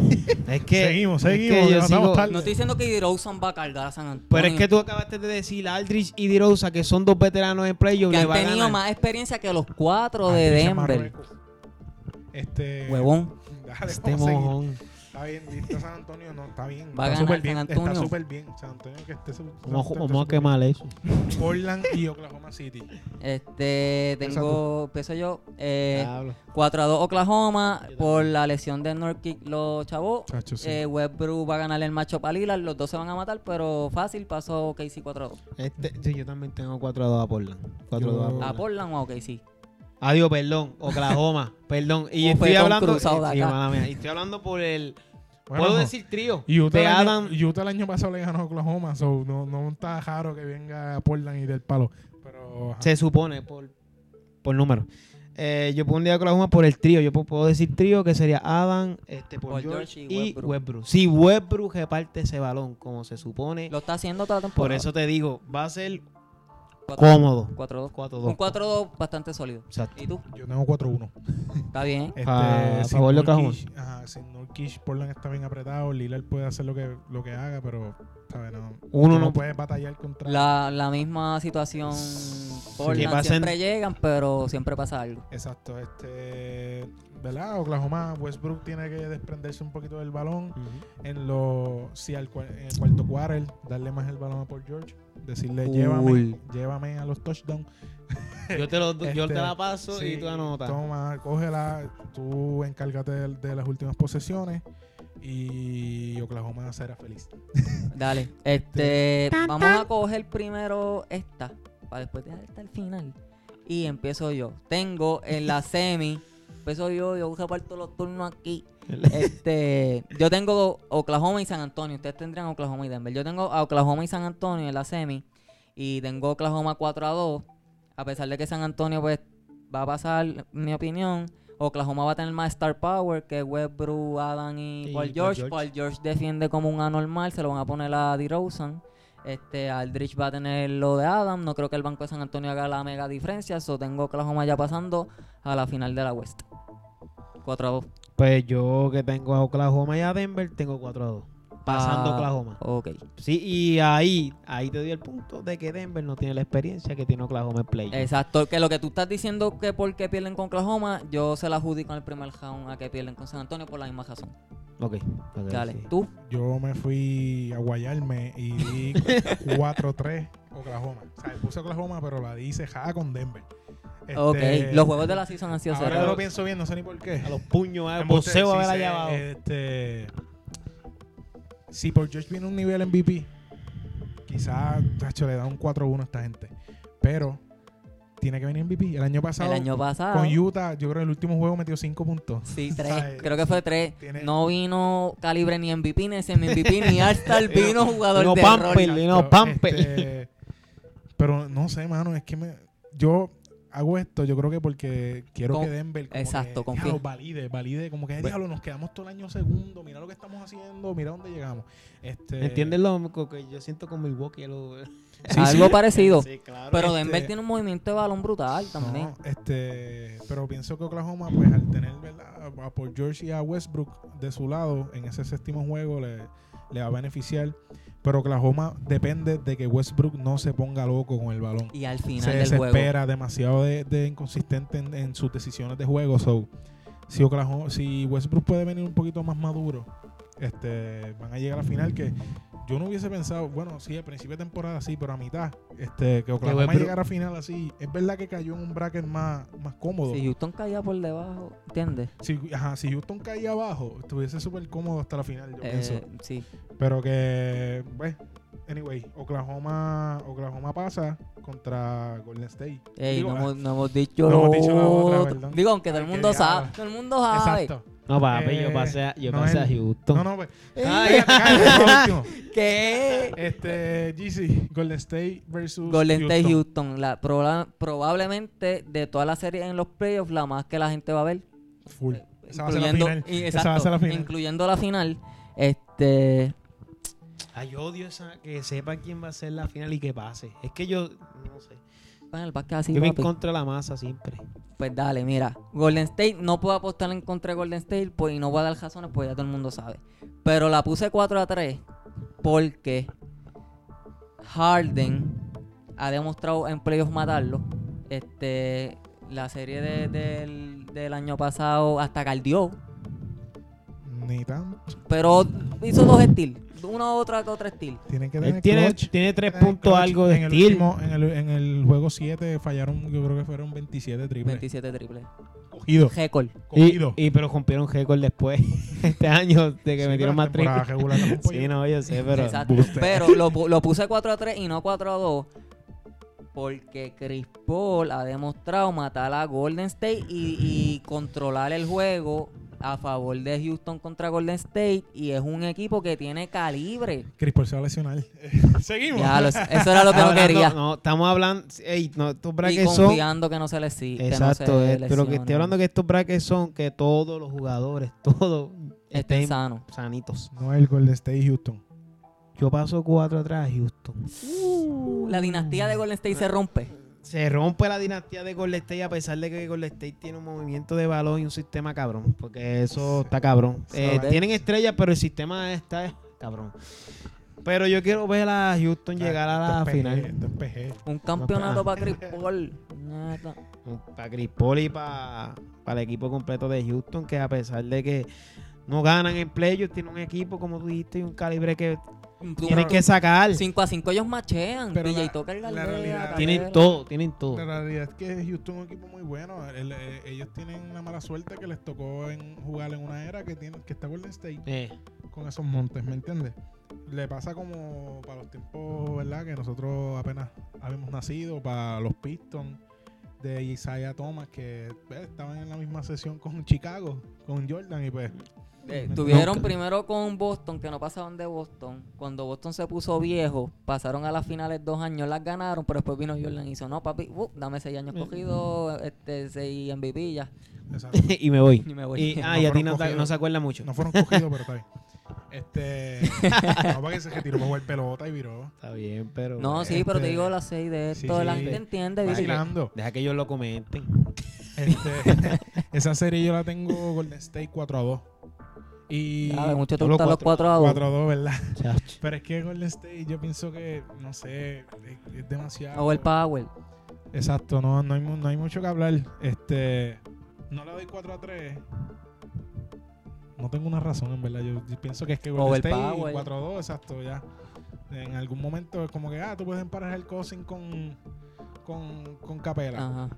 Speaker 1: (laughs)
Speaker 2: es que...
Speaker 1: Seguimos,
Speaker 2: es que
Speaker 1: seguimos,
Speaker 2: yo
Speaker 1: nos vamos
Speaker 2: sigo-
Speaker 1: tarde.
Speaker 3: No estoy diciendo que DeRozan va a cargar a San Antonio.
Speaker 2: Pero es que tú acabaste de decir Aldrich y Dirosa que son dos veteranos en playoff.
Speaker 3: Que
Speaker 2: le
Speaker 3: han
Speaker 2: va a
Speaker 3: tenido
Speaker 2: ganar. Ah,
Speaker 3: más experiencia que los cuatro de
Speaker 1: Alicia
Speaker 3: Denver.
Speaker 1: Marruecos. Este.
Speaker 3: Huevón.
Speaker 1: Dale,
Speaker 2: Este
Speaker 1: vamos a seguir.
Speaker 2: mojón.
Speaker 1: Está bien, viste San Antonio, no, está bien.
Speaker 3: Va a
Speaker 1: está
Speaker 3: ganar
Speaker 1: súper bien.
Speaker 3: San
Speaker 1: Está
Speaker 3: Antonio.
Speaker 1: súper bien. San Antonio que esté su- San
Speaker 2: Vamos,
Speaker 1: Antonio
Speaker 2: vamos a
Speaker 1: esté súper
Speaker 2: quemar eso.
Speaker 1: bien. Portland y Oklahoma City.
Speaker 3: Este,
Speaker 1: Empieza
Speaker 3: tengo, empiezo yo. Eh,
Speaker 2: Diablo.
Speaker 3: 4 a 2 Oklahoma por la lesión de Norkick los chavos.
Speaker 1: Chacho, sí.
Speaker 3: Eh, Westbrook va a ganar el macho a Lillard, los dos se van a matar, pero fácil pasó OKC 4 a 2.
Speaker 2: Este, sí, yo también tengo 4 a 2 a Portland. 4 a 2 a
Speaker 1: Yo-
Speaker 2: Portland.
Speaker 3: ¿A Portland o a OKC?
Speaker 2: Adiós, perdón.
Speaker 3: (laughs)
Speaker 2: Oklahoma. perdón. Y estoy
Speaker 3: Bofetón
Speaker 2: hablando.
Speaker 3: cruzado de
Speaker 2: sí,
Speaker 3: acá.
Speaker 2: mala mía. Y estoy hablando por el.
Speaker 1: Bueno,
Speaker 2: Puedo
Speaker 1: no.
Speaker 2: decir trío.
Speaker 1: Y Utah,
Speaker 2: De
Speaker 1: el año,
Speaker 2: Adam.
Speaker 1: Utah el año pasado le ganó a Oklahoma, so no, no está raro que venga Portland y del palo. Pero. ajá.
Speaker 2: Se supone por, por número. Eh, yo pondría a Oklahoma por el trío. Yo pu- puedo decir trío que sería Adam, este, por,
Speaker 3: Paul
Speaker 2: George,
Speaker 3: George y
Speaker 2: y
Speaker 3: Westbrook.
Speaker 2: Westbrook. Si Westbrook reparte ese balón como se supone,
Speaker 3: Lo está haciendo toda la temporada.
Speaker 2: por eso te digo, va a ser
Speaker 3: Cuatro-
Speaker 2: cómodo.
Speaker 3: 4 a 2.
Speaker 2: 4
Speaker 3: Un
Speaker 2: 2.
Speaker 3: 4 a 2 bastante sólido.
Speaker 2: Exacto.
Speaker 3: ¿Y tú?
Speaker 1: Yo tengo 4-1.
Speaker 3: Está bien.
Speaker 1: Este,
Speaker 2: Pa-
Speaker 1: sin
Speaker 2: favor de
Speaker 1: Nurkic,
Speaker 2: Oklahoma.
Speaker 1: Ajá, sin Nurkic, Portland está bien apretado. Lillard puede hacer lo que, lo que haga, pero, ¿sabes? No,
Speaker 2: Uno
Speaker 1: tú
Speaker 2: no-
Speaker 1: puedes batallar contra.
Speaker 3: La, la misma situación
Speaker 2: Que
Speaker 3: Portland
Speaker 2: pasen-
Speaker 3: siempre llegan, pero siempre pasa algo.
Speaker 1: Exacto, este. ¿Verdad? Oklahoma, Westbrook tiene que desprenderse un poquito del balón. En los. Si al cua- en el cuarto quarter, darle más el balón a Paul George. Decirle, llévame,
Speaker 2: Cool.
Speaker 1: llévame a los touchdowns.
Speaker 2: Yo te, lo, yo
Speaker 1: Este,
Speaker 2: te la paso
Speaker 1: sí,
Speaker 2: y tú anotas.
Speaker 1: Toma, cógela, tú encárgate de, de las últimas posesiones y Oklahoma será feliz.
Speaker 3: Dale, este, vamos a coger primero esta, para después dejar esta al final. Y empiezo yo. Tengo en la semi, empiezo yo, yo reparto los turnos aquí. Este, yo tengo Oklahoma y San Antonio. Ustedes tendrían Oklahoma y Denver. Yo tengo a Oklahoma y San Antonio en la semi. Y tengo Oklahoma 4 a 2. A pesar de que San Antonio, pues, va a pasar, en mi opinión. Oklahoma va a tener más star power que Westbrook, Adam y,
Speaker 2: Y
Speaker 3: Paul
Speaker 2: Paul
Speaker 3: George.
Speaker 2: George.
Speaker 3: Paul George defiende como un anormal. Se lo van a poner a DeRozan. Este, Aldrich va a tener lo de Adam. No creo que el banco de San Antonio haga la mega diferencia. So tengo Oklahoma ya pasando a la final de la West. 4 a 2.
Speaker 2: Pues yo que tengo a Oklahoma y a Denver, tengo 4 a 2. Pasando
Speaker 3: Ah,
Speaker 2: Oklahoma.
Speaker 3: Ok.
Speaker 2: Sí, y ahí, ahí te doy el punto de que Denver no tiene la experiencia que tiene Oklahoma en play.
Speaker 3: Exacto, que lo que tú estás diciendo que por qué pierden con Oklahoma, yo se la adjudico en el primer round a que pierden con San Antonio por la misma razón.
Speaker 2: Ok. ok,
Speaker 3: Dale,
Speaker 2: sí.
Speaker 3: tú.
Speaker 1: Yo me fui a guayarme y
Speaker 3: (laughs)
Speaker 1: di 4-3 Oklahoma. O sea, puse Oklahoma, pero la di cejada con Denver. Este,
Speaker 3: ok, los juegos de la season han sido
Speaker 1: Ahora
Speaker 3: cerrados.
Speaker 1: lo pienso bien, no sé ni por qué.
Speaker 2: A los puños, al
Speaker 1: Embuste,
Speaker 2: boxeo
Speaker 1: sí
Speaker 2: haberla
Speaker 1: sé,
Speaker 2: llevado.
Speaker 1: Este, si por George viene un nivel MVP, quizás le da un 4-1 a esta gente. Pero tiene que venir MVP. El año pasado,
Speaker 3: El año pasado.
Speaker 1: con Utah, yo creo que el último juego metió 5 puntos.
Speaker 3: Sí,
Speaker 1: Ay,
Speaker 3: tres. Creo que fue tres.
Speaker 1: tiene-
Speaker 3: No vino calibre ni MVP, ni semi-MVP,
Speaker 1: (laughs)
Speaker 3: ni All-Star. Vino jugador
Speaker 2: No
Speaker 3: de
Speaker 2: Pamper.
Speaker 3: rol.
Speaker 2: Pele, no,
Speaker 1: Exacto,
Speaker 2: Pamper.
Speaker 1: este, pero no sé, mano, es que me, yo hago esto, yo creo que porque quiero
Speaker 3: Con-
Speaker 1: que Denver como
Speaker 3: exacto,
Speaker 1: que,
Speaker 3: confía.
Speaker 1: diablo, valide, valide, como que
Speaker 2: Ve-
Speaker 1: diablo, nos quedamos todo el año segundo, mira lo que estamos haciendo, mira dónde llegamos. Este,
Speaker 2: ¿Entiendes lo co- que yo siento con Milwaukee? Lo...
Speaker 1: Sí,
Speaker 3: Algo
Speaker 1: sí.
Speaker 3: parecido.
Speaker 2: claro.
Speaker 3: Pero
Speaker 1: este-
Speaker 3: Denver tiene un movimiento de balón brutal también.
Speaker 1: No, este, pero pienso que Oklahoma, pues al tener ¿verdad? a Paul George y a Westbrook de su lado en ese séptimo juego, le, le va a beneficiar. Pero Oklahoma depende de que Westbrook no se ponga loco con el balón.
Speaker 3: Y al final
Speaker 1: Se
Speaker 3: del juego.
Speaker 1: desespera demasiado de, de inconsistente en, en sus decisiones de juego. So, si, Oklahoma, si Westbrook puede venir un poquito más maduro, este, van a llegar a la final que yo no hubiese pensado, bueno, sí, al principio de temporada sí, pero a mitad, este, que Oklahoma
Speaker 2: Westbrook-
Speaker 1: llegara a final así. Es verdad que cayó en un bracket más, más cómodo.
Speaker 3: Si Houston caía por debajo, ¿entiendes?
Speaker 1: Si, ajá, si Houston caía abajo, estuviese súper cómodo hasta la final, yo pienso.
Speaker 3: Eh, sí.
Speaker 1: Pero que, pues, anyway, Oklahoma, Oklahoma pasa contra Golden State.
Speaker 3: Ey,
Speaker 1: Digo,
Speaker 3: no,
Speaker 1: ah,
Speaker 3: hemos, no hemos
Speaker 1: no
Speaker 3: dicho lo
Speaker 1: hemos dicho la otra,
Speaker 3: otro.
Speaker 1: perdón.
Speaker 3: Digo, aunque todo el
Speaker 1: Ay, qué
Speaker 3: mundo sabe.
Speaker 1: diablo.
Speaker 3: Todo el mundo sabe.
Speaker 1: Exacto.
Speaker 2: No, papi,
Speaker 1: Eh,
Speaker 2: yo pasé a, yo
Speaker 1: no,
Speaker 2: pasé a
Speaker 1: él-
Speaker 2: Houston.
Speaker 1: No, no, pues.
Speaker 2: Ay.
Speaker 1: Cállate, cállate, por último.
Speaker 3: ¿Qué?
Speaker 1: Este, GC, Golden State versus
Speaker 3: Golden State Houston, la, proba- probablemente de todas las series en los playoffs, la más que la gente va a ver.
Speaker 1: Full.
Speaker 3: Eh,
Speaker 1: Esa va a ser la final.
Speaker 3: y-
Speaker 1: Esa va a
Speaker 3: exacto,
Speaker 1: ser la final.
Speaker 3: Incluyendo la final. Este,
Speaker 2: Ay, yo odio esa, que sepa quién va a ser la final y que pase. Es que yo, no sé.
Speaker 3: en el básquet así,
Speaker 2: yo me
Speaker 3: papi.
Speaker 2: encontré la masa siempre.
Speaker 3: Pues dale, mira. Golden State, no puedo apostar en contra de Golden State pues, y no voy a dar razones, pues ya todo el mundo sabe. Pero la puse 4 a 3 porque Harden ha demostrado en playoffs matarlo. Este, la serie de- del, del año pasado hasta caldió.
Speaker 1: Ni tan. pues,
Speaker 3: Pero hizo dos steals. Una otra que otra steal.
Speaker 1: Tienen que
Speaker 2: Él
Speaker 1: tener
Speaker 2: tiene,
Speaker 1: clutch.
Speaker 2: tiene tres
Speaker 1: Tienen
Speaker 2: puntos
Speaker 1: clutch.
Speaker 2: algo de
Speaker 1: en el,
Speaker 2: estilo.
Speaker 1: último- en, el, en el juego 7 fallaron, yo creo que fueron 27 triples.
Speaker 3: 27 triples.
Speaker 1: Cogido.
Speaker 3: Récord.
Speaker 2: Y,
Speaker 1: Cogido.
Speaker 2: y pero rompieron récord después (laughs) este año de
Speaker 1: Sí,
Speaker 2: que
Speaker 1: pero
Speaker 2: metieron
Speaker 1: la
Speaker 2: más
Speaker 1: temporada
Speaker 2: triples.
Speaker 1: regular
Speaker 2: (laughs)
Speaker 1: la rompo
Speaker 2: Sí,
Speaker 1: yo.
Speaker 2: no, yo sé, pero
Speaker 3: Exacto.
Speaker 1: Buster.
Speaker 3: Pero lo, pu- lo puse 4 a 3 y no 4 a 2. Porque Chris Paul ha demostrado matar a Golden State y, y controlar el juego a favor de Houston contra Golden State. Y es un equipo que tiene calibre.
Speaker 1: Chris Paul se va a lesionar. (laughs) Seguimos.
Speaker 3: Ya, lo- eso era lo que no
Speaker 2: Hablando-
Speaker 3: quería.
Speaker 2: no, estamos hablando, ey, no, estos
Speaker 3: Y
Speaker 2: brackets son
Speaker 3: confiando que no se le sí. que
Speaker 2: Exacto,
Speaker 3: no se
Speaker 2: eh, pero que
Speaker 3: lesione.
Speaker 2: estoy hablando que estos brackets son que todos los jugadores, (laughs) todos
Speaker 3: Estén
Speaker 2: estén
Speaker 3: sanos.
Speaker 2: sanitos.
Speaker 1: No el Golden State Houston.
Speaker 2: Yo paso cuatro atrás a Houston. Uh.
Speaker 3: La dinastía de Golden State se rompe.
Speaker 2: se rompe la dinastía de Golden State a pesar de que Golden State tiene un movimiento de balón y un sistema cabrón, porque eso está cabrón. Eh,
Speaker 3: Correcto.
Speaker 2: tienen estrellas, pero el sistema está cabrón. Pero yo quiero ver a Houston llegar a la
Speaker 1: Esto es PG,
Speaker 2: final.
Speaker 1: esto es PG.
Speaker 3: Un campeonato
Speaker 2: ah.
Speaker 3: para Chris Paul. Neta.
Speaker 2: Para Chris Paul y para el equipo completo de Houston, que a pesar de que no ganan en playoffs, tiene un equipo, como tú dijiste, y un calibre que tienen que sacar.
Speaker 3: 5 a 5 ellos machean.
Speaker 1: Pero
Speaker 3: DJ
Speaker 1: la-
Speaker 3: Tucker,
Speaker 1: la
Speaker 3: Galdea,
Speaker 1: realidad-
Speaker 2: Tienen
Speaker 3: Calera.
Speaker 2: todo, tienen todo.
Speaker 1: La realidad es que Houston es un equipo muy bueno. El- eh, ellos tienen una mala suerte que les tocó en jugar en una era que tiene, que está Golden State
Speaker 2: Eh, (laughs)
Speaker 1: con esos montes, ¿me entiendes? Le pasa como para los tiempos, ¿verdad? Que nosotros apenas habíamos nacido, para los Pistons de Isaiah Thomas, que eh, estaban en la misma sesión con Chicago, con Jordan, y pues
Speaker 3: Eh, tuvieron
Speaker 2: Nunca.
Speaker 3: primero con Boston, que no pasaban de Boston. Cuando Boston se puso viejo, pasaron a las finales dos años, las ganaron, pero después vino Jordan y hizo, no, papi, uh, dame seis años
Speaker 1: Mm.
Speaker 2: Eh.
Speaker 3: cogidos, este, seis MVP
Speaker 1: (laughs)
Speaker 3: ya.
Speaker 1: exacto,
Speaker 2: y me voy.
Speaker 3: Y pues, me (laughs) voy.
Speaker 2: Y, ah,
Speaker 1: No
Speaker 2: y a ti
Speaker 1: fueron
Speaker 2: no, te-
Speaker 1: cogidos.
Speaker 2: no se acuerda mucho.
Speaker 1: no fueron cogidos, pero está bien. Este, no, para que se retiró para jugar pelota y viró.
Speaker 2: Está bien, pero. eh,
Speaker 3: no, sí, pero te
Speaker 1: este,
Speaker 3: digo las seis de
Speaker 1: sí,
Speaker 3: esto, la
Speaker 1: sí.
Speaker 3: gente entiende.
Speaker 2: Vale,
Speaker 3: Billy.
Speaker 1: Vacilando.
Speaker 2: Deja que ellos lo comenten.
Speaker 1: Este, (laughs) esa serie yo la tengo Golden State 4 a 2. Y
Speaker 3: Ya, mucho te
Speaker 2: Solo
Speaker 3: gustan los cuatro a dos.
Speaker 1: 4 a 2, ¿verdad? (laughs) Pero es que Golden State yo pienso que, no sé, es, es demasiado.
Speaker 3: O el Power.
Speaker 1: Exacto, no, no, hay, mu- no hay mucho que hablar. Este, no le doy 4 a 3. No tengo una razón, en verdad. Yo, yo pienso que es que Golden State
Speaker 3: Overpower.
Speaker 1: 4 a 2, exacto, ya. En algún momento es como que, ah, tú puedes emparejar el Cousins con, con, con Capela.
Speaker 3: Ajá.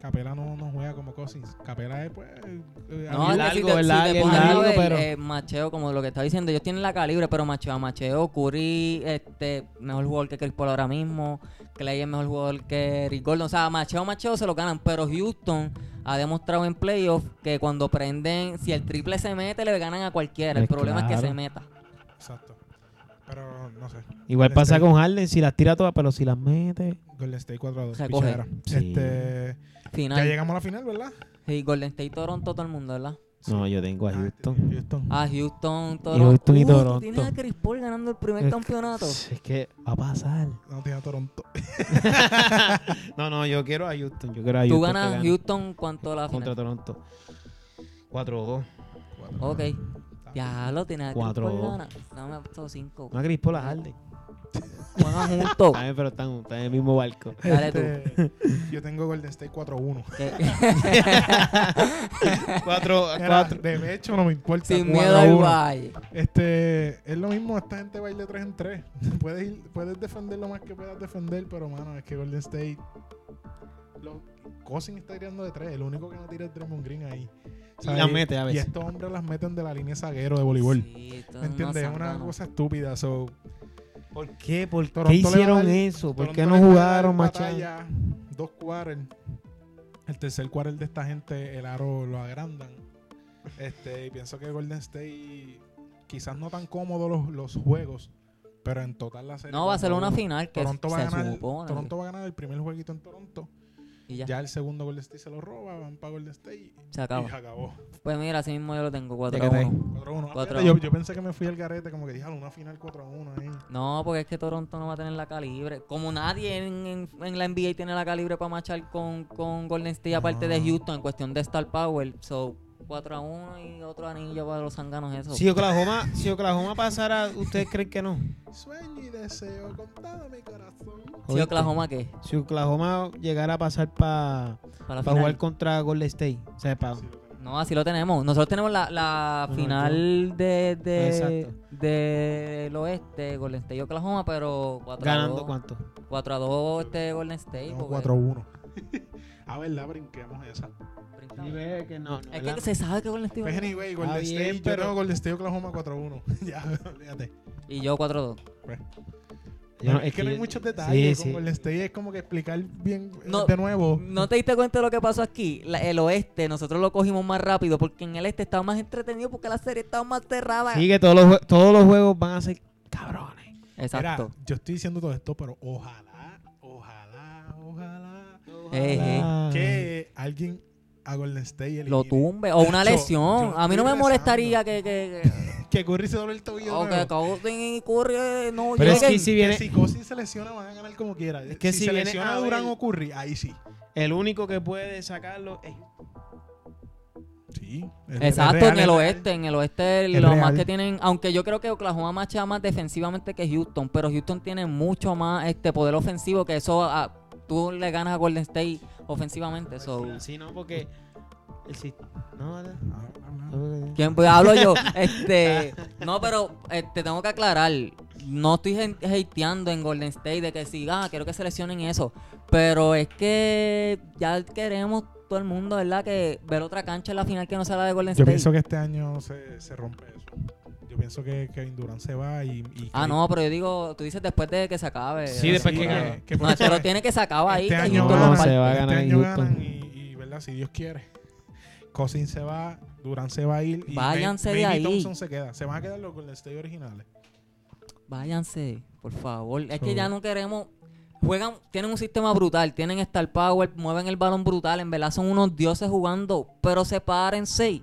Speaker 1: Capela no, no juega como Cousins. Capela es, pues. eh,
Speaker 3: No,
Speaker 1: abierto.
Speaker 3: es que si
Speaker 2: largo,
Speaker 3: te,
Speaker 2: es
Speaker 3: si
Speaker 2: largo,
Speaker 3: te
Speaker 2: es
Speaker 3: pones a
Speaker 2: largo,
Speaker 3: ver,
Speaker 2: pero-
Speaker 3: eh, macheo, como lo que está diciendo, ellos tienen la calibre, pero macheo a macheo, Curry, este, mejor jugador que Chris Paul ahora mismo, Clay es mejor jugador que Rick Gordon, o sea, macheo a macheo se lo ganan, pero Houston ha demostrado en playoffs que cuando prenden, si el triple se mete, le ganan a cualquiera, el
Speaker 2: Pues
Speaker 3: problema es que
Speaker 2: claro.
Speaker 3: se meta.
Speaker 1: Exacto. Pero no sé.
Speaker 2: Igual
Speaker 1: Golden
Speaker 2: pasa
Speaker 1: State.
Speaker 2: con Harden, si las tira todas, pero si las mete.
Speaker 1: Golden State 4 a 2.
Speaker 3: Recoge.
Speaker 1: pichadera.
Speaker 2: Sí.
Speaker 1: Este, ya
Speaker 3: Final,
Speaker 1: llegamos a la final, ¿verdad?
Speaker 3: y Golden State, Toronto, todo el mundo, ¿verdad?
Speaker 2: No, yo tengo a
Speaker 1: Ah,
Speaker 2: Houston.
Speaker 1: Houston.
Speaker 3: Ah, Houston, Toronto.
Speaker 2: Houston y
Speaker 3: Uh, tú
Speaker 2: Toronto.
Speaker 3: tienes a Chris Paul ganando el primer
Speaker 2: Es- (laughs)
Speaker 3: campeonato.
Speaker 2: Es que va a pasar. (laughs)
Speaker 1: No tiene a Toronto.
Speaker 2: no, no, yo quiero a Houston. Yo quiero a Houston.
Speaker 3: Tú
Speaker 2: que
Speaker 3: ganas
Speaker 2: gane
Speaker 3: Houston cuanto a la
Speaker 2: contra
Speaker 3: final.
Speaker 2: Toronto. 4-2.
Speaker 3: Ok. Ya lo tienes aquí.
Speaker 2: Cuatro, dos.
Speaker 3: No me puesto cinco.
Speaker 2: No a Crispo la Harden. (laughs)
Speaker 3: Juegan juntos.
Speaker 2: También, pero están, están en el mismo
Speaker 3: (laughs)
Speaker 2: barco.
Speaker 3: Dale tú.
Speaker 1: Este, yo tengo Golden State 4 a 1.
Speaker 2: Este,
Speaker 3: Que-
Speaker 2: 4
Speaker 1: Era, De hecho, no me importa.
Speaker 3: Ah, (laughs) Sin
Speaker 1: 4
Speaker 3: miedo
Speaker 1: a
Speaker 3: al
Speaker 1: 1.
Speaker 3: valle.
Speaker 1: Este, es lo mismo, esta gente va a ir de 3 en 3. (laughs) Puedes, ir- puedes defender lo más que puedas defender, pero mano, es que Golden State. Lo, Cousins está tirando de 3. El único que no tira es Draymond Green ahí. ¿Sabes?
Speaker 2: las mete a
Speaker 1: Y
Speaker 2: veces.
Speaker 1: estos hombres las meten de la línea zaguero de voleibol.
Speaker 3: Sí, esto
Speaker 1: ¿Me
Speaker 3: es una
Speaker 1: entiendes? Es una
Speaker 3: sangana.
Speaker 1: cosa estúpida. So,
Speaker 2: ¿Por qué? ¿Por
Speaker 1: Toronto
Speaker 2: qué
Speaker 1: le va a
Speaker 2: hicieron
Speaker 1: dar-
Speaker 2: eso? ¿Por
Speaker 1: Toronto
Speaker 2: qué
Speaker 1: le
Speaker 2: no
Speaker 1: puede
Speaker 2: jugaron,
Speaker 1: dar
Speaker 2: machado?
Speaker 1: batalla, Dos quarters. El tercer quarter de esta gente, el aro lo agrandan. Este, y pienso que Golden State, quizás no tan cómodo los, los juegos, pero en total la serie.
Speaker 3: No, va a ser
Speaker 1: cuatro a
Speaker 3: una
Speaker 1: uno.
Speaker 3: final que
Speaker 1: Toronto va,
Speaker 3: se
Speaker 1: a ganar,
Speaker 3: supone.
Speaker 1: Toronto va a ganar el primer jueguito en Toronto.
Speaker 3: Y ya,
Speaker 1: Ya el segundo Golden State se lo roba, van para Golden State y,
Speaker 3: se
Speaker 1: y
Speaker 3: acaba.
Speaker 1: acabó.
Speaker 3: Pues mira, así mismo yo lo tengo, 4
Speaker 2: Ya que está
Speaker 3: 1.
Speaker 1: 4-1. Ah,
Speaker 3: Cuatro a
Speaker 1: fíjate, yo,
Speaker 3: uno.
Speaker 1: yo pensé que me fui al garete, como que dije, "Ah, una final 4-1 ahí.
Speaker 3: No, porque es que Toronto no va a tener la calibre. Como nadie en, en- en la NBA tiene la calibre para marchar con, con Golden State, aparte
Speaker 2: Ah.
Speaker 3: de
Speaker 1: No.
Speaker 3: Houston, en cuestión de Star Power. So, 4 a 1 y otro anillo para los zanganos, eso.
Speaker 2: Si Oklahoma, si Oklahoma pasara, ¿ustedes creen que no?
Speaker 1: Sueño y deseo con todo mi corazón.
Speaker 3: Si
Speaker 2: Oíste.
Speaker 3: Oklahoma, ¿qué?
Speaker 2: Si Oklahoma llegara a pasar para
Speaker 3: Para la final.
Speaker 2: jugar contra Golden State, o sea, pa-
Speaker 3: No, así lo tenemos. Nosotros tenemos la, la
Speaker 2: Bueno,
Speaker 3: final de, de,
Speaker 2: Exacto.
Speaker 3: del oeste, Golden State y Oklahoma, pero 4 a
Speaker 2: ganando
Speaker 3: 2.
Speaker 2: cuánto.
Speaker 3: 4 a 2 este Golden State.
Speaker 1: No,
Speaker 3: porque-
Speaker 1: 4-1. (laughs) a ver, la brinquemos esa.
Speaker 2: que no,
Speaker 3: Es que se sabe que Golden State. va a
Speaker 1: Pues
Speaker 3: ganar.
Speaker 1: anyway, Golden
Speaker 2: bien,
Speaker 1: State. Yo
Speaker 2: pero-
Speaker 1: tengo Golden State Oklahoma 4-1. (laughs) ya, olvídate.
Speaker 3: Y yo 4 a 2.
Speaker 1: Pero es que no hay muchos detalles. con Golden State es como que explicar bien eh,
Speaker 3: No,
Speaker 1: de
Speaker 2: Oh.
Speaker 1: nuevo.
Speaker 3: ¿No te diste cuenta de lo que pasó aquí? La- el oeste, nosotros lo cogimos más rápido porque en el este estaba más entretenido porque la serie estaba más cerrada.
Speaker 2: Sí, que todos los, jue- todos los juegos van a ser cabrones.
Speaker 1: Mira,
Speaker 3: Exacto.
Speaker 1: yo estoy diciendo todo esto, pero ojalá, ojalá, ojalá
Speaker 3: Eh, eh,
Speaker 2: Ah.
Speaker 1: que alguien a Golden State elimine.
Speaker 3: Lo tumbe. O una
Speaker 1: Yo-
Speaker 3: lesión.
Speaker 1: yo
Speaker 3: A mí
Speaker 1: estoy
Speaker 3: no me
Speaker 1: rezando.
Speaker 3: molestaría que, que- que-
Speaker 1: que Curry se doble el tobillo.
Speaker 3: O que
Speaker 1: nuevo.
Speaker 3: Cousins y Curry eh, no
Speaker 2: Pero es que
Speaker 3: lleguen.
Speaker 2: si viene-
Speaker 1: si Cousins se lesiona, van a ganar como quiera.
Speaker 2: Es que
Speaker 1: si,
Speaker 2: si
Speaker 1: se
Speaker 2: viene
Speaker 1: lesiona
Speaker 2: a ver-
Speaker 1: Durán o Curry, ahí sí.
Speaker 2: El único que puede sacarlo. Ey,
Speaker 1: Sí.
Speaker 3: Exacto, en el oeste, en el oeste
Speaker 1: Es
Speaker 3: lo
Speaker 1: real.
Speaker 3: más que tienen, aunque yo creo que Oklahoma marcha más defensivamente que Houston, pero Houston tiene mucho más este poder ofensivo que eso ah, tú le ganas a Golden State ofensivamente. So.
Speaker 2: Así Pues no, porque. El sis- no, no,
Speaker 1: Ah,
Speaker 2: no.
Speaker 3: ¿Quién pues,
Speaker 1: (laughs)
Speaker 3: hablo yo? Este, no, pero este, tengo que aclarar, no estoy gen- hateando en Golden State de que sí, ah, quiero que seleccionen eso, pero es que ya queremos todo el mundo, ¿verdad? Que ver otra cancha en la final que no sea la de Golden
Speaker 1: Yo
Speaker 3: State.
Speaker 1: pienso que este año se, se rompe eso. Yo pienso que Kevin Durant se va y. y-
Speaker 3: Ah, no, pero yo digo, tú dices después de que se acabe.
Speaker 2: Sí, después que gane.
Speaker 3: No,
Speaker 1: por
Speaker 3: pero
Speaker 1: eso,
Speaker 3: tiene que se acaba ahí.
Speaker 1: Este
Speaker 3: que
Speaker 1: año
Speaker 3: Houston lo
Speaker 1: ganan,
Speaker 2: se
Speaker 3: parte.
Speaker 2: va a
Speaker 1: este
Speaker 2: ganar en
Speaker 1: año
Speaker 2: Houston.
Speaker 1: ganan y, y, ¿verdad? Si Dios quiere. Cosin se va, Durán se va a ir. Y
Speaker 3: Váyanse
Speaker 1: May-
Speaker 3: de
Speaker 1: Maybe
Speaker 3: ahí.
Speaker 1: Thompson se queda. Se van a quedar los Golden State originales.
Speaker 3: Váyanse, por favor. Es
Speaker 1: So-
Speaker 3: que ya no queremos. Juegan, tienen un sistema brutal, tienen Star Power, mueven el balón brutal, en verdad son unos dioses jugando, pero sepárense.
Speaker 1: Sí,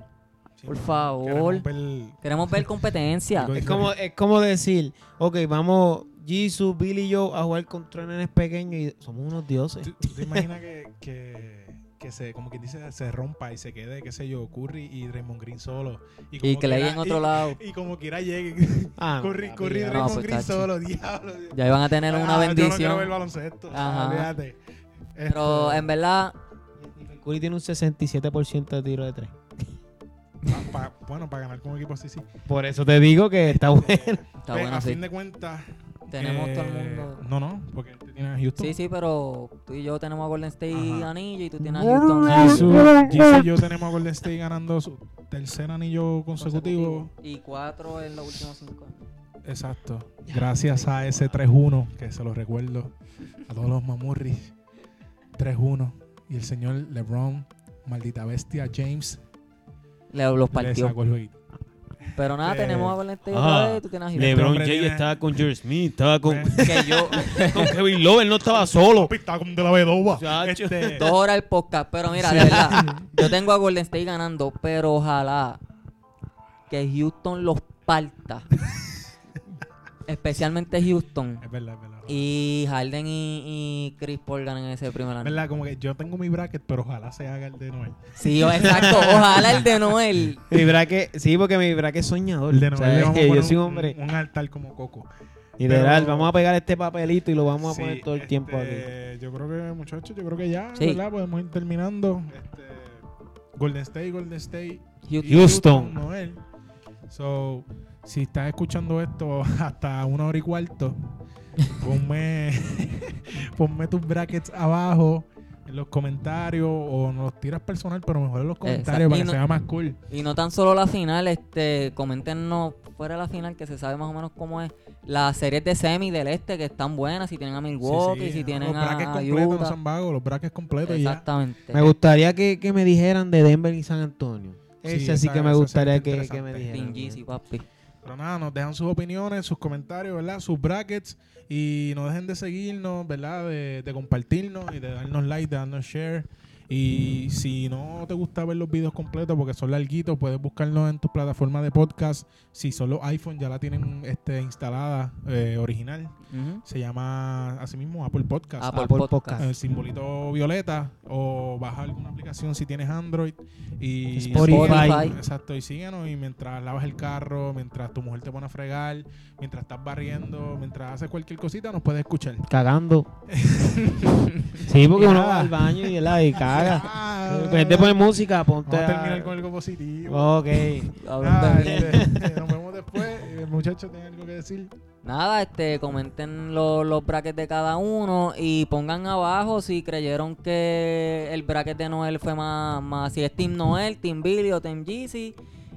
Speaker 3: Por
Speaker 1: pero
Speaker 3: favor.
Speaker 1: queremos ver-
Speaker 3: Queremos ver competencia.
Speaker 1: Digo,
Speaker 2: Es como, es como decir, ok, vamos Jesus, Billy y yo a jugar contra nenes pequeños y somos unos dioses.
Speaker 1: ¿Tú, tú te imaginas que, que, que se, como quien dice, se rompa y se quede, qué sé yo, Curry y Draymond Green solo?
Speaker 3: y
Speaker 1: como
Speaker 3: Clay
Speaker 1: quiera-
Speaker 3: en otro
Speaker 1: y-
Speaker 3: lado.
Speaker 1: Y como quiera lleguen.
Speaker 2: Ah, no,
Speaker 1: Curry,
Speaker 2: papi,
Speaker 1: Curry y
Speaker 2: ya.
Speaker 1: Draymond
Speaker 3: pues,
Speaker 1: Green
Speaker 3: tacho.
Speaker 1: solo, diablo.
Speaker 3: Ya iban a tener
Speaker 1: Ah,
Speaker 3: una
Speaker 1: Yo no quiero ver
Speaker 3: bendición.
Speaker 1: baloncesto. o sea,
Speaker 3: Ajá.
Speaker 1: olvídate.
Speaker 3: Pero eh,
Speaker 1: Esto,
Speaker 3: en verdad,
Speaker 2: Curry tiene un 67% de tiro de tres.
Speaker 1: pa- pa- bueno, para ganar con un equipo así, sí.
Speaker 2: Por eso te digo que está bueno.
Speaker 3: está
Speaker 1: Ve,
Speaker 3: bueno,
Speaker 1: a
Speaker 3: sí.
Speaker 1: Pues, fin de cuentas.
Speaker 3: Tenemos
Speaker 1: eh,
Speaker 3: todo el mundo.
Speaker 1: No, no, porque tú tienes a Houston.
Speaker 3: Sí, sí, pero tú y yo tenemos a Golden State
Speaker 1: Ajá.
Speaker 3: anillo y tú tienes a Houston.
Speaker 1: Jisoo Jisoo y yo tenemos a Golden State ganando su tercer anillo consecutivo.
Speaker 3: Y cuatro en los últimos cinco años.
Speaker 1: Exacto. Gracias a ese 3-1, que se lo recuerdo a todos los mamurris. 3-1. Y el señor LeBron, maldita bestia, James,
Speaker 3: Le, los
Speaker 1: le
Speaker 3: partió.
Speaker 1: sacó el jueguito.
Speaker 3: Pero nada,
Speaker 1: Eh,
Speaker 3: tenemos a Golden State
Speaker 4: ajá.
Speaker 2: Ah.
Speaker 3: otra vez y eh, tú tienes a Houston.
Speaker 1: (laughs)
Speaker 4: LeBron
Speaker 1: hombre
Speaker 4: James
Speaker 1: tiene-
Speaker 4: estaba con Jerry Smith, estaba con,
Speaker 2: Pues.
Speaker 3: Que yo,
Speaker 4: (laughs) con Kevin Love, él no estaba solo.
Speaker 1: Está como de la bedoba.
Speaker 4: Chacho.
Speaker 3: (laughs)
Speaker 1: Este,
Speaker 3: dos horas el podcast. Pero mira, de verdad, yo tengo a Golden State ganando, pero ojalá que Houston los
Speaker 1: (laughs)
Speaker 3: parta. Especialmente Houston.
Speaker 1: es verdad, es verdad.
Speaker 3: Y Harden y, y Chris Paul ganan ese primer
Speaker 1: Es
Speaker 3: año.
Speaker 1: verdad, como que yo tengo mi bracket, pero ojalá se haga el de Noel.
Speaker 3: Sí, o- exacto. Ojalá el
Speaker 1: (laughs)
Speaker 3: de Noel.
Speaker 2: Mi braque, sí, porque mi braque es soñador.
Speaker 1: El de
Speaker 2: O
Speaker 1: Noel
Speaker 2: sea,
Speaker 1: le vamos a
Speaker 2: (laughs) yo
Speaker 1: poner
Speaker 2: soy un
Speaker 1: un-
Speaker 2: hombre.
Speaker 1: Un, altar como Coco.
Speaker 2: Literal,
Speaker 1: pero-
Speaker 2: vamos a pegar este papelito y lo vamos a
Speaker 1: Sí,
Speaker 2: poner todo el tiempo aquí.
Speaker 1: este, Yo creo que, muchachos, yo creo que ya,
Speaker 3: Sí.
Speaker 1: ¿verdad? Podemos ir terminando. Este, Golden State, Golden State.
Speaker 3: Houston.
Speaker 1: y
Speaker 4: Houston.
Speaker 1: Noel. So, si estás escuchando esto (laughs) hasta una hora y cuarto, ponme, (laughs) ponme tus brackets abajo en los comentarios o nos los tiras personal, pero mejor en los comentarios
Speaker 3: Exacto.
Speaker 1: para que
Speaker 3: Y no-
Speaker 1: sea más cool.
Speaker 3: Y no tan solo la final, este, coméntenos fuera de la final que se sabe más o menos cómo es las series de semi del este que están buenas, si tienen a Milwaukee,
Speaker 1: Sí, sí,
Speaker 3: si
Speaker 1: no,
Speaker 3: tienen
Speaker 1: los brackets
Speaker 3: a, a
Speaker 1: completos, no
Speaker 3: Utah.
Speaker 1: son vagos, los brackets completos y ya.
Speaker 3: Exactamente.
Speaker 2: Me gustaría que, que me dijeran de Denver y San Antonio.
Speaker 1: Sí,
Speaker 2: Ese sí
Speaker 1: esa-
Speaker 2: que me
Speaker 1: esa
Speaker 2: gustaría
Speaker 1: sería
Speaker 2: que, que me
Speaker 1: interesante.
Speaker 2: dijeran.
Speaker 3: Team Yeezy, papi.
Speaker 1: Pero nada, nos dejan sus opiniones, sus comentarios, ¿verdad? Sus brackets. Y no dejen de seguirnos, ¿verdad? De, de compartirnos y de darnos like, de darnos share. Y si no te gusta ver los videos completos porque son larguitos, puedes buscarnos en tus plataformas de podcast. Si son los iPhone, ya la tienen este, instalada eh, original.
Speaker 3: Ujú.
Speaker 1: Se llama así mismo Apple Podcast.
Speaker 3: Apple
Speaker 2: Apple
Speaker 3: Podcast.
Speaker 2: Podcast.
Speaker 1: El Eh, simbolito violeta o baja alguna aplicación si tienes Android y
Speaker 2: Spotify.
Speaker 1: síguenos, exacto y síguenos y mientras lavas el carro mientras tu mujer te pone a fregar mientras estás barriendo mientras haces cualquier cosita nos puedes escuchar (laughs)
Speaker 2: Cagando. sí, porque
Speaker 1: Y
Speaker 2: uno
Speaker 1: nada.
Speaker 2: va al baño y, la,
Speaker 1: (laughs)
Speaker 2: y caga.
Speaker 1: Ah,
Speaker 2: En vez de poner música, ponte.
Speaker 1: vamos a terminar
Speaker 2: a-
Speaker 1: con algo positivo
Speaker 2: Ok.
Speaker 3: Hablando
Speaker 1: Nada,
Speaker 3: bien.
Speaker 1: este, nos vemos después el muchacho tiene algo que decir
Speaker 3: Nada, este, comenten lo- los brackets de cada uno y pongan abajo si creyeron que el bracket de Noel fue más, más si es Team Noel, Team Billy o Team Yeezy.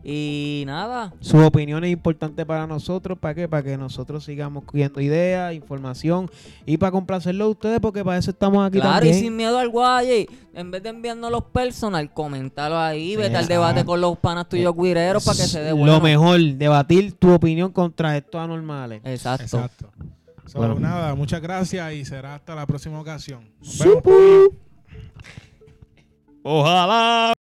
Speaker 3: Y nada,
Speaker 2: Su opinión es importante para nosotros. ¿Para qué? Para que nosotros sigamos cogiendo ideas, información y para complacerlo a ustedes, porque para eso estamos aquí
Speaker 3: claro,
Speaker 2: también.
Speaker 3: y sin miedo al guaye, en vez de enviarnos los personal, comentalo ahí, vete al
Speaker 2: Exacto.
Speaker 3: debate con los panas tuyos guireros para que se dé bueno.
Speaker 2: Lo mejor, debatir tu opinión contra estos anormales.
Speaker 3: Exacto.
Speaker 1: exacto So,
Speaker 2: Bueno.
Speaker 1: nada muchas gracias y será hasta la próxima ocasión Nos vemos.
Speaker 2: Supu.
Speaker 4: Ojalá